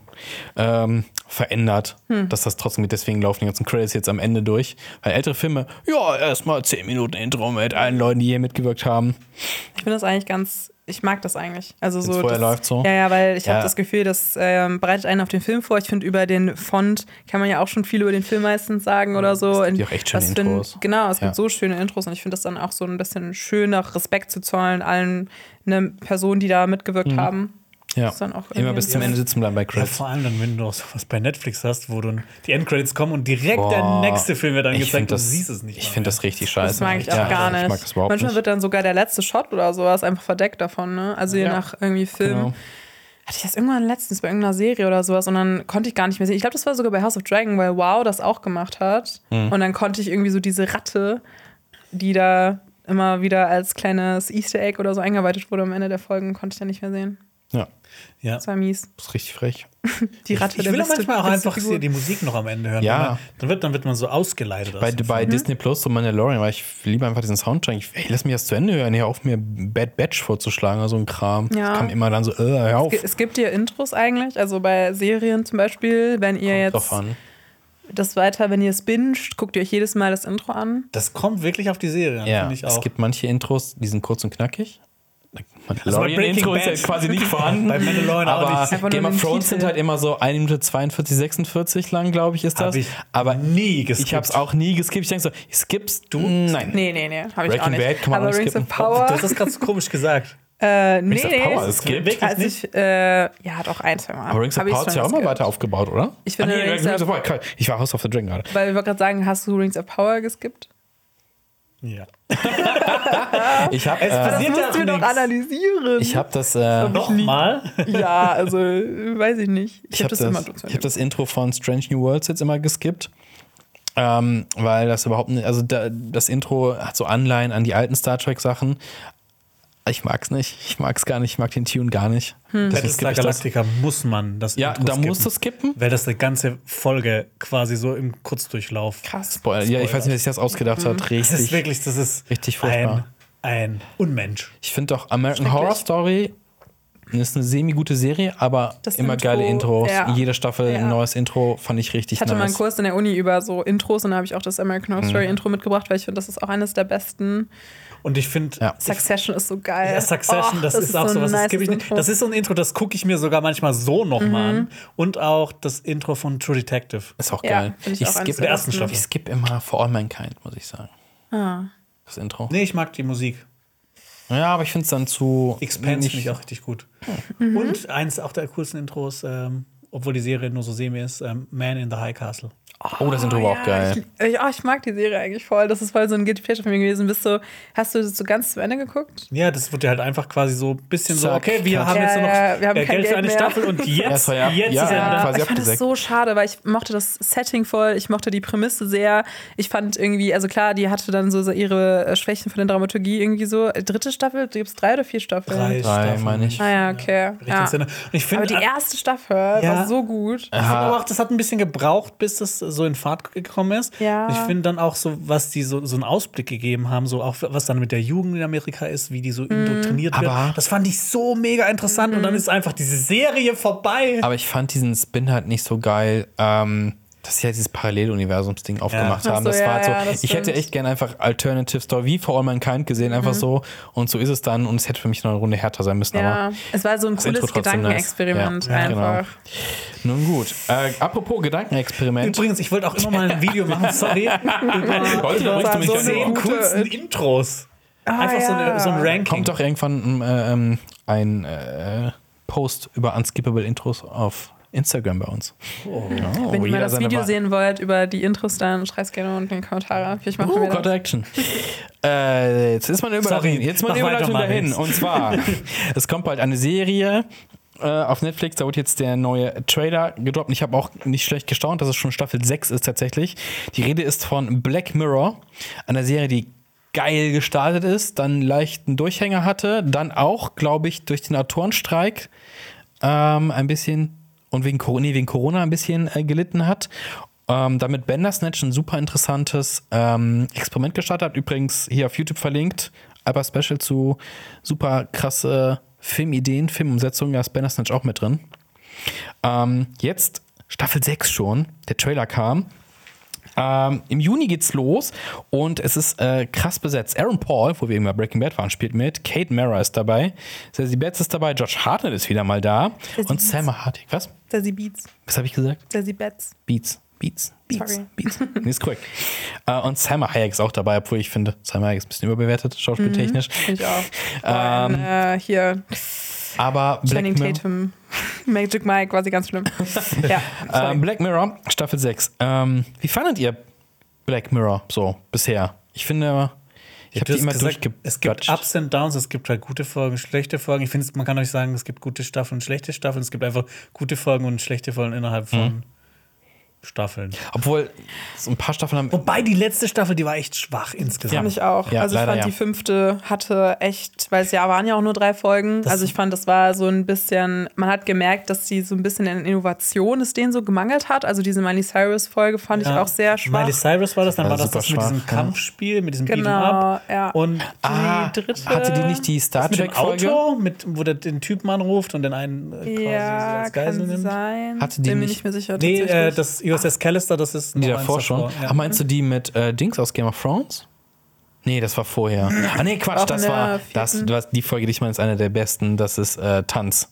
Speaker 2: ähm, verändert,
Speaker 1: Hm.
Speaker 2: dass das trotzdem mit deswegen laufen die ganzen Credits jetzt am Ende durch. Weil ältere Filme, ja, erstmal 10 Minuten Intro mit allen Leuten, die hier mitgewirkt haben.
Speaker 1: Ich finde das eigentlich ganz, ich mag das eigentlich. Also so,
Speaker 2: vorher
Speaker 1: das,
Speaker 2: läuft so.
Speaker 1: Ja, ja, weil ich
Speaker 2: Ja.
Speaker 1: habe das Gefühl, das ähm, bereitet einen auf den Film vor. Ich finde, über den Font kann man ja auch schon viel über den Film meistens sagen oder so.
Speaker 2: gibt
Speaker 1: Und
Speaker 2: ja auch echt schöne
Speaker 1: was für ein-
Speaker 2: Intros.
Speaker 1: Genau, es
Speaker 2: Ja.
Speaker 1: gibt so schöne Intros und ich finde das dann auch so ein bisschen schöner, Respekt zu zollen allen ne, Personen, die da mitgewirkt
Speaker 2: Mhm.
Speaker 1: haben.
Speaker 2: Ja.
Speaker 1: Ist dann auch
Speaker 2: Immer
Speaker 1: irgendwie-
Speaker 2: bis zum Ende sitzen bleiben bei
Speaker 3: Ja,
Speaker 2: Credits.
Speaker 3: vor allem dann, wenn du auch sowas bei Netflix hast, wo dann die Endcredits kommen und direkt der
Speaker 2: Boah,
Speaker 3: nächste Film wird
Speaker 2: ich find
Speaker 3: angezeigt,
Speaker 2: das-
Speaker 3: du siehst es nicht.
Speaker 2: Ich
Speaker 3: mal
Speaker 2: finde
Speaker 3: mehr.
Speaker 2: das richtig scheiße.
Speaker 1: Das mag ich auch
Speaker 2: Ja,
Speaker 1: gar nicht.
Speaker 2: Ich mag das überhaupt
Speaker 1: Manchmal
Speaker 2: nicht.
Speaker 1: wird dann sogar der letzte Shot oder sowas einfach verdeckt davon, ne? Also je
Speaker 2: Ja.
Speaker 1: nach irgendwie Film.
Speaker 2: Genau.
Speaker 1: Hatte ich das irgendwann letztens bei irgendeiner Serie oder sowas und dann konnte ich gar nicht mehr sehen. Ich glaube, das war sogar bei House of Dragon, weil Wow das auch gemacht hat.
Speaker 2: Hm.
Speaker 1: Und dann konnte ich irgendwie so diese Ratte, die da immer wieder als kleines Easter Egg oder so eingearbeitet wurde am Ende der Folgen, konnte ich dann nicht mehr sehen.
Speaker 2: Ja,
Speaker 3: Ja.
Speaker 1: Das war mies.
Speaker 2: das ist richtig frech.
Speaker 1: Die Ratte
Speaker 3: Ich
Speaker 1: der
Speaker 3: will auch
Speaker 1: beste-
Speaker 3: manchmal auch
Speaker 1: beste
Speaker 3: einfach
Speaker 1: Figur.
Speaker 3: hier die Musik noch am Ende hören.
Speaker 2: Ja.
Speaker 3: weil Man, dann, wird, dann wird man so ausgeleitet. aus
Speaker 2: Bei,
Speaker 3: dem
Speaker 2: bei Disney Plus und Mandalorian, weil ich liebe einfach diesen Soundtrack. Ich, ey, lass mich das zu Ende hören. Hör auf, mir Bad Batch vorzuschlagen oder so ein Kram.
Speaker 1: Ja.
Speaker 2: Das kam immer dann so, äh, hör auf.
Speaker 1: Ge- Es gibt ja Intros eigentlich, also bei Serien zum Beispiel, wenn ihr
Speaker 2: Kommt
Speaker 1: jetzt
Speaker 2: drauf an.
Speaker 1: das weiter, wenn ihr es binget, guckt ihr euch jedes Mal das Intro an.
Speaker 3: Film. Das kommt wirklich auf die Serie an,
Speaker 2: Ja,
Speaker 3: finde ich auch.
Speaker 2: es gibt manche Intros, die sind kurz und knackig.
Speaker 3: bei Breaking
Speaker 2: Mandalorian-Intro ist ja
Speaker 3: Bad-
Speaker 2: quasi nicht vorhanden.
Speaker 3: bei Mandalorian auch
Speaker 2: aber
Speaker 3: nicht.
Speaker 1: Einfach nur
Speaker 2: Game of
Speaker 1: den
Speaker 2: Thrones
Speaker 1: Titel.
Speaker 2: sind halt immer so 1 Minute 42, 46 lang, glaube ich, ist das.
Speaker 3: Hab ich
Speaker 2: aber
Speaker 3: nie geskippt.
Speaker 2: Ich habe es auch nie geskippt. Ich denke so, skippst du? Nein.
Speaker 1: Nee, nee, nee, habe ich
Speaker 2: Breaking
Speaker 1: auch nicht.
Speaker 2: Bad kann man
Speaker 1: Aber
Speaker 2: auch
Speaker 1: Rings of
Speaker 2: skippen.
Speaker 1: Power.
Speaker 3: Du hast das gerade so komisch gesagt.
Speaker 1: äh, nee,
Speaker 2: Rings of
Speaker 1: nee.
Speaker 2: Power ist gibt.
Speaker 3: Wirklich
Speaker 1: also
Speaker 3: nicht?
Speaker 1: ich, äh, ja, doch ein, zwei Mal.
Speaker 2: Aber Rings of
Speaker 1: Hab ich
Speaker 2: Power ist
Speaker 1: schon
Speaker 2: ja auch mal
Speaker 1: geskippt.
Speaker 2: weiter aufgebaut, oder?
Speaker 1: Ich finde,
Speaker 2: Ah, nee,
Speaker 1: Rings
Speaker 2: Rings
Speaker 1: of-
Speaker 2: of Power. Ich war House of the Dragon gerade.
Speaker 1: Weil ich wollte gerade sagen, hast du Rings of Power geskippt?
Speaker 3: Ja.
Speaker 2: Ich habe
Speaker 3: Es
Speaker 2: äh,
Speaker 1: Das
Speaker 3: passiert ja
Speaker 1: mussten wir doch
Speaker 3: nichts.
Speaker 1: analysieren.
Speaker 2: ich hab das, äh,
Speaker 3: Nochmal?
Speaker 1: ja, also äh, weiß ich nicht. Ich,
Speaker 2: ich
Speaker 1: hab
Speaker 2: hab
Speaker 1: das,
Speaker 2: das,
Speaker 1: immer
Speaker 2: ich hab das Intro von Strange New Worlds jetzt immer geskippt. Ähm, weil das überhaupt nicht, also da, das Intro hat so Anleihen an die alten Star Trek Sachen, Ich mag's nicht. Ich mag's gar nicht. Ich mag den Tune gar nicht. Hm.
Speaker 3: Battlestar Galactica muss man das
Speaker 2: Ja,
Speaker 3: Intro
Speaker 2: da
Speaker 3: skippen.
Speaker 2: musst du skippen.
Speaker 3: Weil das eine ganze Folge quasi so im Kurzdurchlauf.
Speaker 1: Krass. Mhm.
Speaker 2: Spoiler. Ja, ich weiß nicht, wer sich das ausgedacht hat.
Speaker 3: Das ist
Speaker 2: Richtig.
Speaker 3: wirklich, das ist
Speaker 2: Richtig
Speaker 3: ein,
Speaker 2: furchtbar.
Speaker 3: ein Unmensch.
Speaker 2: Ich finde doch American Horror Story ist eine semi-gute Serie, aber
Speaker 1: Das
Speaker 2: immer
Speaker 1: Intro,
Speaker 2: geile Intros.
Speaker 1: ja.
Speaker 2: Jede Staffel
Speaker 1: Ja.
Speaker 2: ein neues Intro fand ich richtig
Speaker 1: Ich hatte mal einen
Speaker 2: nice.
Speaker 1: Kurs in der Uni über so Intros und da habe ich auch das American Horror
Speaker 3: Mhm.
Speaker 1: Story Intro mitgebracht, weil ich finde, das ist auch eines der besten.
Speaker 3: Und ich finde,
Speaker 2: Ja.
Speaker 1: Succession ist so geil.
Speaker 3: Ja, Succession,
Speaker 1: Oh,
Speaker 3: das, ist auch
Speaker 1: so
Speaker 3: sowas,
Speaker 1: ein
Speaker 3: das gebe ich
Speaker 1: nices
Speaker 3: nicht. Das ist so ein Intro, das gucke ich mir sogar manchmal so nochmal
Speaker 1: Mhm.
Speaker 3: an. Und auch das Intro von True Detective.
Speaker 2: ist auch
Speaker 1: Ja,
Speaker 2: geil.
Speaker 1: find ich
Speaker 2: ich
Speaker 1: auch eines
Speaker 2: skippe
Speaker 1: der
Speaker 3: ersten Staffel.
Speaker 2: Ich skippe immer For All Mankind, muss ich sagen.
Speaker 1: Ah.
Speaker 2: Das Intro.
Speaker 3: Nee, ich mag die Musik.
Speaker 2: Ja, aber ich finde es dann zu.
Speaker 3: Expanse
Speaker 2: nicht-
Speaker 3: finde ich auch richtig gut.
Speaker 1: Mhm.
Speaker 3: Und eins auch der coolsten Intros, ähm, obwohl die Serie nur so semi ist, ähm, Man in the High Castle.
Speaker 2: Oh, das Intro war auch geil.
Speaker 1: Ich, ich, oh, ich mag die Serie eigentlich voll. Das ist voll so ein Guilty Pleasure von mir gewesen. Bist du, hast du das so ganz zu Ende geguckt?
Speaker 3: Ja, das wird ja halt einfach quasi so ein bisschen so,
Speaker 2: Zack,
Speaker 3: okay, wir
Speaker 2: Cut.
Speaker 3: haben jetzt
Speaker 1: Ja,
Speaker 3: nur noch
Speaker 1: ja, wir haben
Speaker 3: äh,
Speaker 1: kein
Speaker 3: Geld für
Speaker 1: Geld
Speaker 3: eine
Speaker 1: mehr.
Speaker 3: Staffel und jetzt,
Speaker 2: das war ja-
Speaker 3: jetzt
Speaker 2: ja,
Speaker 3: ist er
Speaker 2: quasi
Speaker 3: wieder da.
Speaker 1: ich fand
Speaker 2: abgesackt.
Speaker 1: das so schade, weil ich mochte das Setting voll, ich mochte die Prämisse sehr. Ich fand irgendwie, also klar, die hatte dann so ihre äh, Schwächen von der Dramaturgie irgendwie so. Äh, Dritte Staffel? Gibt es drei oder vier Staffeln?
Speaker 3: Drei, Staffeln.
Speaker 2: meine ich.
Speaker 1: Ah ja, okay.
Speaker 3: Richtig
Speaker 1: Ja.
Speaker 3: Sinne. Und ich äh,
Speaker 1: Aber
Speaker 3: finde,
Speaker 2: äh,
Speaker 1: die erste Staffel war so gut.
Speaker 3: Ich finde aber auch, das hat ein bisschen gebraucht, bis das so in Fahrt gekommen ist.
Speaker 1: Ja.
Speaker 3: Und Ich finde dann auch so, was die so, so einen Ausblick gegeben haben, so auch was dann mit der Jugend in Amerika ist, wie die
Speaker 1: Mhm.
Speaker 3: so indoktriniert
Speaker 2: Aber-
Speaker 3: werden. Das fand ich so mega interessant. Und dann ist einfach diese Serie vorbei.
Speaker 2: Aber ich fand diesen Spin halt nicht so geil, ähm, dass sie halt dieses Paralleluniversums-Ding aufgemacht
Speaker 1: Ach
Speaker 2: haben.
Speaker 1: so,
Speaker 2: das
Speaker 1: ja,
Speaker 2: war halt so,
Speaker 1: ja, das
Speaker 2: ich hätte
Speaker 1: stimmt. Mhm.
Speaker 2: echt gern einfach Alternative Story wie For All Mankind gesehen, einfach so. Und so ist es dann. Und es hätte für mich noch eine Runde härter sein müssen.
Speaker 1: Ja,
Speaker 2: Aber
Speaker 1: es war so ein
Speaker 2: das Intro
Speaker 1: cooles
Speaker 2: trotzdem nice.
Speaker 1: Gedankenexperiment
Speaker 2: Ja, ja, genau.
Speaker 1: einfach.
Speaker 2: nun gut. Äh, apropos Gedankenexperiment.
Speaker 3: Übrigens, ich wollte auch immer mal ein Video machen, sorry.
Speaker 2: Heute
Speaker 3: über
Speaker 2: bringst du mich
Speaker 3: so
Speaker 2: an die
Speaker 3: zehn
Speaker 2: Ohren.
Speaker 3: coolsten Intros. Einfach so, eine,
Speaker 1: Ah, ja.
Speaker 3: so ein Ranking.
Speaker 2: Kommt doch irgendwann äh, ähm, ein äh, Post über unskippable Intros auf Instagram bei uns. Ja, wo
Speaker 1: Oh. Wenn ihr
Speaker 2: jeder
Speaker 1: mal das
Speaker 2: seine
Speaker 1: Video
Speaker 2: Wa-
Speaker 1: sehen wollt über die Intros, dann schreibt es gerne unten in die Kommentare. Vielleicht machen
Speaker 2: Uh,
Speaker 1: wir das.
Speaker 2: Call to Action. äh, jetzt ist man
Speaker 3: Sorry,
Speaker 2: Überleitung. Jetzt mal
Speaker 3: mach
Speaker 2: eine Überleitung
Speaker 3: weiter,
Speaker 2: dahin.
Speaker 3: Marius.
Speaker 2: Und zwar, es kommt bald eine Serie äh, auf Netflix. Da wird jetzt der neue Trailer gedroppt. Und Ich habe auch nicht schlecht gestaunt, dass es schon Staffel 6 ist tatsächlich. Die Rede ist von Black Mirror, einer Serie, die geil gestartet ist, dann leichten Durchhänger hatte, dann auch, glaube ich, durch den Autorenstreik ähm, ein bisschen und wegen Corona, nee, wegen Corona ein bisschen äh, gelitten hat. Ähm, damit Bandersnatch ein super interessantes ähm, Experiment gestartet hat. Übrigens hier auf YouTube verlinkt. Aber Special zu super krasse Filmideen, Filmumsetzungen. Da ist Bandersnatch auch mit drin. Ähm, jetzt Staffel 6 schon. Der Trailer kam. Ähm, Im Juni geht's los und es ist äh, krass besetzt. Aaron Paul, wo wir eben bei Breaking Bad waren, spielt mit. Kate Mara ist dabei. Sassy Betts ist dabei. Josh Hartnett ist wieder mal da.
Speaker 1: Sassy
Speaker 2: und
Speaker 1: Beetz.
Speaker 2: Sam Hartig. Was?
Speaker 1: Desi Beats,
Speaker 2: Was habe ich gesagt?
Speaker 1: Desi Bats.
Speaker 2: Beats. Beats. Beats.
Speaker 1: Sorry.
Speaker 2: Beats. Nee, ist korrekt. äh, und Sam Hayek ist auch dabei, obwohl ich finde, Sam Hayek ist ein bisschen überbewertet, schauspieltechnisch.
Speaker 1: Finde ich auch. Ähm, äh, hier,
Speaker 2: Aber
Speaker 1: Channing
Speaker 2: Mirror-
Speaker 1: Tatum, Magic Mike, war sie ganz schlimm. ja, sorry.
Speaker 2: Ähm, Black Mirror, Staffel 6. Ähm, wie fandet ihr Black Mirror so bisher? Ich finde, ich habe die
Speaker 3: Du hast
Speaker 2: immer
Speaker 3: gesagt, Es gibt
Speaker 2: durchgegutscht.
Speaker 3: Ups and Downs, es gibt halt gute Folgen, schlechte Folgen. Ich finde, man kann euch sagen, es gibt gute Staffeln, schlechte Staffeln. Es gibt einfach gute Folgen und schlechte Folgen innerhalb von Staffeln.
Speaker 2: Obwohl, so ein paar Staffeln haben.
Speaker 3: Wobei die letzte Staffel, die war echt schwach insgesamt.
Speaker 1: Fand ich auch.
Speaker 2: Ja,
Speaker 1: also ich
Speaker 2: leider
Speaker 1: fand
Speaker 2: ja.
Speaker 1: die fünfte hatte echt, weil es ja waren ja auch nur drei Folgen. also ich fand, das war so ein bisschen, man hat gemerkt, dass die so ein bisschen in Innovation es denen so gemangelt hat. Also diese Miley Cyrus Folge fand ich auch sehr schwach.
Speaker 3: Miley Cyrus war das, dann
Speaker 2: Ja,
Speaker 3: war das
Speaker 2: super
Speaker 3: das mit diesem
Speaker 2: schwach, ja.
Speaker 3: Kampfspiel, mit diesem Beaten
Speaker 1: Genau,
Speaker 3: Up.
Speaker 1: ja.
Speaker 3: Und
Speaker 2: Ah,
Speaker 1: dritte-
Speaker 2: hatte die nicht die Star
Speaker 3: mit dem
Speaker 2: Trek-Folge?
Speaker 3: Auto, mit, wo der den Typen anruft und den einen äh, quasi so
Speaker 1: ja,
Speaker 3: als Geisel
Speaker 1: kann
Speaker 3: nimmt.
Speaker 1: sein.
Speaker 2: Hatte die
Speaker 1: Bin mir
Speaker 2: nicht-
Speaker 1: nicht mehr sicher.
Speaker 3: Nee, äh,
Speaker 1: tatsächlich.
Speaker 3: das USS Callister, das ist
Speaker 2: Die
Speaker 3: noch
Speaker 2: davor
Speaker 3: eins
Speaker 2: schon.
Speaker 3: ja.
Speaker 2: Ach, meinst du die mit äh, Dings aus Game of Thrones? Nee, das war vorher. Ah, nee, Quatsch,
Speaker 1: Auch
Speaker 2: das
Speaker 1: in der
Speaker 2: war
Speaker 1: vierten.
Speaker 2: das, das, die Folge, die ich meine, ist eine der besten. Das ist äh, Tanz.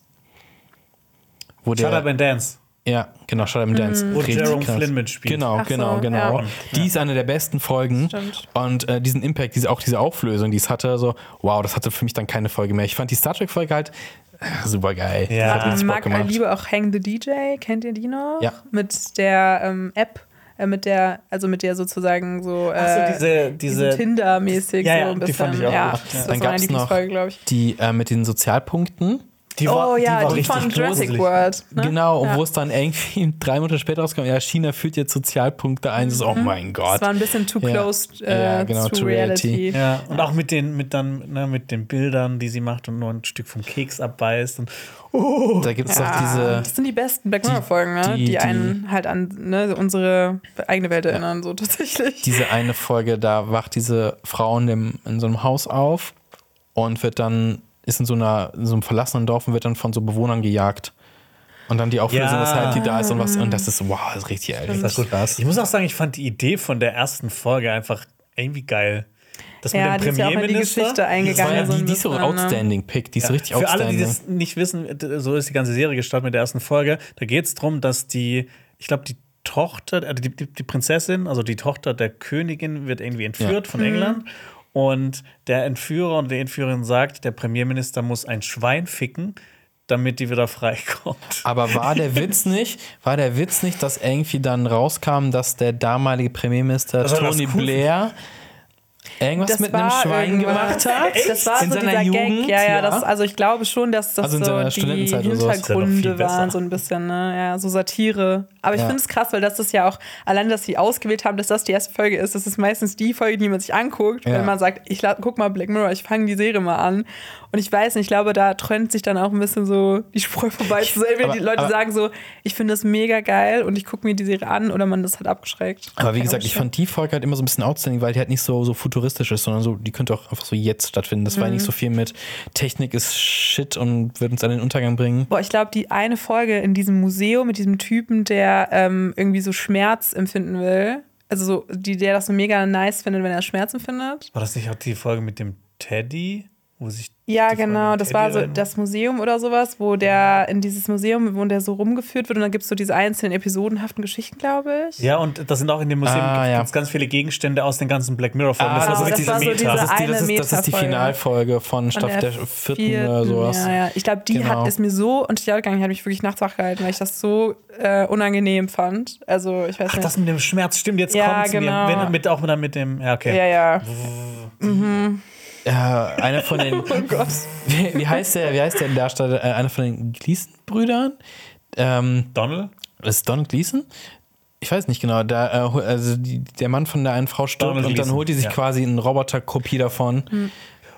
Speaker 2: Wo
Speaker 3: Shut
Speaker 2: der,
Speaker 3: Up and Dance.
Speaker 2: Ja, genau, Shut Up and Dance.
Speaker 3: Wo
Speaker 2: Richtig
Speaker 3: Jerome
Speaker 2: krass.
Speaker 3: Flynn mitspielt.
Speaker 2: Genau,
Speaker 1: Mhm. Ach so,
Speaker 2: genau, genau.
Speaker 1: ja.
Speaker 2: Die ist eine der besten Folgen.
Speaker 1: Stimmt.
Speaker 2: Und äh, diesen Impact, diese, auch diese Auflösung, die es hatte, so, wow, das hatte für mich dann keine Folge mehr. Ich fand die Star Trek-Folge halt äh, super geil. Das
Speaker 3: Ja.
Speaker 2: hat
Speaker 1: Ähm,
Speaker 2: richtig Bock
Speaker 1: Mag äh, halt
Speaker 2: gemacht.
Speaker 1: liebe auch Hang the DJ, kennt ihr die noch?
Speaker 2: Ja.
Speaker 1: Mit der ähm, App, äh, mit der, also mit der sozusagen so, äh,
Speaker 3: diese-
Speaker 1: diesen
Speaker 3: diese-
Speaker 1: Tinder-mäßig
Speaker 3: Ja,
Speaker 1: so
Speaker 3: ja,
Speaker 1: ein bisschen.
Speaker 3: die fand ich auch
Speaker 1: ja,
Speaker 3: gut.
Speaker 1: das
Speaker 2: Dann
Speaker 1: war meine
Speaker 2: gab's noch
Speaker 1: Lieblingsfolge, glaube ich.
Speaker 2: die äh, mit den Sozialpunkten.
Speaker 3: Die
Speaker 1: Oh ja,
Speaker 3: war
Speaker 1: die,
Speaker 3: richtig
Speaker 1: von Jurassic
Speaker 3: gruselig.
Speaker 1: World. Ne?
Speaker 2: Genau,
Speaker 1: ja.
Speaker 2: wo es dann irgendwie drei Monate später rauskommt, ja, China führt jetzt Sozialpunkte ein. So, oh mein Gott.
Speaker 1: Mhm. Das war ein bisschen too
Speaker 2: Ja.
Speaker 1: close äh,
Speaker 2: Ja, genau,
Speaker 1: to
Speaker 2: to
Speaker 1: reality.
Speaker 2: reality.
Speaker 3: Ja, und auch mit den, mit, dann, ne, mit den Bildern, die sie macht und nur ein Stück vom Keks abbeißt. Und, oh,
Speaker 2: da gibt es
Speaker 1: Ah,
Speaker 2: doch
Speaker 1: das
Speaker 2: diese.
Speaker 1: sind die besten Black Mirror-Folgen, ne? die,
Speaker 2: die- die-
Speaker 1: einen halt an ne, unsere eigene Welt erinnern, so tatsächlich.
Speaker 2: Diese eine Folge, da wacht diese Frau in, dem, in so einem Haus auf und wird dann, ist in so, einer, in so einem verlassenen Dorf und wird dann von so Bewohnern gejagt. Und dann die Auflösung
Speaker 3: Ja.
Speaker 2: ist halt, die da ist und was. Und das ist, wow, das ist richtig, richtig
Speaker 3: das ist gut.
Speaker 2: krass.
Speaker 3: Ich muss auch sagen, ich fand die Idee von der ersten Folge einfach irgendwie geil. Das
Speaker 1: ja,
Speaker 3: mit
Speaker 1: die
Speaker 3: dem
Speaker 1: ist ja auch in die
Speaker 3: Premierminister.
Speaker 1: Geschichte
Speaker 2: Das war
Speaker 1: eingegangen.
Speaker 2: ja
Speaker 1: so
Speaker 2: die,
Speaker 1: ein
Speaker 2: die ist so
Speaker 1: bisschen, ne?
Speaker 2: outstanding Pick, die ist so richtig
Speaker 3: Für alle, die
Speaker 2: outstanding.
Speaker 3: das nicht wissen, d- so ist die ganze Serie gestartet mit der ersten Folge. Da geht es darum, dass die, ich glaube, die Tochter, äh, die, die, die Prinzessin, also die Tochter der Königin, wird irgendwie entführt von England. Und der Entführer und die Entführerin sagt, der Premierminister muss ein Schwein ficken, damit die wieder freikommt.
Speaker 2: Aber war der Witz nicht, war der Witz nicht, dass irgendwie dann rauskam, dass der damalige Premierminister
Speaker 3: Das war Also das
Speaker 2: Tony
Speaker 3: cool.
Speaker 2: Blair irgendwas
Speaker 1: Das
Speaker 2: mit
Speaker 1: war
Speaker 2: einem Schwein
Speaker 1: irgendwas.
Speaker 2: gemacht hat?
Speaker 1: Das war
Speaker 2: in
Speaker 1: so
Speaker 2: seiner
Speaker 1: dieser
Speaker 2: Jugend,
Speaker 1: Gag. Ja, ja,
Speaker 2: ja.
Speaker 1: das, also ich glaube schon, dass das
Speaker 2: Also in
Speaker 1: so
Speaker 2: seiner
Speaker 1: die
Speaker 2: Studentenzeit oder sowas.
Speaker 3: Ist ja noch
Speaker 1: Hintergründe
Speaker 3: viel besser.
Speaker 1: waren, so ein bisschen, ne? Ja, so Satire. Aber ich
Speaker 2: Ja.
Speaker 1: finde es krass, weil das ist ja auch, allein, dass sie ausgewählt haben, dass das die erste Folge ist, das ist meistens die Folge, die man sich anguckt,
Speaker 2: Ja.
Speaker 1: wenn man sagt, ich la- guck mal Black Mirror, ich fange die Serie mal an. Und ich weiß nicht, ich glaube, da trennt sich dann auch ein bisschen so die Spreu vorbei. So, entweder
Speaker 2: aber-
Speaker 1: die Leute
Speaker 2: aber-
Speaker 1: sagen so, ich finde das mega geil und ich gucke mir die Serie an oder man das hat abgeschreckt.
Speaker 2: Aber wie
Speaker 1: Keine
Speaker 2: gesagt, ich
Speaker 1: Ahnung.
Speaker 2: fand die Folge halt immer so ein bisschen outstanding, weil die halt nicht so, so futuristisch ist, sondern so, die könnte auch einfach so jetzt stattfinden. Das war
Speaker 1: Mhm.
Speaker 2: nicht so viel mit Technik ist Shit und wird uns an den Untergang bringen.
Speaker 1: Boah, ich glaube, die eine Folge in diesem Museum mit diesem Typen, der ähm, irgendwie so Schmerz empfinden will. Also so, die, der das so mega nice findet, wenn er Schmerz empfindet.
Speaker 3: War das nicht auch die Folge mit dem Teddy, wo sich
Speaker 1: Ja,
Speaker 3: die Genau. Folge
Speaker 1: genau.
Speaker 3: mit
Speaker 1: Das
Speaker 3: Teddy
Speaker 1: war so
Speaker 3: rein-
Speaker 1: das Museum oder sowas, wo der in dieses Museum, wo der so rumgeführt wird und dann gibt es so diese einzelnen episodenhaften Geschichten, glaube ich.
Speaker 3: Ja, und das sind auch in dem Museum
Speaker 2: Ah, ja.
Speaker 3: ganz, ganz viele Gegenstände aus den ganzen Black Mirror-Folgen.
Speaker 2: Ah,
Speaker 3: also
Speaker 1: genau, das
Speaker 3: richtig
Speaker 1: war so
Speaker 3: Meta.
Speaker 1: diese
Speaker 2: Das ist, die,
Speaker 1: eine
Speaker 2: das, ist, das ist die
Speaker 1: Metafolge.
Speaker 2: Finalfolge von
Speaker 1: Von
Speaker 2: Staffel der vierten oder sowas.
Speaker 1: Ja, ja. Ich glaube, die
Speaker 2: Genau.
Speaker 1: hat es mir so unter die Haut gegangen, die hat mich wirklich nachts wachgehalten, weil ich das so äh, unangenehm fand. Also, ich weiß
Speaker 3: Ach,
Speaker 1: nicht.
Speaker 3: das mit dem Schmerz, stimmt, jetzt
Speaker 1: Ja,
Speaker 3: kommt's
Speaker 1: genau.
Speaker 3: mir. Wenn, mit, auch dann mit dem, ja, okay.
Speaker 1: ja, ja.
Speaker 2: Ja, einer von den.
Speaker 1: Oh
Speaker 2: Wie, wie heißt der? Wie heißt der Darsteller? Äh, einer von den Gleason-Brüdern? Ähm,
Speaker 3: Donald?
Speaker 2: das ist Donald Gleason? Ich weiß nicht genau. Da, äh, hol- also die, der Mann von der einen Frau stirbt
Speaker 3: Donald
Speaker 2: und dann
Speaker 3: Gleason,
Speaker 2: holt die sich
Speaker 3: ja.
Speaker 2: quasi eine Roboterkopie davon.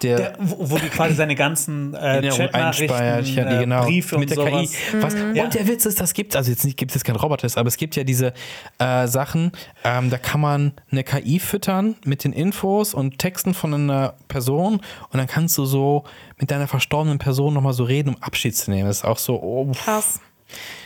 Speaker 2: Der,
Speaker 3: Der, wo, wo die quasi seine ganzen äh,
Speaker 2: Erinnerung
Speaker 3: Chat-Nachrichten,
Speaker 2: einspeichert, ja, die
Speaker 3: äh,
Speaker 2: genau.
Speaker 3: Briefe
Speaker 2: mit
Speaker 3: und
Speaker 2: der
Speaker 3: sowas.
Speaker 2: KI. Was,
Speaker 3: Ja.
Speaker 2: Und der Witz ist, das gibt also jetzt nicht, gibt es kein Roboter, aber es gibt ja diese äh, Sachen, ähm, da kann man eine KI füttern mit den Infos und Texten von einer Person und dann kannst du so mit deiner verstorbenen Person nochmal so reden, um Abschied zu nehmen. Das ist auch so, oh, pff,
Speaker 1: Krass.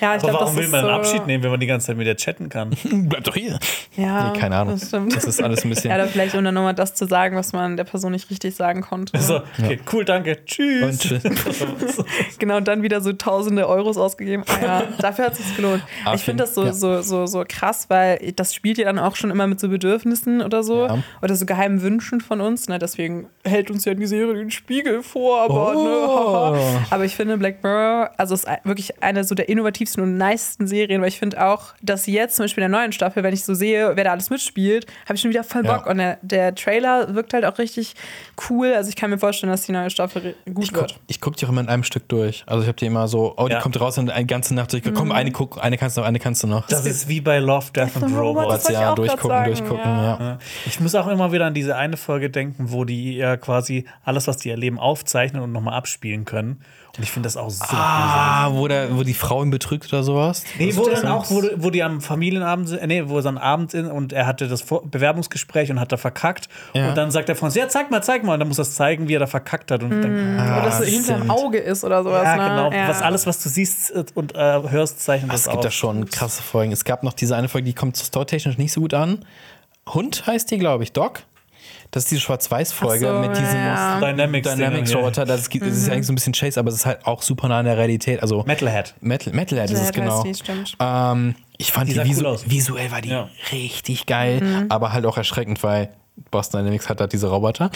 Speaker 1: Ja, ich
Speaker 3: Aber
Speaker 1: glaube,
Speaker 3: warum
Speaker 1: das
Speaker 3: will
Speaker 1: ist
Speaker 3: man
Speaker 1: so
Speaker 3: einen Abschied nehmen, wenn man die ganze Zeit mit der chatten kann?
Speaker 2: bleib doch hier.
Speaker 1: Ja,
Speaker 2: Nee, keine Ahnung.
Speaker 1: Das, stimmt.
Speaker 2: Das ist alles ein bisschen-
Speaker 1: ja, oder vielleicht um dann nochmal das zu sagen, was man der Person nicht richtig sagen konnte.
Speaker 3: so, okay, cool, danke, tschüss.
Speaker 2: Und tschüss.
Speaker 1: Genau, und dann wieder so tausende Euros ausgegeben. Ah, ja, dafür hat es sich gelohnt.
Speaker 2: Auf
Speaker 1: ich finde
Speaker 2: jeden-
Speaker 1: das so,
Speaker 2: Ah,
Speaker 1: so,
Speaker 2: ja.
Speaker 1: so, so krass, weil das spielt ja dann auch schon immer mit so Bedürfnissen oder so.
Speaker 2: Ja.
Speaker 1: Oder so geheimen Wünschen von uns. Ne? Deswegen hält uns ja die Serie den Spiegel vor. Aber,
Speaker 2: Oh.
Speaker 1: ne, haha. aber ich finde Black Mirror, also ist ein- wirklich eine so der innovativsten und nicesten Serien, weil ich finde auch, dass jetzt zum Beispiel in der neuen Staffel, wenn ich so sehe, wer da alles mitspielt, habe ich schon wieder voll
Speaker 2: Ja.
Speaker 1: Bock. Und der, der Trailer wirkt halt auch richtig cool. Also ich kann mir vorstellen, dass die neue Staffel re- gut
Speaker 2: Ich guck,
Speaker 1: wird.
Speaker 2: Oh ich guck die auch immer in einem Stück durch. Also ich habe die immer so, oh, die
Speaker 3: Ja.
Speaker 2: kommt raus und eine ganze Nacht durch.
Speaker 1: Mhm.
Speaker 2: Komm, eine guck, eine kannst du noch, eine kannst du noch.
Speaker 3: Das ist wie bei Love, Death
Speaker 1: and
Speaker 3: and
Speaker 1: Robots.
Speaker 3: Robots.
Speaker 1: wollte ich auch
Speaker 2: ja,
Speaker 1: grad
Speaker 2: durchgucken,
Speaker 1: sagen,
Speaker 2: durchgucken,
Speaker 1: ja.
Speaker 2: ja.
Speaker 3: Ich muss auch immer wieder an diese eine Folge denken, wo die ja quasi alles, was die erleben, aufzeichnen und nochmal abspielen können. Und ich finde das auch so
Speaker 2: Ah, wo, der, wo die Frau ihn betrügt oder sowas?
Speaker 3: Nee, wo dann auch, wo, wo die am Familienabend, sind- äh, nee, wo sie am Abend sind und er hatte das Vor Bewerbungsgespräch und hat da verkackt.
Speaker 2: Ja.
Speaker 3: Und dann sagt der Franz, ja, zeig mal, zeig mal. Und dann muss das zeigen, wie er da verkackt hat. Und dann,
Speaker 1: Oder dass
Speaker 2: Ah,
Speaker 1: so hinterm
Speaker 2: stimmt.
Speaker 1: Auge ist oder sowas.
Speaker 3: ja,
Speaker 1: ne?
Speaker 3: genau.
Speaker 1: Ja.
Speaker 3: Was alles, was du siehst äh, und äh, hörst, zeichnet das
Speaker 2: Es
Speaker 3: auf.
Speaker 2: gibt da schon krasse Folgen. Es gab noch diese eine Folge, die kommt storytechnisch nicht so gut an. Hund heißt die, glaube ich, Doc. Das ist diese Schwarz-Weiß-Folge
Speaker 1: Ach so,
Speaker 2: mit diesem
Speaker 1: ja. Mhm.
Speaker 3: Dynamics.
Speaker 2: Dynamics-Roboter. Das, gibt- das ist eigentlich so ein bisschen Chase, aber es ist halt auch super nah an der Realität. Also
Speaker 3: Metalhead.
Speaker 2: Metal, Metalhead ist es,
Speaker 1: Metalhead
Speaker 2: genau.
Speaker 1: heißt die, stimmt.
Speaker 2: Ähm, ich fand
Speaker 3: Die
Speaker 2: die,
Speaker 3: sah
Speaker 2: visu
Speaker 3: cool aus.
Speaker 2: visuell war die
Speaker 3: Ja.
Speaker 2: richtig geil,
Speaker 1: Mhm.
Speaker 2: aber halt auch erschreckend, weil Boston Dynamics hat da diese Roboter.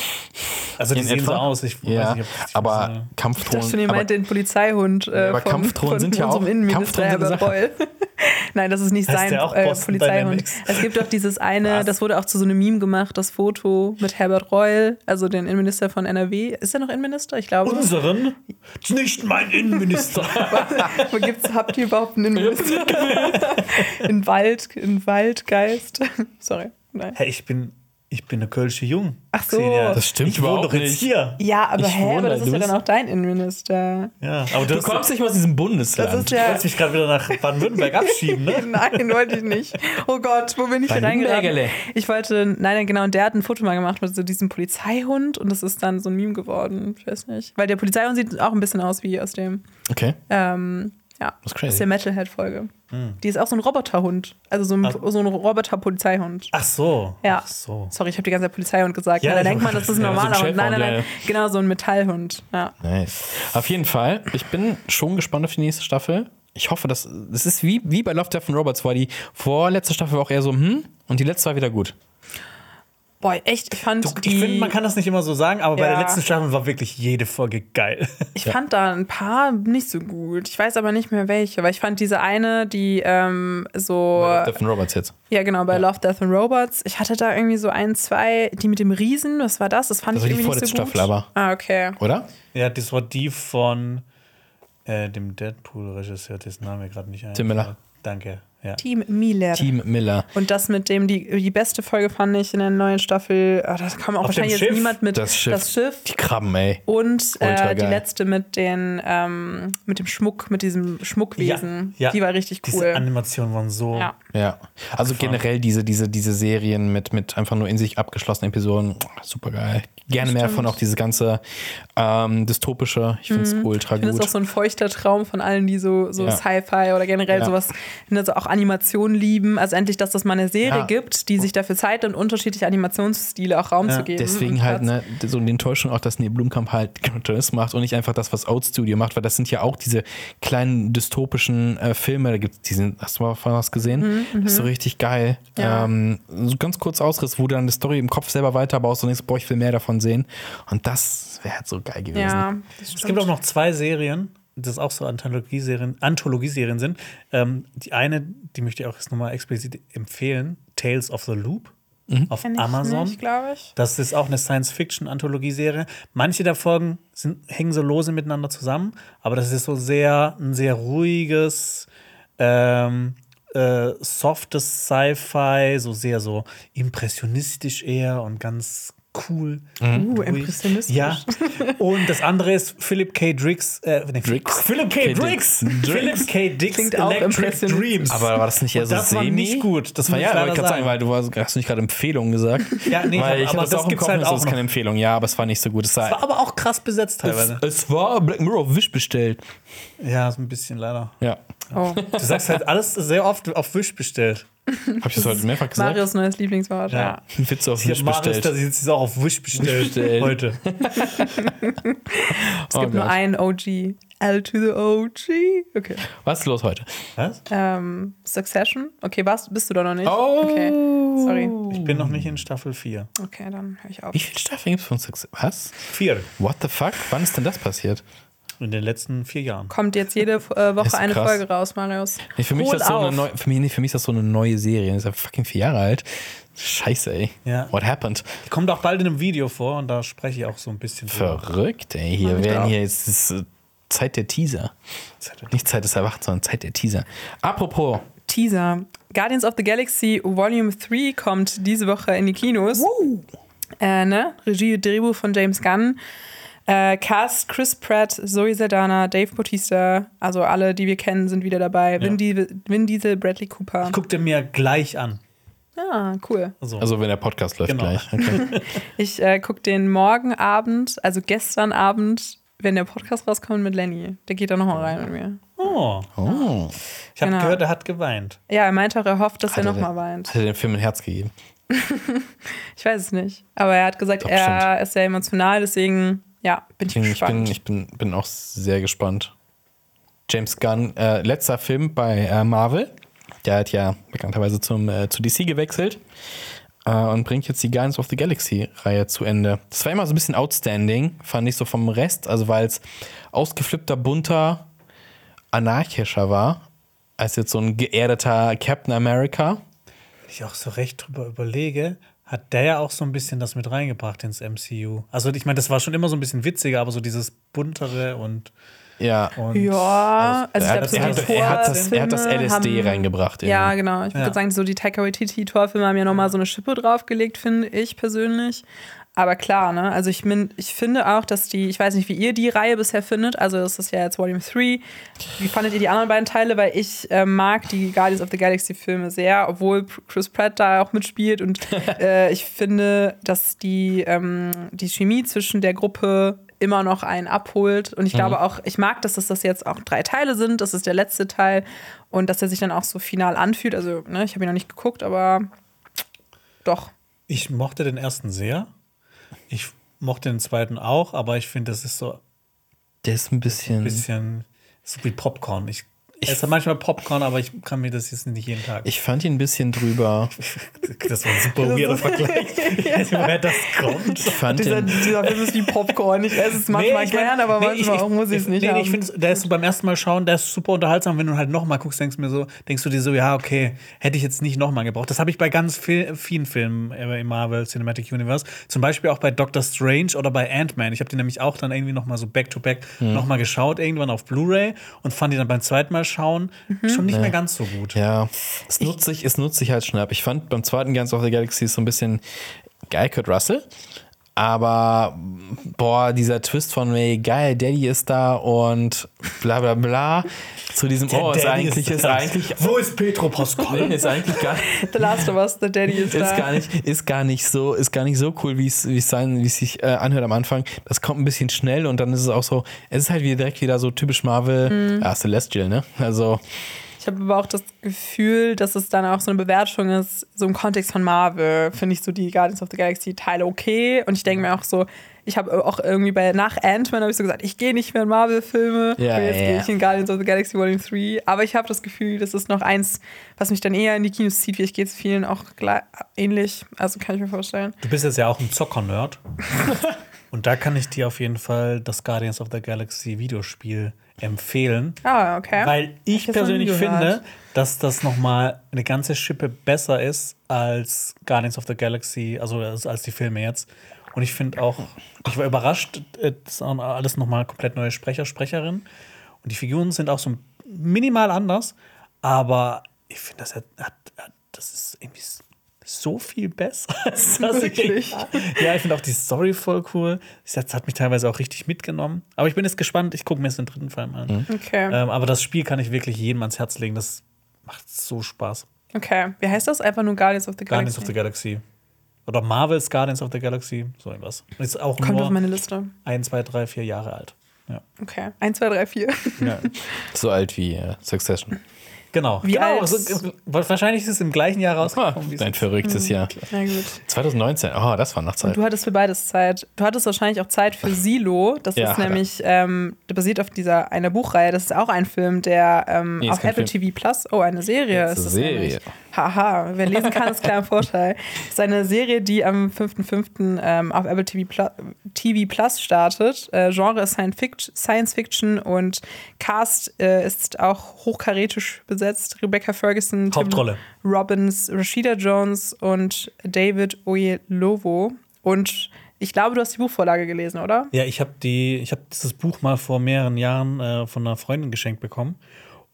Speaker 3: Also die
Speaker 2: in
Speaker 3: sehen so
Speaker 2: etwa.
Speaker 3: aus. Ich
Speaker 2: ja,
Speaker 3: weiß nicht, ob ich
Speaker 2: aber
Speaker 3: weiß nicht.
Speaker 1: Ich dachte schon,
Speaker 2: Kampfdrohnen.
Speaker 1: ihr
Speaker 2: aber-
Speaker 1: meint den Polizeihund äh,
Speaker 2: aber
Speaker 1: von,
Speaker 2: Kampfdrohnen
Speaker 1: von
Speaker 2: sind ja auch-
Speaker 1: unserem Innenminister
Speaker 2: Kampfdrohnen sind
Speaker 1: Herbert Reul. Nein, das ist nicht
Speaker 3: Heißt
Speaker 1: sein
Speaker 3: der auch
Speaker 1: äh,
Speaker 3: Boston
Speaker 1: Polizeihund.
Speaker 3: Dynamics?
Speaker 1: Es gibt doch dieses eine,
Speaker 3: Was?
Speaker 1: das wurde auch zu so einem Meme gemacht, das Foto mit Herbert Reul, also den Innenminister von NRW. Ist er noch Innenminister? Ich glaube.
Speaker 3: Unseren? Nicht mein Innenminister.
Speaker 1: Wo gibt's, habt ihr überhaupt einen Innenminister? in Wald, in Waldgeist. Sorry. Nein.
Speaker 3: hey, ich bin, ich bin eine kölsche Jung.
Speaker 1: Ach so.
Speaker 3: Xenia.
Speaker 2: Das stimmt
Speaker 3: ich wohne
Speaker 2: überhaupt
Speaker 3: doch jetzt
Speaker 2: nicht.
Speaker 3: hier.
Speaker 1: Ja, aber
Speaker 2: Ich
Speaker 1: hä,
Speaker 2: wundere,
Speaker 1: aber das ist
Speaker 2: du
Speaker 1: ja
Speaker 2: bist-
Speaker 1: dann auch dein Innenminister.
Speaker 3: Ja, aber du,
Speaker 2: Du
Speaker 3: hast-
Speaker 2: kommst nicht mal aus diesem
Speaker 3: das
Speaker 2: Bundesland.
Speaker 3: ist ja. Du willst mich gerade wieder nach Baden-Württemberg abschieben, ne?
Speaker 1: Nein, wollte ich nicht. Oh Gott, wo bin ich hier
Speaker 2: Dein
Speaker 1: reingeraten?
Speaker 2: Lügenbergerle.
Speaker 1: Ich wollte, nein, nein, genau, und der hat ein Foto mal gemacht mit so diesem Polizeihund und das ist dann so ein Meme geworden. Ich weiß nicht. Weil der Polizeihund sieht auch ein bisschen aus wie aus dem,
Speaker 2: okay.
Speaker 1: ähm, ja,
Speaker 2: Das ist crazy.
Speaker 1: aus der Metalhead-Folge.
Speaker 3: Hm.
Speaker 1: Die ist auch so ein Roboterhund. Also so ein, so ein Roboter-Polizeihund.
Speaker 3: Ah. Ach so.
Speaker 1: Ja.
Speaker 3: Ach so.
Speaker 1: Sorry, ich habe die ganze Zeit Polizeihund gesagt.
Speaker 3: Ja,
Speaker 1: Ja, da
Speaker 3: ich-
Speaker 1: denkt man, das ist ein
Speaker 2: Ja, so ein
Speaker 1: normaler Hund. Nein, nein,
Speaker 2: Schäferhund,
Speaker 1: nein. Genau, so ein Metallhund. Ja.
Speaker 2: Nice. Auf jeden Fall, ich bin schon gespannt auf die nächste Staffel. Ich hoffe, dass es ist wie, wie bei Love, Death and Robots, war die vorletzte Staffel war auch eher so, hm, und die letzte war wieder gut.
Speaker 1: Boah, echt, ich fand
Speaker 3: Ich
Speaker 1: die-
Speaker 3: finde, man kann das nicht immer so sagen, aber bei der
Speaker 1: Ja.
Speaker 3: letzten Staffel war wirklich jede Folge geil.
Speaker 1: Ich fand da ein paar nicht so gut. Ich weiß aber nicht mehr welche, weil ich fand diese eine, die ähm, so.
Speaker 2: Love, Death and Robots jetzt.
Speaker 1: Ja, genau, bei Love, Death and Robots. Ich hatte da irgendwie so ein, zwei, die mit dem Riesen, was war das? Das fand
Speaker 2: Das war
Speaker 1: ich
Speaker 2: die
Speaker 1: irgendwie nicht so gut.
Speaker 2: vorletzte Staffel aber.
Speaker 1: Ah, okay.
Speaker 2: Oder?
Speaker 3: Ja, das war die von äh, dem Deadpool-Regisseur, dessen Name mir gerade nicht ein.
Speaker 2: Tim Miller.
Speaker 3: Danke. Ja.
Speaker 1: Team Miller.
Speaker 2: Team Miller.
Speaker 1: Und das mit dem, die, die beste Folge fand ich in der neuen Staffel. Ah, da kam auch
Speaker 3: Auf dem
Speaker 1: wahrscheinlich
Speaker 3: Schiff?
Speaker 1: jetzt niemand mit.
Speaker 2: Das Schiff.
Speaker 1: Das Schiff.
Speaker 2: Die Krabben, ey.
Speaker 1: Und
Speaker 2: Ultra
Speaker 1: äh, die
Speaker 2: geil.
Speaker 1: letzte mit den ähm, mit dem Schmuck, mit diesem Schmuckwesen. Die war richtig
Speaker 3: Diese
Speaker 1: cool.
Speaker 3: Animationen waren so.
Speaker 1: Ja.
Speaker 2: Ja. Also generell diese, diese, diese Serien mit, mit einfach nur in sich abgeschlossenen Episoden, super geil. Gerne mehr von auch dieses ganze ähm, dystopische. Ich finde es ultra
Speaker 1: Mhm. Ich finde, das
Speaker 2: gut.
Speaker 1: ist auch so ein feuchter Traum von allen, die so, so
Speaker 2: Ja.
Speaker 1: Sci-Fi oder generell
Speaker 2: Ja.
Speaker 1: sowas, also auch Animation lieben. Also endlich, dass das mal eine Serie
Speaker 2: Ja.
Speaker 1: gibt, die sich dafür Zeit nimmt, unterschiedliche Animationsstile auch Raum
Speaker 3: Ja.
Speaker 1: zu geben.
Speaker 2: Deswegen
Speaker 1: und
Speaker 2: halt,
Speaker 1: Platz.
Speaker 2: ne, so die Enttäuschung auch, dass Neil Blumkamp halt Cartoons macht und nicht einfach das, was Out Studio macht, weil das sind ja auch diese kleinen dystopischen äh, Filme, da gibt's, die sind, hast du mal vorhin was gesehen? das ist so richtig geil.
Speaker 1: Mhm, Ja.
Speaker 2: Ähm, so ganz kurz Ausriss, wo du dann die Story im Kopf selber weiterbaust und denkst, boah, ich will mehr davon sehen. Und das wäre halt so geil gewesen.
Speaker 1: Ja,
Speaker 3: Es gibt auch noch zwei Serien, das auch so Anthologieserien, Anthologieserien sind. Ähm, die eine, die möchte ich auch jetzt nochmal explizit empfehlen: Tales of the Loop
Speaker 2: Mhm.
Speaker 3: auf Amazon.
Speaker 1: glaube ich.
Speaker 3: Das ist auch eine Science-Fiction-Anthologieserie. Manche der Folgen sind, hängen so lose miteinander zusammen, aber das ist so sehr ein sehr ruhiges, ähm, äh, softes Sci-Fi, so sehr so impressionistisch eher und ganz cool.
Speaker 2: Mhm.
Speaker 1: Uh,
Speaker 3: Ruhig.
Speaker 1: impressionistisch.
Speaker 3: Ja. Und das andere ist Philip K. Dricks. Äh, nee,
Speaker 2: Dricks.
Speaker 3: Philip K.
Speaker 2: K.
Speaker 3: Dricks.
Speaker 2: Dix.
Speaker 3: Philip K. Dicks
Speaker 1: Klingt auch
Speaker 3: Electric
Speaker 1: impressionistisch.
Speaker 3: Dreams.
Speaker 2: Aber war das nicht eher
Speaker 3: Und
Speaker 2: so
Speaker 3: das war
Speaker 2: semi?
Speaker 3: nicht gut. Das
Speaker 2: war
Speaker 3: muss
Speaker 2: ja,
Speaker 3: ich
Speaker 2: aber
Speaker 3: leider
Speaker 2: ich kann sagen,
Speaker 3: sagen.
Speaker 2: weil du warst, hast nicht gerade Empfehlungen gesagt.
Speaker 3: Ja, nee,
Speaker 2: weil ich
Speaker 3: aber
Speaker 2: hatte das
Speaker 3: das
Speaker 2: auch im
Speaker 3: gibt's
Speaker 2: Kopf,
Speaker 3: halt
Speaker 2: halt das
Speaker 3: auch
Speaker 2: ist keine Empfehlung. Ja, aber es war nicht so gut. Es,
Speaker 3: War
Speaker 2: war,
Speaker 3: aber auch krass besetzt
Speaker 2: es,
Speaker 3: teilweise.
Speaker 2: es war Black Mirror auf Wish bestellt.
Speaker 3: Ja, so ein bisschen leider.
Speaker 2: Ja.
Speaker 1: Oh.
Speaker 3: Du sagst halt alles sehr oft auf Wish bestellt.
Speaker 2: Hab ich das heute mehrfach gesagt?
Speaker 1: Marios neues Lieblingswort.
Speaker 3: Ja.
Speaker 1: Ja.
Speaker 2: Witze auf
Speaker 3: Hier,
Speaker 2: Wish
Speaker 3: Marius,
Speaker 2: bestellt.
Speaker 3: das ist jetzt auch auf Wish bestellt,
Speaker 2: bestellt.
Speaker 3: heute.
Speaker 2: Oh
Speaker 1: Es gibt nur einen OG. L to the OG. Okay.
Speaker 2: Was ist los heute?
Speaker 3: Was?
Speaker 1: Ähm, Succession. Okay, warst, bist du da noch nicht?
Speaker 2: Oh.
Speaker 1: Okay. Sorry.
Speaker 3: Ich bin noch nicht in Staffel 4.
Speaker 1: Okay, dann höre ich auf.
Speaker 2: Wie viele Staffeln gibt es von Success? Was?
Speaker 3: 4.
Speaker 2: What the fuck? Wann ist denn das passiert?
Speaker 3: In den letzten vier Jahren.
Speaker 1: Kommt jetzt jede äh,
Speaker 2: Ist
Speaker 1: Woche eine
Speaker 2: krass.
Speaker 1: Folge raus, Marius.
Speaker 2: Nee, für, mich ist
Speaker 1: Hol
Speaker 2: das so
Speaker 1: auf.
Speaker 2: eine neue, für, mich, nee, für mich ist das so eine neue Serie. Das ist ja fucking vier Jahre alt. Scheiße, ey.
Speaker 3: Ja.
Speaker 2: What happened?
Speaker 3: Die kommt auch bald in einem Video vor und da spreche ich auch so ein bisschen drüber.
Speaker 2: Verrückt, ey. Hier werden hier jetzt ist, äh, Zeit der Teaser.
Speaker 3: Zeit der-
Speaker 2: Nicht Zeit des Erwachens, sondern Zeit der Teaser. Apropos,
Speaker 1: Teaser. Guardians of the Galaxy Volume 3 kommt diese Woche in die Kinos. Äh, ne? Regie, Drehbuch von James Gunn. Äh, Cast, Chris Pratt, Zoe Saldana, Dave Bautista, also alle, die wir kennen, sind wieder dabei. Vin, Diesel, Vin Diesel, Bradley Cooper.
Speaker 3: Guck dir mir gleich an.
Speaker 1: Ah, cool.
Speaker 3: So.
Speaker 2: also wenn der Podcast läuft
Speaker 3: Genau.
Speaker 2: gleich. Okay.
Speaker 1: Ich äh, gucke den morgen Abend, also gestern Abend, wenn der Podcast rauskommt mit Lenny. Der geht da nochmal rein mit mir.
Speaker 3: oh.
Speaker 2: Oh.
Speaker 3: Ich habe
Speaker 1: Genau.
Speaker 3: gehört, er hat geweint.
Speaker 1: Ja, er meinte auch, er hofft, dass er
Speaker 2: Hat er
Speaker 1: nochmal
Speaker 2: den-
Speaker 1: weint.
Speaker 2: Hat er dem Film ein Herz gegeben?
Speaker 1: Ich weiß es nicht. Aber er hat gesagt,
Speaker 2: Doch,
Speaker 1: er
Speaker 2: bestimmt.
Speaker 1: ist sehr emotional, deswegen, ja, bin ich
Speaker 2: Deswegen, Ich bin,
Speaker 1: gespannt.
Speaker 2: ich bin, bin auch sehr gespannt. James Gunn, äh, letzter Film bei äh, Marvel. Der hat ja bekannterweise zum, äh, zu DC gewechselt äh, und bringt jetzt die Guardians of the Galaxy-Reihe zu Ende. Das war immer so ein bisschen outstanding, fand ich so vom Rest, also weil es ausgeflippter, bunter, anarchischer war. als jetzt so ein geerdeter Captain America.
Speaker 3: Wenn ich auch so recht drüber überlege, hat der ja auch so ein bisschen das mit reingebracht ins MCU. Also ich meine, das war schon immer so ein bisschen witziger, aber so dieses buntere und.
Speaker 2: Ja.
Speaker 3: und
Speaker 1: Ja, also ich
Speaker 2: er,
Speaker 1: glaube,
Speaker 2: hat,
Speaker 1: so
Speaker 2: er,
Speaker 1: die
Speaker 2: hat, er, hat das, er hat das
Speaker 1: Torfilme
Speaker 2: LSD
Speaker 1: haben-
Speaker 2: reingebracht.
Speaker 1: Ja,
Speaker 2: irgendwie.
Speaker 1: genau. Ich würde
Speaker 3: Ja.
Speaker 1: sagen, so die Taika Waititi-Torfilme haben ja nochmal so eine Schippe draufgelegt, finde ich persönlich. Aber klar, ne? Also ich, min, ich finde auch, dass die, ich weiß nicht, wie ihr die Reihe bisher findet, also das ist ja jetzt Volume 3. Wie fandet ihr die anderen beiden Teile? Weil ich äh, mag die Guardians of the Galaxy-Filme sehr, obwohl P- Chris Pratt da auch mitspielt. Und äh, ich finde, dass die, ähm, die Chemie zwischen der Gruppe immer noch einen abholt. Und ich
Speaker 3: Mhm.
Speaker 1: glaube auch, ich mag, dass das, das jetzt auch drei Teile sind. Das ist der letzte Teil. Und dass er sich dann auch so final anfühlt. Also, ne, ich habe ihn noch nicht geguckt, aber doch.
Speaker 3: Ich mochte den ersten sehr. Ich mochte den zweiten auch, aber ich finde, das ist so
Speaker 2: Der ist ein bisschen.
Speaker 3: ein bisschen so wie Popcorn. Ich esse manchmal Popcorn, aber ich kann mir das jetzt nicht jeden Tag.
Speaker 2: Ich fand ihn ein bisschen drüber.
Speaker 3: das war ein super weirder Vergleich. Ich weiß nicht, woher das kommt.
Speaker 2: Ich fand
Speaker 1: Dieser,
Speaker 2: den,
Speaker 1: dieser Film ist wie Popcorn. Ich esse es manchmal
Speaker 3: ich mein-
Speaker 1: gern, aber
Speaker 3: nee,
Speaker 1: manchmal auch muss ich es nicht.
Speaker 3: Nee, nee,
Speaker 1: haben.
Speaker 3: ich finde, der ist so beim ersten Mal schauen, der ist super unterhaltsam. Wenn du halt nochmal guckst, denkst, du mir so, denkst du dir so, ja, okay, hätte ich jetzt nicht nochmal gebraucht. Das habe ich bei ganz viel, vielen Filmen im Marvel Cinematic Universe. Zum Beispiel auch bei Doctor Strange oder bei Ant-Man. Ich habe die nämlich auch dann irgendwie nochmal so back-to-back
Speaker 2: Hm.
Speaker 3: nochmal geschaut, irgendwann auf Blu-ray und fand die dann beim zweiten Mal schauen
Speaker 1: Mhm.
Speaker 3: schon nicht mehr ganz so gut.
Speaker 2: ja, es nutzt, sich, es nutzt sich halt schnell ab. Ich fand beim zweiten Guardians of the Galaxy so ein bisschen geil, Kurt Russell. Aber, boah, dieser Twist von, hey, geil, Daddy ist da und bla bla bla. Zu diesem, oh, ist
Speaker 3: Daddy
Speaker 2: eigentlich, ist,
Speaker 3: das.
Speaker 2: eigentlich,
Speaker 3: Wo ist Petro Pascal?
Speaker 2: ist eigentlich gar
Speaker 1: The Last of Us, The Daddy ist, da.
Speaker 2: ist gar nicht ist gar nicht so ist gar nicht so cool wie es wie es sein wie es sich äh, anhört am Anfang das kommt ein bisschen schnell und dann ist es auch so es ist halt wieder direkt wieder so typisch
Speaker 1: Mhm.
Speaker 2: Marvel ah, Celestial ne also
Speaker 1: Ich habe aber auch das Gefühl, dass es dann auch so eine Bewertung ist, so im Kontext von Marvel, finde ich so die Guardians of the Galaxy Teile okay. Und ich denke mir auch so, ich habe auch irgendwie bei nach Ant-Man habe ich so gesagt, ich gehe nicht mehr in Marvel-Filme,
Speaker 2: Ja,
Speaker 1: jetzt
Speaker 2: ja,
Speaker 1: gehe
Speaker 2: ja.
Speaker 1: ich in Guardians of the Galaxy Volume 3. Aber ich habe das Gefühl, das ist noch eins, was mich dann eher in die Kinos zieht, wie ich gehe es vielen auch gleich, ähnlich. Also kann ich mir vorstellen.
Speaker 3: Du bist jetzt ja auch ein Zocker-Nerd. Und da kann ich dir auf jeden Fall das Guardians of the Galaxy Videospiel empfehlen.
Speaker 1: Ah, okay.
Speaker 3: Weil ich
Speaker 1: Hab das noch nie
Speaker 3: persönlich
Speaker 1: gehört.
Speaker 3: finde, dass das nochmal eine ganze Schippe besser ist als Guardians of the Galaxy, also als als die Filme jetzt. Und ich finde auch, ich war überrascht, äh, das sind alles nochmal komplett neue Sprecher, Sprecherinnen. Und die Figuren sind auch so minimal anders, aber ich finde, das, hat, hat, hat- das ist irgendwie s- so viel besser. Als das
Speaker 1: Wirklich?
Speaker 3: Ja, ich finde auch die Story voll cool. Das hat mich teilweise auch richtig mitgenommen. Aber ich bin jetzt gespannt, ich gucke mir jetzt den dritten Fall mal an.
Speaker 1: Okay.
Speaker 3: Ähm, aber das Spiel kann ich wirklich jedem ans Herz legen. Das macht so Spaß.
Speaker 1: Okay. Wie heißt das? Einfach nur Guardians of the Galaxy.
Speaker 3: Guardians of the Galaxy. Oder Marvel's Guardians of the Galaxy. So irgendwas. Und ist auch
Speaker 1: Kommt auf
Speaker 3: nur
Speaker 1: meine Liste.
Speaker 3: 1, 2, 3, 4 Jahre alt. Ja.
Speaker 1: Okay. 1, 2, 3, 4.
Speaker 2: so alt wie äh, Succession
Speaker 3: Genau.
Speaker 1: Wie
Speaker 3: genau.
Speaker 1: alt?
Speaker 3: Also, äh, wahrscheinlich ist es im gleichen Jahr
Speaker 2: ah,
Speaker 3: rausgekommen. wie es-
Speaker 2: ein
Speaker 3: Hm,
Speaker 2: verrücktes Jahr
Speaker 1: Na gut.
Speaker 2: 2019 oh das war Nachtzeit
Speaker 1: Du hattest für beides Zeit. Du hattest wahrscheinlich auch Zeit für Silo. Das
Speaker 2: Ja,
Speaker 1: ist
Speaker 2: hatte.
Speaker 1: nämlich ähm, basiert auf dieser einer Buchreihe. Das ist auch ein Film, der ähm,
Speaker 2: Nee, ist
Speaker 1: auf
Speaker 2: kein
Speaker 1: Apple
Speaker 2: Film.
Speaker 1: TV Plus. Oh, eine Serie
Speaker 2: Jetzt
Speaker 1: ist es
Speaker 2: Serie.
Speaker 1: nämlich. Haha, wer lesen kann, ist klar ein Vorteil. Es ist eine Serie, die am 5.5. Ähm, auf Apple TV, Pla TV Plus startet. Äh, Genre ist Science Fict- Science Fiction und Cast äh, ist auch hochkarätisch besetzt. Rebecca Ferguson, Tim
Speaker 3: Hauptrolle.
Speaker 1: Robbins, Rashida Jones und David Oyelowo. Und ich glaube, du hast die Buchvorlage gelesen, oder?
Speaker 3: Ja, ich habe die, ich habe dieses Buch mal vor mehreren Jahren äh, von einer Freundin geschenkt bekommen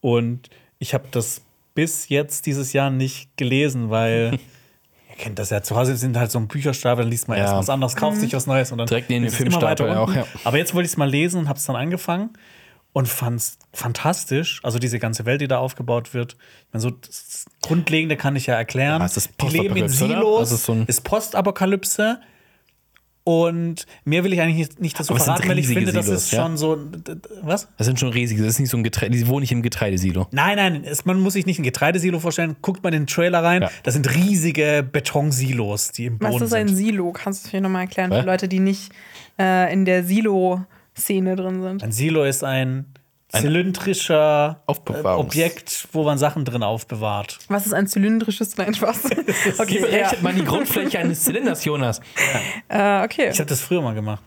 Speaker 3: und ich habe das bis jetzt dieses Jahr nicht gelesen, weil ihr kennt das ja zu Hause sind halt so ein Bücherstapel, dann liest man
Speaker 2: Ja.
Speaker 3: erst was anderes, kauft sich was Neues und dann
Speaker 2: Direkt neben dem
Speaker 3: ist es immer
Speaker 2: Filmstapel
Speaker 3: weiter unten.
Speaker 2: auch, ja.
Speaker 3: Aber jetzt wollte ich es mal lesen und habe es dann angefangen und fand es fantastisch. Also diese ganze Welt, die da aufgebaut wird. Ich meine, so das Grundlegende kann ich ja erklären.
Speaker 2: Ja, es ist
Speaker 3: die leben in
Speaker 2: Postapokalypse, oder?
Speaker 3: Silos,
Speaker 2: Also so ein-
Speaker 3: ist Postapokalypse. Und mehr will ich eigentlich nicht, nicht dazu
Speaker 2: Aber es sind
Speaker 3: verraten, weil ich
Speaker 2: riesige
Speaker 3: finde, das
Speaker 2: Silos,
Speaker 3: ist
Speaker 2: ja?
Speaker 3: schon so. d- d- Was?
Speaker 2: das sind schon riesige das ist nicht so ein Getreide die wohnen nicht im Getreidesilo
Speaker 3: Nein, nein, es, man muss sich nicht ein Getreidesilo vorstellen. Guckt mal in den Trailer rein.
Speaker 2: Ja.
Speaker 3: Das sind riesige Betonsilos, die im Boden
Speaker 1: Was ist ein
Speaker 3: sind.
Speaker 1: Silo? Kannst du es mir nochmal erklären
Speaker 2: Hä?
Speaker 1: für Leute, die nicht äh, in der Silo-Szene drin sind?
Speaker 3: Ein Silo ist ein zylindrischer äh,
Speaker 2: Aufbewahrungs-
Speaker 3: Objekt, wo man Sachen drin aufbewahrt.
Speaker 1: Was ist ein zylindrisches? Nein, Spaß. Okay,
Speaker 2: berechnet
Speaker 1: ja.
Speaker 2: man die Grundfläche eines Zylinders Jonas
Speaker 3: Ah,
Speaker 1: äh, okay.
Speaker 3: Ich habe das früher mal gemacht.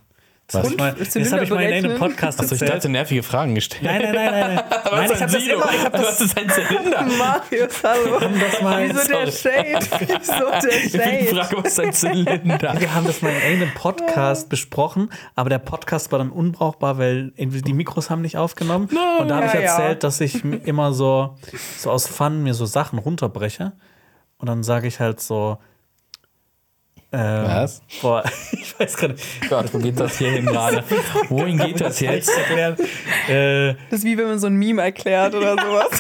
Speaker 3: Jetzt habe ich, mal-
Speaker 1: Zylinder
Speaker 3: jetzt hab ich mal in einem
Speaker 1: berechnen?
Speaker 3: Podcast
Speaker 2: Achso, ich
Speaker 3: erzählt.
Speaker 2: dachte, nervige Fragen gestellt.
Speaker 3: Nein, nein, nein, nein. nein ich habe das immer. Ich habe das,
Speaker 2: das Also, ist ein Zylinder.
Speaker 1: Marius, hallo.
Speaker 3: das mal.
Speaker 1: Wieso der Shade? Wieso der
Speaker 2: Ich bin die
Speaker 1: Shade?
Speaker 2: Frage, was ist ein Zylinder?
Speaker 3: Wir haben das mal in einem Podcast besprochen, aber der Podcast war dann unbrauchbar, weil irgendwie die Mikros haben nicht aufgenommen. und da habe ich
Speaker 1: Ja, ja.
Speaker 3: erzählt, dass ich m- immer so, so aus Fun mir so Sachen runterbreche. Und dann sage ich halt so. Ähm,
Speaker 2: Was?
Speaker 3: Boah, ich weiß gerade nicht.
Speaker 2: Gott, wo geht das hier hin gerade? Wohin geht das jetzt?
Speaker 3: erklären. Äh,
Speaker 1: Das ist wie wenn man so ein Meme erklärt oder sowas.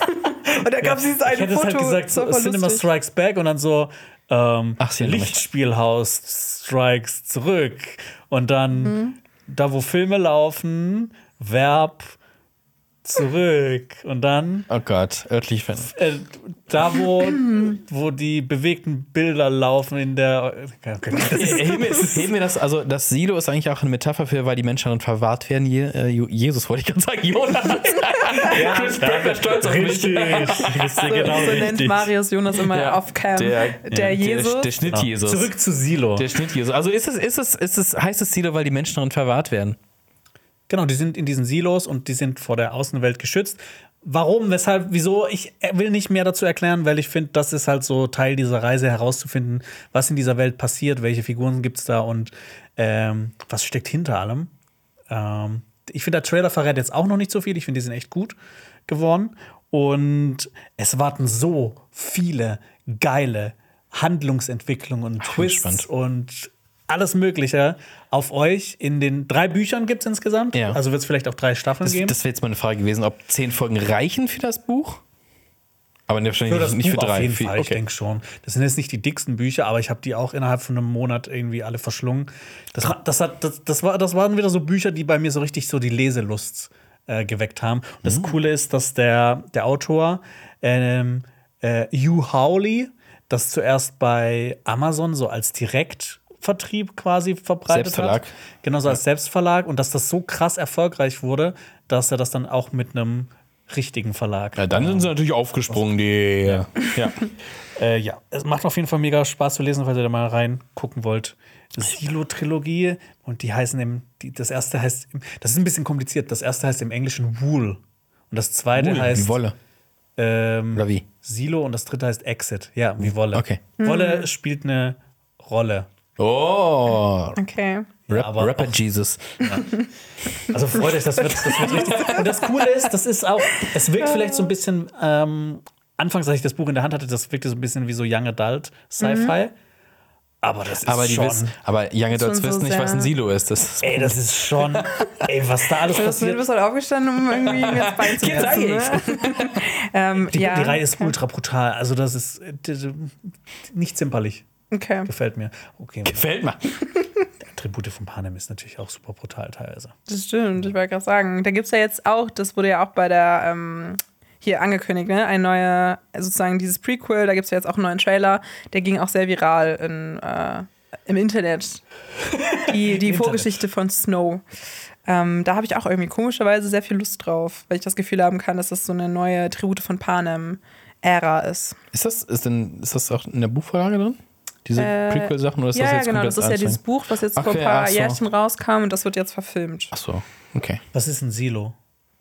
Speaker 1: Und da gab es dieses
Speaker 3: ich
Speaker 1: eine
Speaker 3: hätte
Speaker 1: Foto.
Speaker 3: es halt gesagt,
Speaker 1: das war
Speaker 3: so,
Speaker 1: voll
Speaker 3: Cinema
Speaker 1: lustig.
Speaker 3: Strikes Back und dann so ähm,
Speaker 2: Ach, sie erinnern mich.
Speaker 3: Lichtspielhaus Strikes zurück. Und dann
Speaker 1: Mhm.
Speaker 3: da, wo Filme laufen, Verb zurück. Und dann
Speaker 2: Oh Gott, örtlich finden.
Speaker 3: äh, da, wo, wo die bewegten Bilder laufen in der. Okay, okay, das ist-
Speaker 2: Heben wir, heben wir das, also das Silo ist eigentlich auch eine Metapher für, weil die Menschen darin verwahrt werden. Je, äh, Ju- Jesus wollte ich gerade sagen, Jonas.
Speaker 3: Ja,
Speaker 2: Chris Pratt war stolz auf mich.
Speaker 3: richtig, richtig, genau
Speaker 1: so nennt
Speaker 3: richtig.
Speaker 1: Marius Jonas immer
Speaker 2: Der-
Speaker 1: off-cam.
Speaker 2: der-
Speaker 1: Der, Jesus.
Speaker 2: Der, der Schnitt Jesus.
Speaker 3: Ah. Zurück zu Silo.
Speaker 2: Der Schnitt Jesus. Also ist es, ist es, ist es, heißt es Silo, weil die Menschen darin verwahrt werden?
Speaker 3: Genau, die sind in diesen Silos und die sind vor der Außenwelt geschützt. Warum, weshalb, wieso, ich will nicht mehr dazu erklären, weil ich finde, das ist halt so Teil dieser Reise herauszufinden, was in dieser Welt passiert, welche Figuren gibt es da und ähm, was steckt hinter allem. Ähm, ich finde, der Trailer verrät jetzt auch noch nicht so viel. Ich finde, die sind echt gut geworden. Und es warten so viele geile Handlungsentwicklungen und Twists
Speaker 2: gespannt.
Speaker 3: und alles Mögliche auf euch. In den drei Büchern gibt es insgesamt.
Speaker 2: Ja.
Speaker 3: Also wird es vielleicht auch drei Staffeln
Speaker 2: Das,
Speaker 3: geben.
Speaker 2: das wäre jetzt meine Frage gewesen, ob zehn Folgen reichen für das Buch? Aber ne, wahrscheinlich
Speaker 3: Für das
Speaker 2: nicht, nicht für
Speaker 3: Buch
Speaker 2: drei.
Speaker 3: Auf jeden
Speaker 2: für,
Speaker 3: Fall, ich denke schon. Das sind jetzt nicht die dicksten Bücher, aber ich habe die auch innerhalb von einem Monat irgendwie alle verschlungen. Das, war- das, hat, das, das, war, das waren wieder so Bücher, die bei mir so richtig so die Leselust äh, geweckt haben. Und
Speaker 2: Mhm.
Speaker 3: das Coole ist, dass der, der Autor ähm, äh, Hugh Howley das zuerst bei Amazon so als Direktvertrieb quasi verbreitet
Speaker 2: Selbstverlag.
Speaker 3: hat. Genau, so als Selbstverlag. Und dass das so krass erfolgreich wurde, dass er das dann auch mit einem richtigen Verlag
Speaker 2: Ja, dann sind sie natürlich aufgesprungen, die. Ja.
Speaker 3: äh, ja, es macht auf jeden Fall mega Spaß zu lesen, falls ihr da mal reingucken wollt. Silo-Trilogie und die heißen im, die, das erste heißt, im- das ist ein bisschen kompliziert, das erste heißt im Englischen Wool und das zweite heißt
Speaker 2: Wie Wolle.
Speaker 3: Ähm,
Speaker 2: Oder wie?
Speaker 3: Silo und das dritte heißt Exit. Ja, wie Wolle.
Speaker 2: Okay.
Speaker 3: Wolle spielt eine Rolle.
Speaker 2: Oh,
Speaker 1: Okay.
Speaker 2: Rap,
Speaker 3: aber
Speaker 2: Rapper
Speaker 3: auch-
Speaker 2: Jesus.
Speaker 3: Also freut euch, das wird, das wird richtig. Und das Coole ist, das ist auch, es wirkt vielleicht so ein bisschen, ähm, anfangs, als ich das Buch in der Hand hatte, das wirkte so ein bisschen wie so Young Adult Sci-Fi. Aber das ist
Speaker 2: Aber die
Speaker 3: schon.
Speaker 2: wissen, aber Young Adults
Speaker 1: so
Speaker 2: wissen nicht, was ein
Speaker 1: sehr-
Speaker 2: Silo ist. Das ist
Speaker 3: Ey, das ist schon. ey, was da alles
Speaker 1: Das du
Speaker 3: passiert.
Speaker 1: bist halt aufgestanden, um irgendwie mir das Bein zu
Speaker 3: Jetzt sag
Speaker 1: brechen, ne? ähm,
Speaker 3: Die,
Speaker 1: ja.
Speaker 3: die Reihe ist ultra brutal. Also, das ist äh, d- d- nicht zimperlich.
Speaker 1: Okay,
Speaker 3: Gefällt mir. Okay,
Speaker 2: Gefällt mir.
Speaker 3: Tribute von Panem ist natürlich auch super brutal teilweise.
Speaker 1: das stimmt. Ich wollte gerade sagen, da gibt es ja jetzt auch, das wurde ja auch bei der ähm, hier angekündigt, ne? Ein neuer, sozusagen dieses Prequel, da gibt es ja jetzt auch einen neuen Trailer, der ging auch sehr viral in, äh, im Internet. Die, die Vorgeschichte von Snow. Ähm, da habe ich auch irgendwie komischerweise sehr viel Lust drauf, weil ich das Gefühl haben kann, dass das so eine neue Tribute von Panem-Ära ist.
Speaker 2: Ist das, ist denn, ist das auch in der Buchvorlage drin? Diese Prequel-Sachen oder ist
Speaker 1: Äh, ja,
Speaker 2: das
Speaker 1: ja,
Speaker 2: jetzt
Speaker 1: genau, das
Speaker 2: komplett
Speaker 1: ist ja dieses
Speaker 2: einzeln?
Speaker 1: Buch, was jetzt vor
Speaker 2: Okay,
Speaker 1: ein paar
Speaker 2: ach so.
Speaker 1: Jährchen rauskam und das wird jetzt verfilmt.
Speaker 2: Ach so, okay.
Speaker 3: Was ist ein Silo,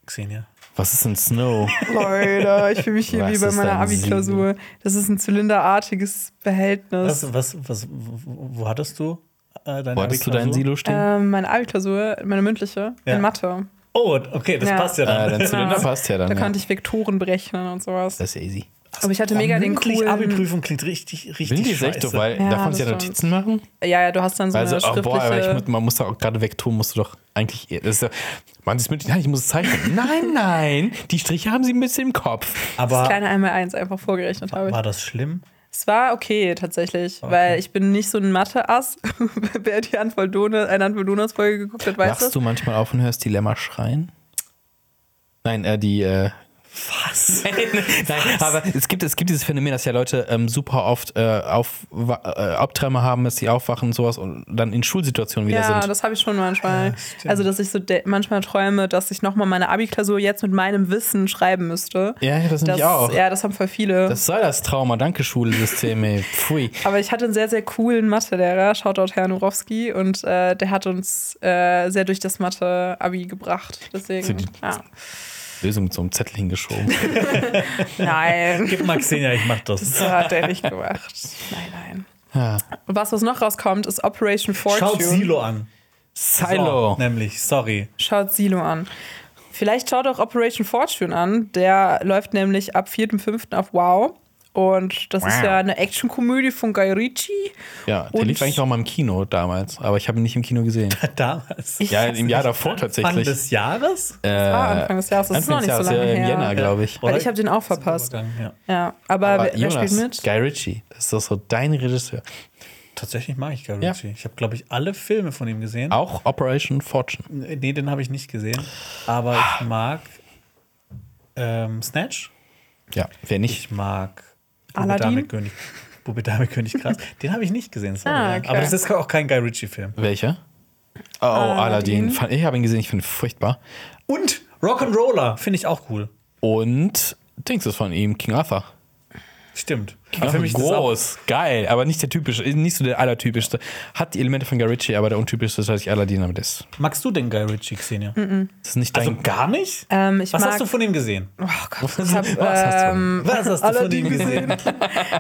Speaker 3: Xenia?
Speaker 2: Was ist denn Snow?
Speaker 1: Leute, ich fühle mich hier
Speaker 2: Was
Speaker 1: wie bei
Speaker 2: ist
Speaker 1: meiner
Speaker 2: dein
Speaker 1: Abi-Klausur. Das ist ein zylinderartiges Behältnis.
Speaker 3: Was, was, was, wo wo hattest du äh, deine
Speaker 2: Wo hattest du dein
Speaker 3: Abi-Klausur?
Speaker 2: Silo stehen?
Speaker 1: Ähm, meine Abi-Klausur, meine mündliche,
Speaker 3: Ja.
Speaker 1: in Mathe.
Speaker 3: Oh, okay, das
Speaker 1: Ja.
Speaker 3: passt ja dann.
Speaker 2: äh, dein Zylinder passt ja dann.
Speaker 1: Da
Speaker 2: ja.
Speaker 1: konnte ich Vektoren berechnen und sowas.
Speaker 2: das ist ja easy.
Speaker 1: Aber ich hatte mega den
Speaker 3: Mündlich
Speaker 1: coolen...
Speaker 3: Abi-Prüfung klingt richtig, richtig
Speaker 2: Sind die es
Speaker 3: scheiße.
Speaker 2: echt doch, weil
Speaker 1: Ja,
Speaker 2: darf man
Speaker 1: das
Speaker 2: sich ja
Speaker 1: schon.
Speaker 2: Notizen machen?
Speaker 1: Ja, ja, du hast dann so
Speaker 2: Also,
Speaker 1: eine
Speaker 2: oh,
Speaker 1: schriftliche...
Speaker 2: boah, aber ich, muss- man muss da auch gerade wegtun, musst du doch eigentlich. Das ist ja, man ist mit, nein, ich muss es zeichnen. Nein, nein, die Striche haben sie ein bisschen im Kopf.
Speaker 1: das
Speaker 3: Aber
Speaker 1: kleine einmal eins einfach vorgerechnet habe ich.
Speaker 3: war das schlimm?
Speaker 1: Es war okay tatsächlich, weil ich bin nicht so ein Mathe-Ass. Wer die Antwort Donuts, eine Antwort Donuts-Folge geguckt hat, weiß das.
Speaker 2: Lachst du manchmal auf und hörst Dilemma schreien? Nein, äh, die äh,
Speaker 3: Was?
Speaker 2: Nein, aber es gibt, es gibt dieses Phänomen, dass ja Leute ähm, super oft äh, auf, äh, Albträume haben, dass sie aufwachen und sowas und dann in Schulsituationen wieder
Speaker 1: Ja,
Speaker 2: sind.
Speaker 1: das habe ich schon manchmal. also, dass ich so de- manchmal träume, dass ich nochmal meine Abi-Klausur jetzt mit meinem Wissen schreiben müsste.
Speaker 2: Ja, das nämlich auch.
Speaker 1: Ja, das haben voll viele.
Speaker 2: das sei das Trauma, danke Schulsystem, ey. Pfui.
Speaker 1: Aber ich hatte einen sehr, sehr coolen Mathelehrer, Shoutout Herr Nurowski, und äh, der hat uns äh, sehr durch das Mathe-Abi gebracht.
Speaker 2: Sind
Speaker 1: Deswegen,
Speaker 2: die-
Speaker 1: ja.
Speaker 2: Lösung mit so einem Zettel hingeschoben.
Speaker 1: nein,
Speaker 3: Gib mal Xenia, ich mach das.
Speaker 1: das hat der nicht gemacht. Nein, nein.
Speaker 2: Ja.
Speaker 1: Und was, was noch rauskommt, ist Operation Fortune.
Speaker 3: Schaut Silo an.
Speaker 2: Silo.
Speaker 3: So, nämlich, sorry.
Speaker 1: Schaut Silo an. Vielleicht schaut auch Operation Fortune an. Der läuft nämlich ab 4.5. auf Wow. Und das ist ja eine Actionkomödie von Guy Ritchie.
Speaker 2: Ja, der
Speaker 1: Und-
Speaker 2: lief eigentlich auch mal im Kino damals, aber ich habe ihn nicht im Kino gesehen.
Speaker 3: Damals.
Speaker 2: Ja, im Jahr davor
Speaker 3: An
Speaker 2: tatsächlich. Äh,
Speaker 3: des Jahres?
Speaker 1: Ah, Anfang des Jahres. Das
Speaker 2: Anfang
Speaker 1: ist
Speaker 2: des
Speaker 1: noch nicht
Speaker 2: Jahres,
Speaker 1: so lange
Speaker 2: ja, im
Speaker 1: her.
Speaker 2: Jänner, glaube ich.
Speaker 1: Weil
Speaker 3: Oder?
Speaker 1: ich habe den auch verpasst.
Speaker 3: Übergang, Ja.
Speaker 1: Ja, aber,
Speaker 2: Aber
Speaker 1: wer, wer spielt mit?
Speaker 2: Guy Ritchie, das ist doch so dein Regisseur.
Speaker 3: Tatsächlich mag ich Guy
Speaker 2: Ja.
Speaker 3: Ritchie. Ich habe, glaube ich, alle Filme von ihm gesehen.
Speaker 2: Auch Operation Fortune.
Speaker 3: Nee, den habe ich nicht gesehen. Aber ich mag ähm, Snatch.
Speaker 2: Ja, wer nicht?
Speaker 3: Ich mag
Speaker 1: Aladdin?
Speaker 3: König. Bube Dame König Krass. Den habe ich nicht gesehen. Sorry.
Speaker 1: Ah, okay.
Speaker 3: Aber das ist auch kein Guy Ritchie-Film.
Speaker 2: Welcher?
Speaker 1: Äh,
Speaker 2: Oh, Aladdin. Fand- Ich habe ihn gesehen, ich finde ihn furchtbar.
Speaker 3: Und Rock'n'Roller finde ich auch cool.
Speaker 2: Und Dings ist von ihm, King Arthur.
Speaker 3: Stimmt.
Speaker 2: King Arthur
Speaker 3: ist das auch-
Speaker 2: groß, geil, aber nicht der typische, nicht so der allertypischste. Hat die Elemente von Guy Ritchie, aber der untypischste ist tatsächlich Aladdin, aber das,
Speaker 3: Magst du den Guy Ritchie, Xenia?
Speaker 2: das ist nicht dein.
Speaker 3: Also gar nicht?
Speaker 1: Ähm, ich
Speaker 3: Was
Speaker 1: mag,
Speaker 3: hast du von ihm gesehen?
Speaker 1: oh Gott, ich hab,
Speaker 2: Was hast du?
Speaker 1: ähm,
Speaker 3: Was hast du von ihm gesehen?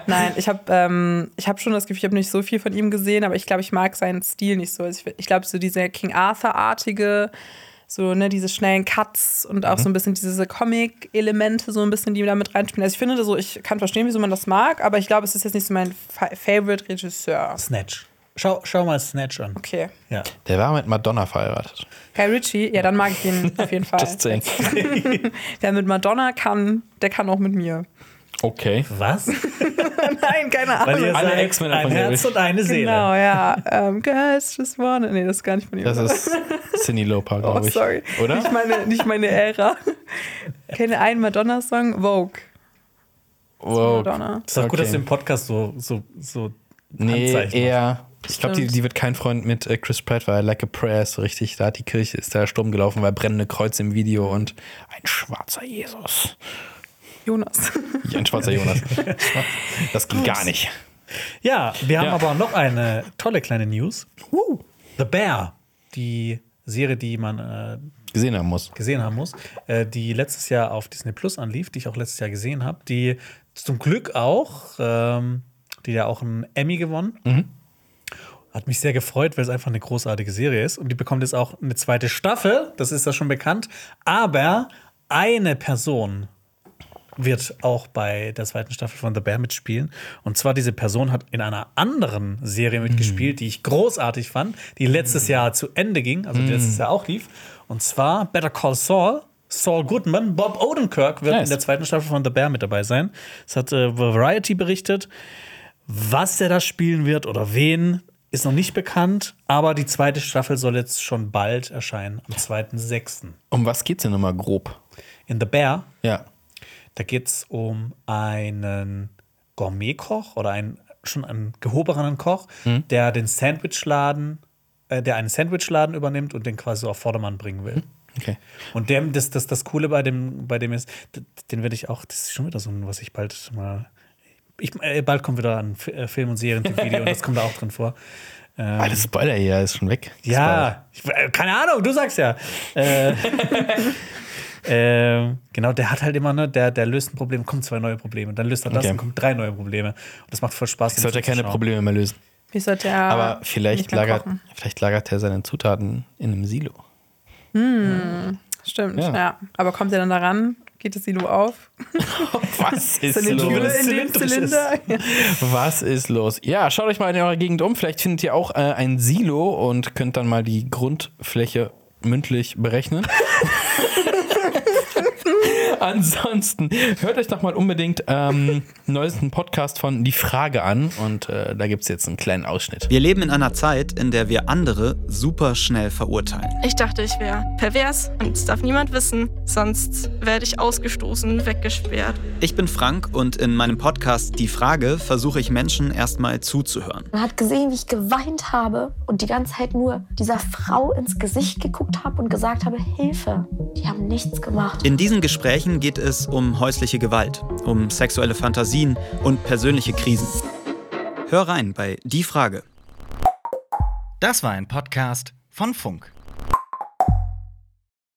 Speaker 1: Nein, ich habe ähm, ich hab schon das Gefühl, ich habe nicht so viel von ihm gesehen, aber ich glaube, ich mag seinen Stil nicht so. Also ich ich glaube, so diese King Arthur-artige, so, ne, diese schnellen Cuts und
Speaker 2: Mhm.
Speaker 1: auch so ein bisschen diese Comic-Elemente, so ein bisschen, die da mit reinspielen. Also ich finde so, ich kann verstehen, wieso man das mag, aber ich glaube, es ist jetzt nicht so mein Fa- Favorite-Regisseur.
Speaker 3: Snatch. Schau, schau mal Snatch an.
Speaker 1: Okay.
Speaker 3: Ja.
Speaker 2: der war mit Madonna verheiratet.
Speaker 1: Guy Ritchie, ja, dann mag ich ihn auf jeden Fall.
Speaker 2: Just saying.
Speaker 1: Wer mit Madonna kann, der kann auch mit mir.
Speaker 2: Okay.
Speaker 3: Was?
Speaker 1: Nein, keine Ahnung.
Speaker 3: Weil ihr
Speaker 2: Alle
Speaker 3: seid
Speaker 2: Ex-Männer
Speaker 3: ein
Speaker 2: von Guy
Speaker 3: Herz
Speaker 2: Ritchie.
Speaker 3: und eine Seele.
Speaker 1: Genau, ja. Ähm, Girls just wanna. Nee, das ist gar nicht von ihm.
Speaker 2: Das ist Cindy Loper,
Speaker 1: Oh,
Speaker 2: glaube ich.
Speaker 1: sorry.
Speaker 2: Oder?
Speaker 1: Nicht meine, nicht meine Ära. Kenne einen Madonna-Song, Vogue.
Speaker 2: Wow.
Speaker 1: Madonna.
Speaker 3: Ist doch gut,
Speaker 2: Okay.
Speaker 3: dass du den Podcast so, so, so
Speaker 2: Nee, eh.
Speaker 3: Handzeichen
Speaker 2: eher. Ich glaube, die, die wird kein Freund mit äh, Chris Pratt, weil Like a Prayer ist so richtig, da hat die Kirche, ist da Sturm gelaufen, weil brennende Kreuz im Video und ein schwarzer Jesus.
Speaker 1: Jonas.
Speaker 2: Ja, Ein schwarzer Jonas. Das ging gar nicht.
Speaker 3: Ja, wir haben
Speaker 2: Ja.
Speaker 3: aber noch eine tolle kleine News. The Bear, die Serie, die man äh,
Speaker 2: Gesehen haben muss.
Speaker 3: gesehen haben muss, äh, die letztes Jahr auf Disney Plus anlief, die ich auch letztes Jahr gesehen habe, die zum Glück auch, ähm, die ja auch einen Emmy gewonnen. Hat mich sehr gefreut, weil es einfach eine großartige Serie ist. Und die bekommt jetzt auch eine zweite Staffel, das ist ja schon bekannt. Aber eine Person wird auch bei der zweiten Staffel von The Bear mitspielen. Und zwar diese Person hat in einer anderen Serie mitgespielt, die ich großartig fand, die letztes Jahr zu Ende ging, also die letztes Jahr auch lief. Und zwar Better Call Saul. Saul Goodman, Bob Odenkirk wird
Speaker 2: Nice.
Speaker 3: in der zweiten Staffel von The Bear mit dabei sein. Es hat äh, Variety berichtet. Was er da spielen wird oder wen, ist noch nicht bekannt. Aber die zweite Staffel soll jetzt schon bald erscheinen, am 2.6.
Speaker 2: Um was geht's denn nochmal grob?
Speaker 3: In The Bear
Speaker 2: Ja.
Speaker 3: da geht es um einen Gourmetkoch oder einen schon einen gehobenen Koch, der den Sandwichladen, äh, der einen Sandwichladen übernimmt und den quasi so auf Vordermann bringen will.
Speaker 2: Okay.
Speaker 3: Und dem, das, das, das Coole bei dem, bei dem ist, d- den werde ich auch, das ist schon wieder so ein, was ich bald mal. Ich, äh, bald kommt wieder ein F äh, Film- und Serientipp-Video und das kommt da auch drin vor.
Speaker 2: Alles Spoiler hier Ah, ist schon weg.
Speaker 3: Ja, ich, äh, keine Ahnung, du sagst ja. Äh, ähm, genau, der hat halt immer, ne, der, der löst ein Problem, kommen zwei neue Probleme, dann löst er das
Speaker 2: Okay.
Speaker 3: und kommt drei neue Probleme. Und das macht voll Spaß.
Speaker 2: Ich sollte ja keine Probleme mehr lösen.
Speaker 1: Wie sollte er.
Speaker 2: Aber vielleicht
Speaker 1: Ah, nicht mehr
Speaker 2: lagert,
Speaker 1: kochen?
Speaker 2: vielleicht lagert er seine Zutaten in einem Silo.
Speaker 1: Stimmt,
Speaker 2: Ja.
Speaker 1: ja. Aber kommt er dann daran? Geht das Silo auf?
Speaker 2: Was ist
Speaker 1: Ist eine
Speaker 3: Wenn
Speaker 1: Tür
Speaker 3: es
Speaker 1: in dem
Speaker 3: zylindrisch ist.
Speaker 1: Zylinder? Ja.
Speaker 2: Was ist los? Ja, schaut euch mal in eurer Gegend um. Vielleicht findet ihr auch äh, ein Silo und könnt dann mal die Grundfläche mündlich berechnen. Ansonsten hört euch doch mal unbedingt ähm, neuesten Podcast von Die Frage an und äh, da gibt es jetzt einen kleinen Ausschnitt.
Speaker 7: Wir leben in einer Zeit, in der wir andere super schnell verurteilen.
Speaker 8: Ich dachte, ich wäre pervers und es darf niemand wissen, sonst werde ich ausgestoßen, weggesperrt.
Speaker 7: Ich bin Frank und in meinem Podcast Die Frage versuche ich Menschen erstmal zuzuhören.
Speaker 9: Man hat gesehen, wie ich geweint habe und die ganze Zeit nur dieser Frau ins Gesicht geguckt habe und gesagt habe, Hilfe. Die haben nichts gemacht.
Speaker 7: In diesen Gesprächen geht es um häusliche Gewalt, um sexuelle Fantasien und persönliche Krisen. Hör rein bei Die Frage.
Speaker 4: Das war ein Podcast von Funk.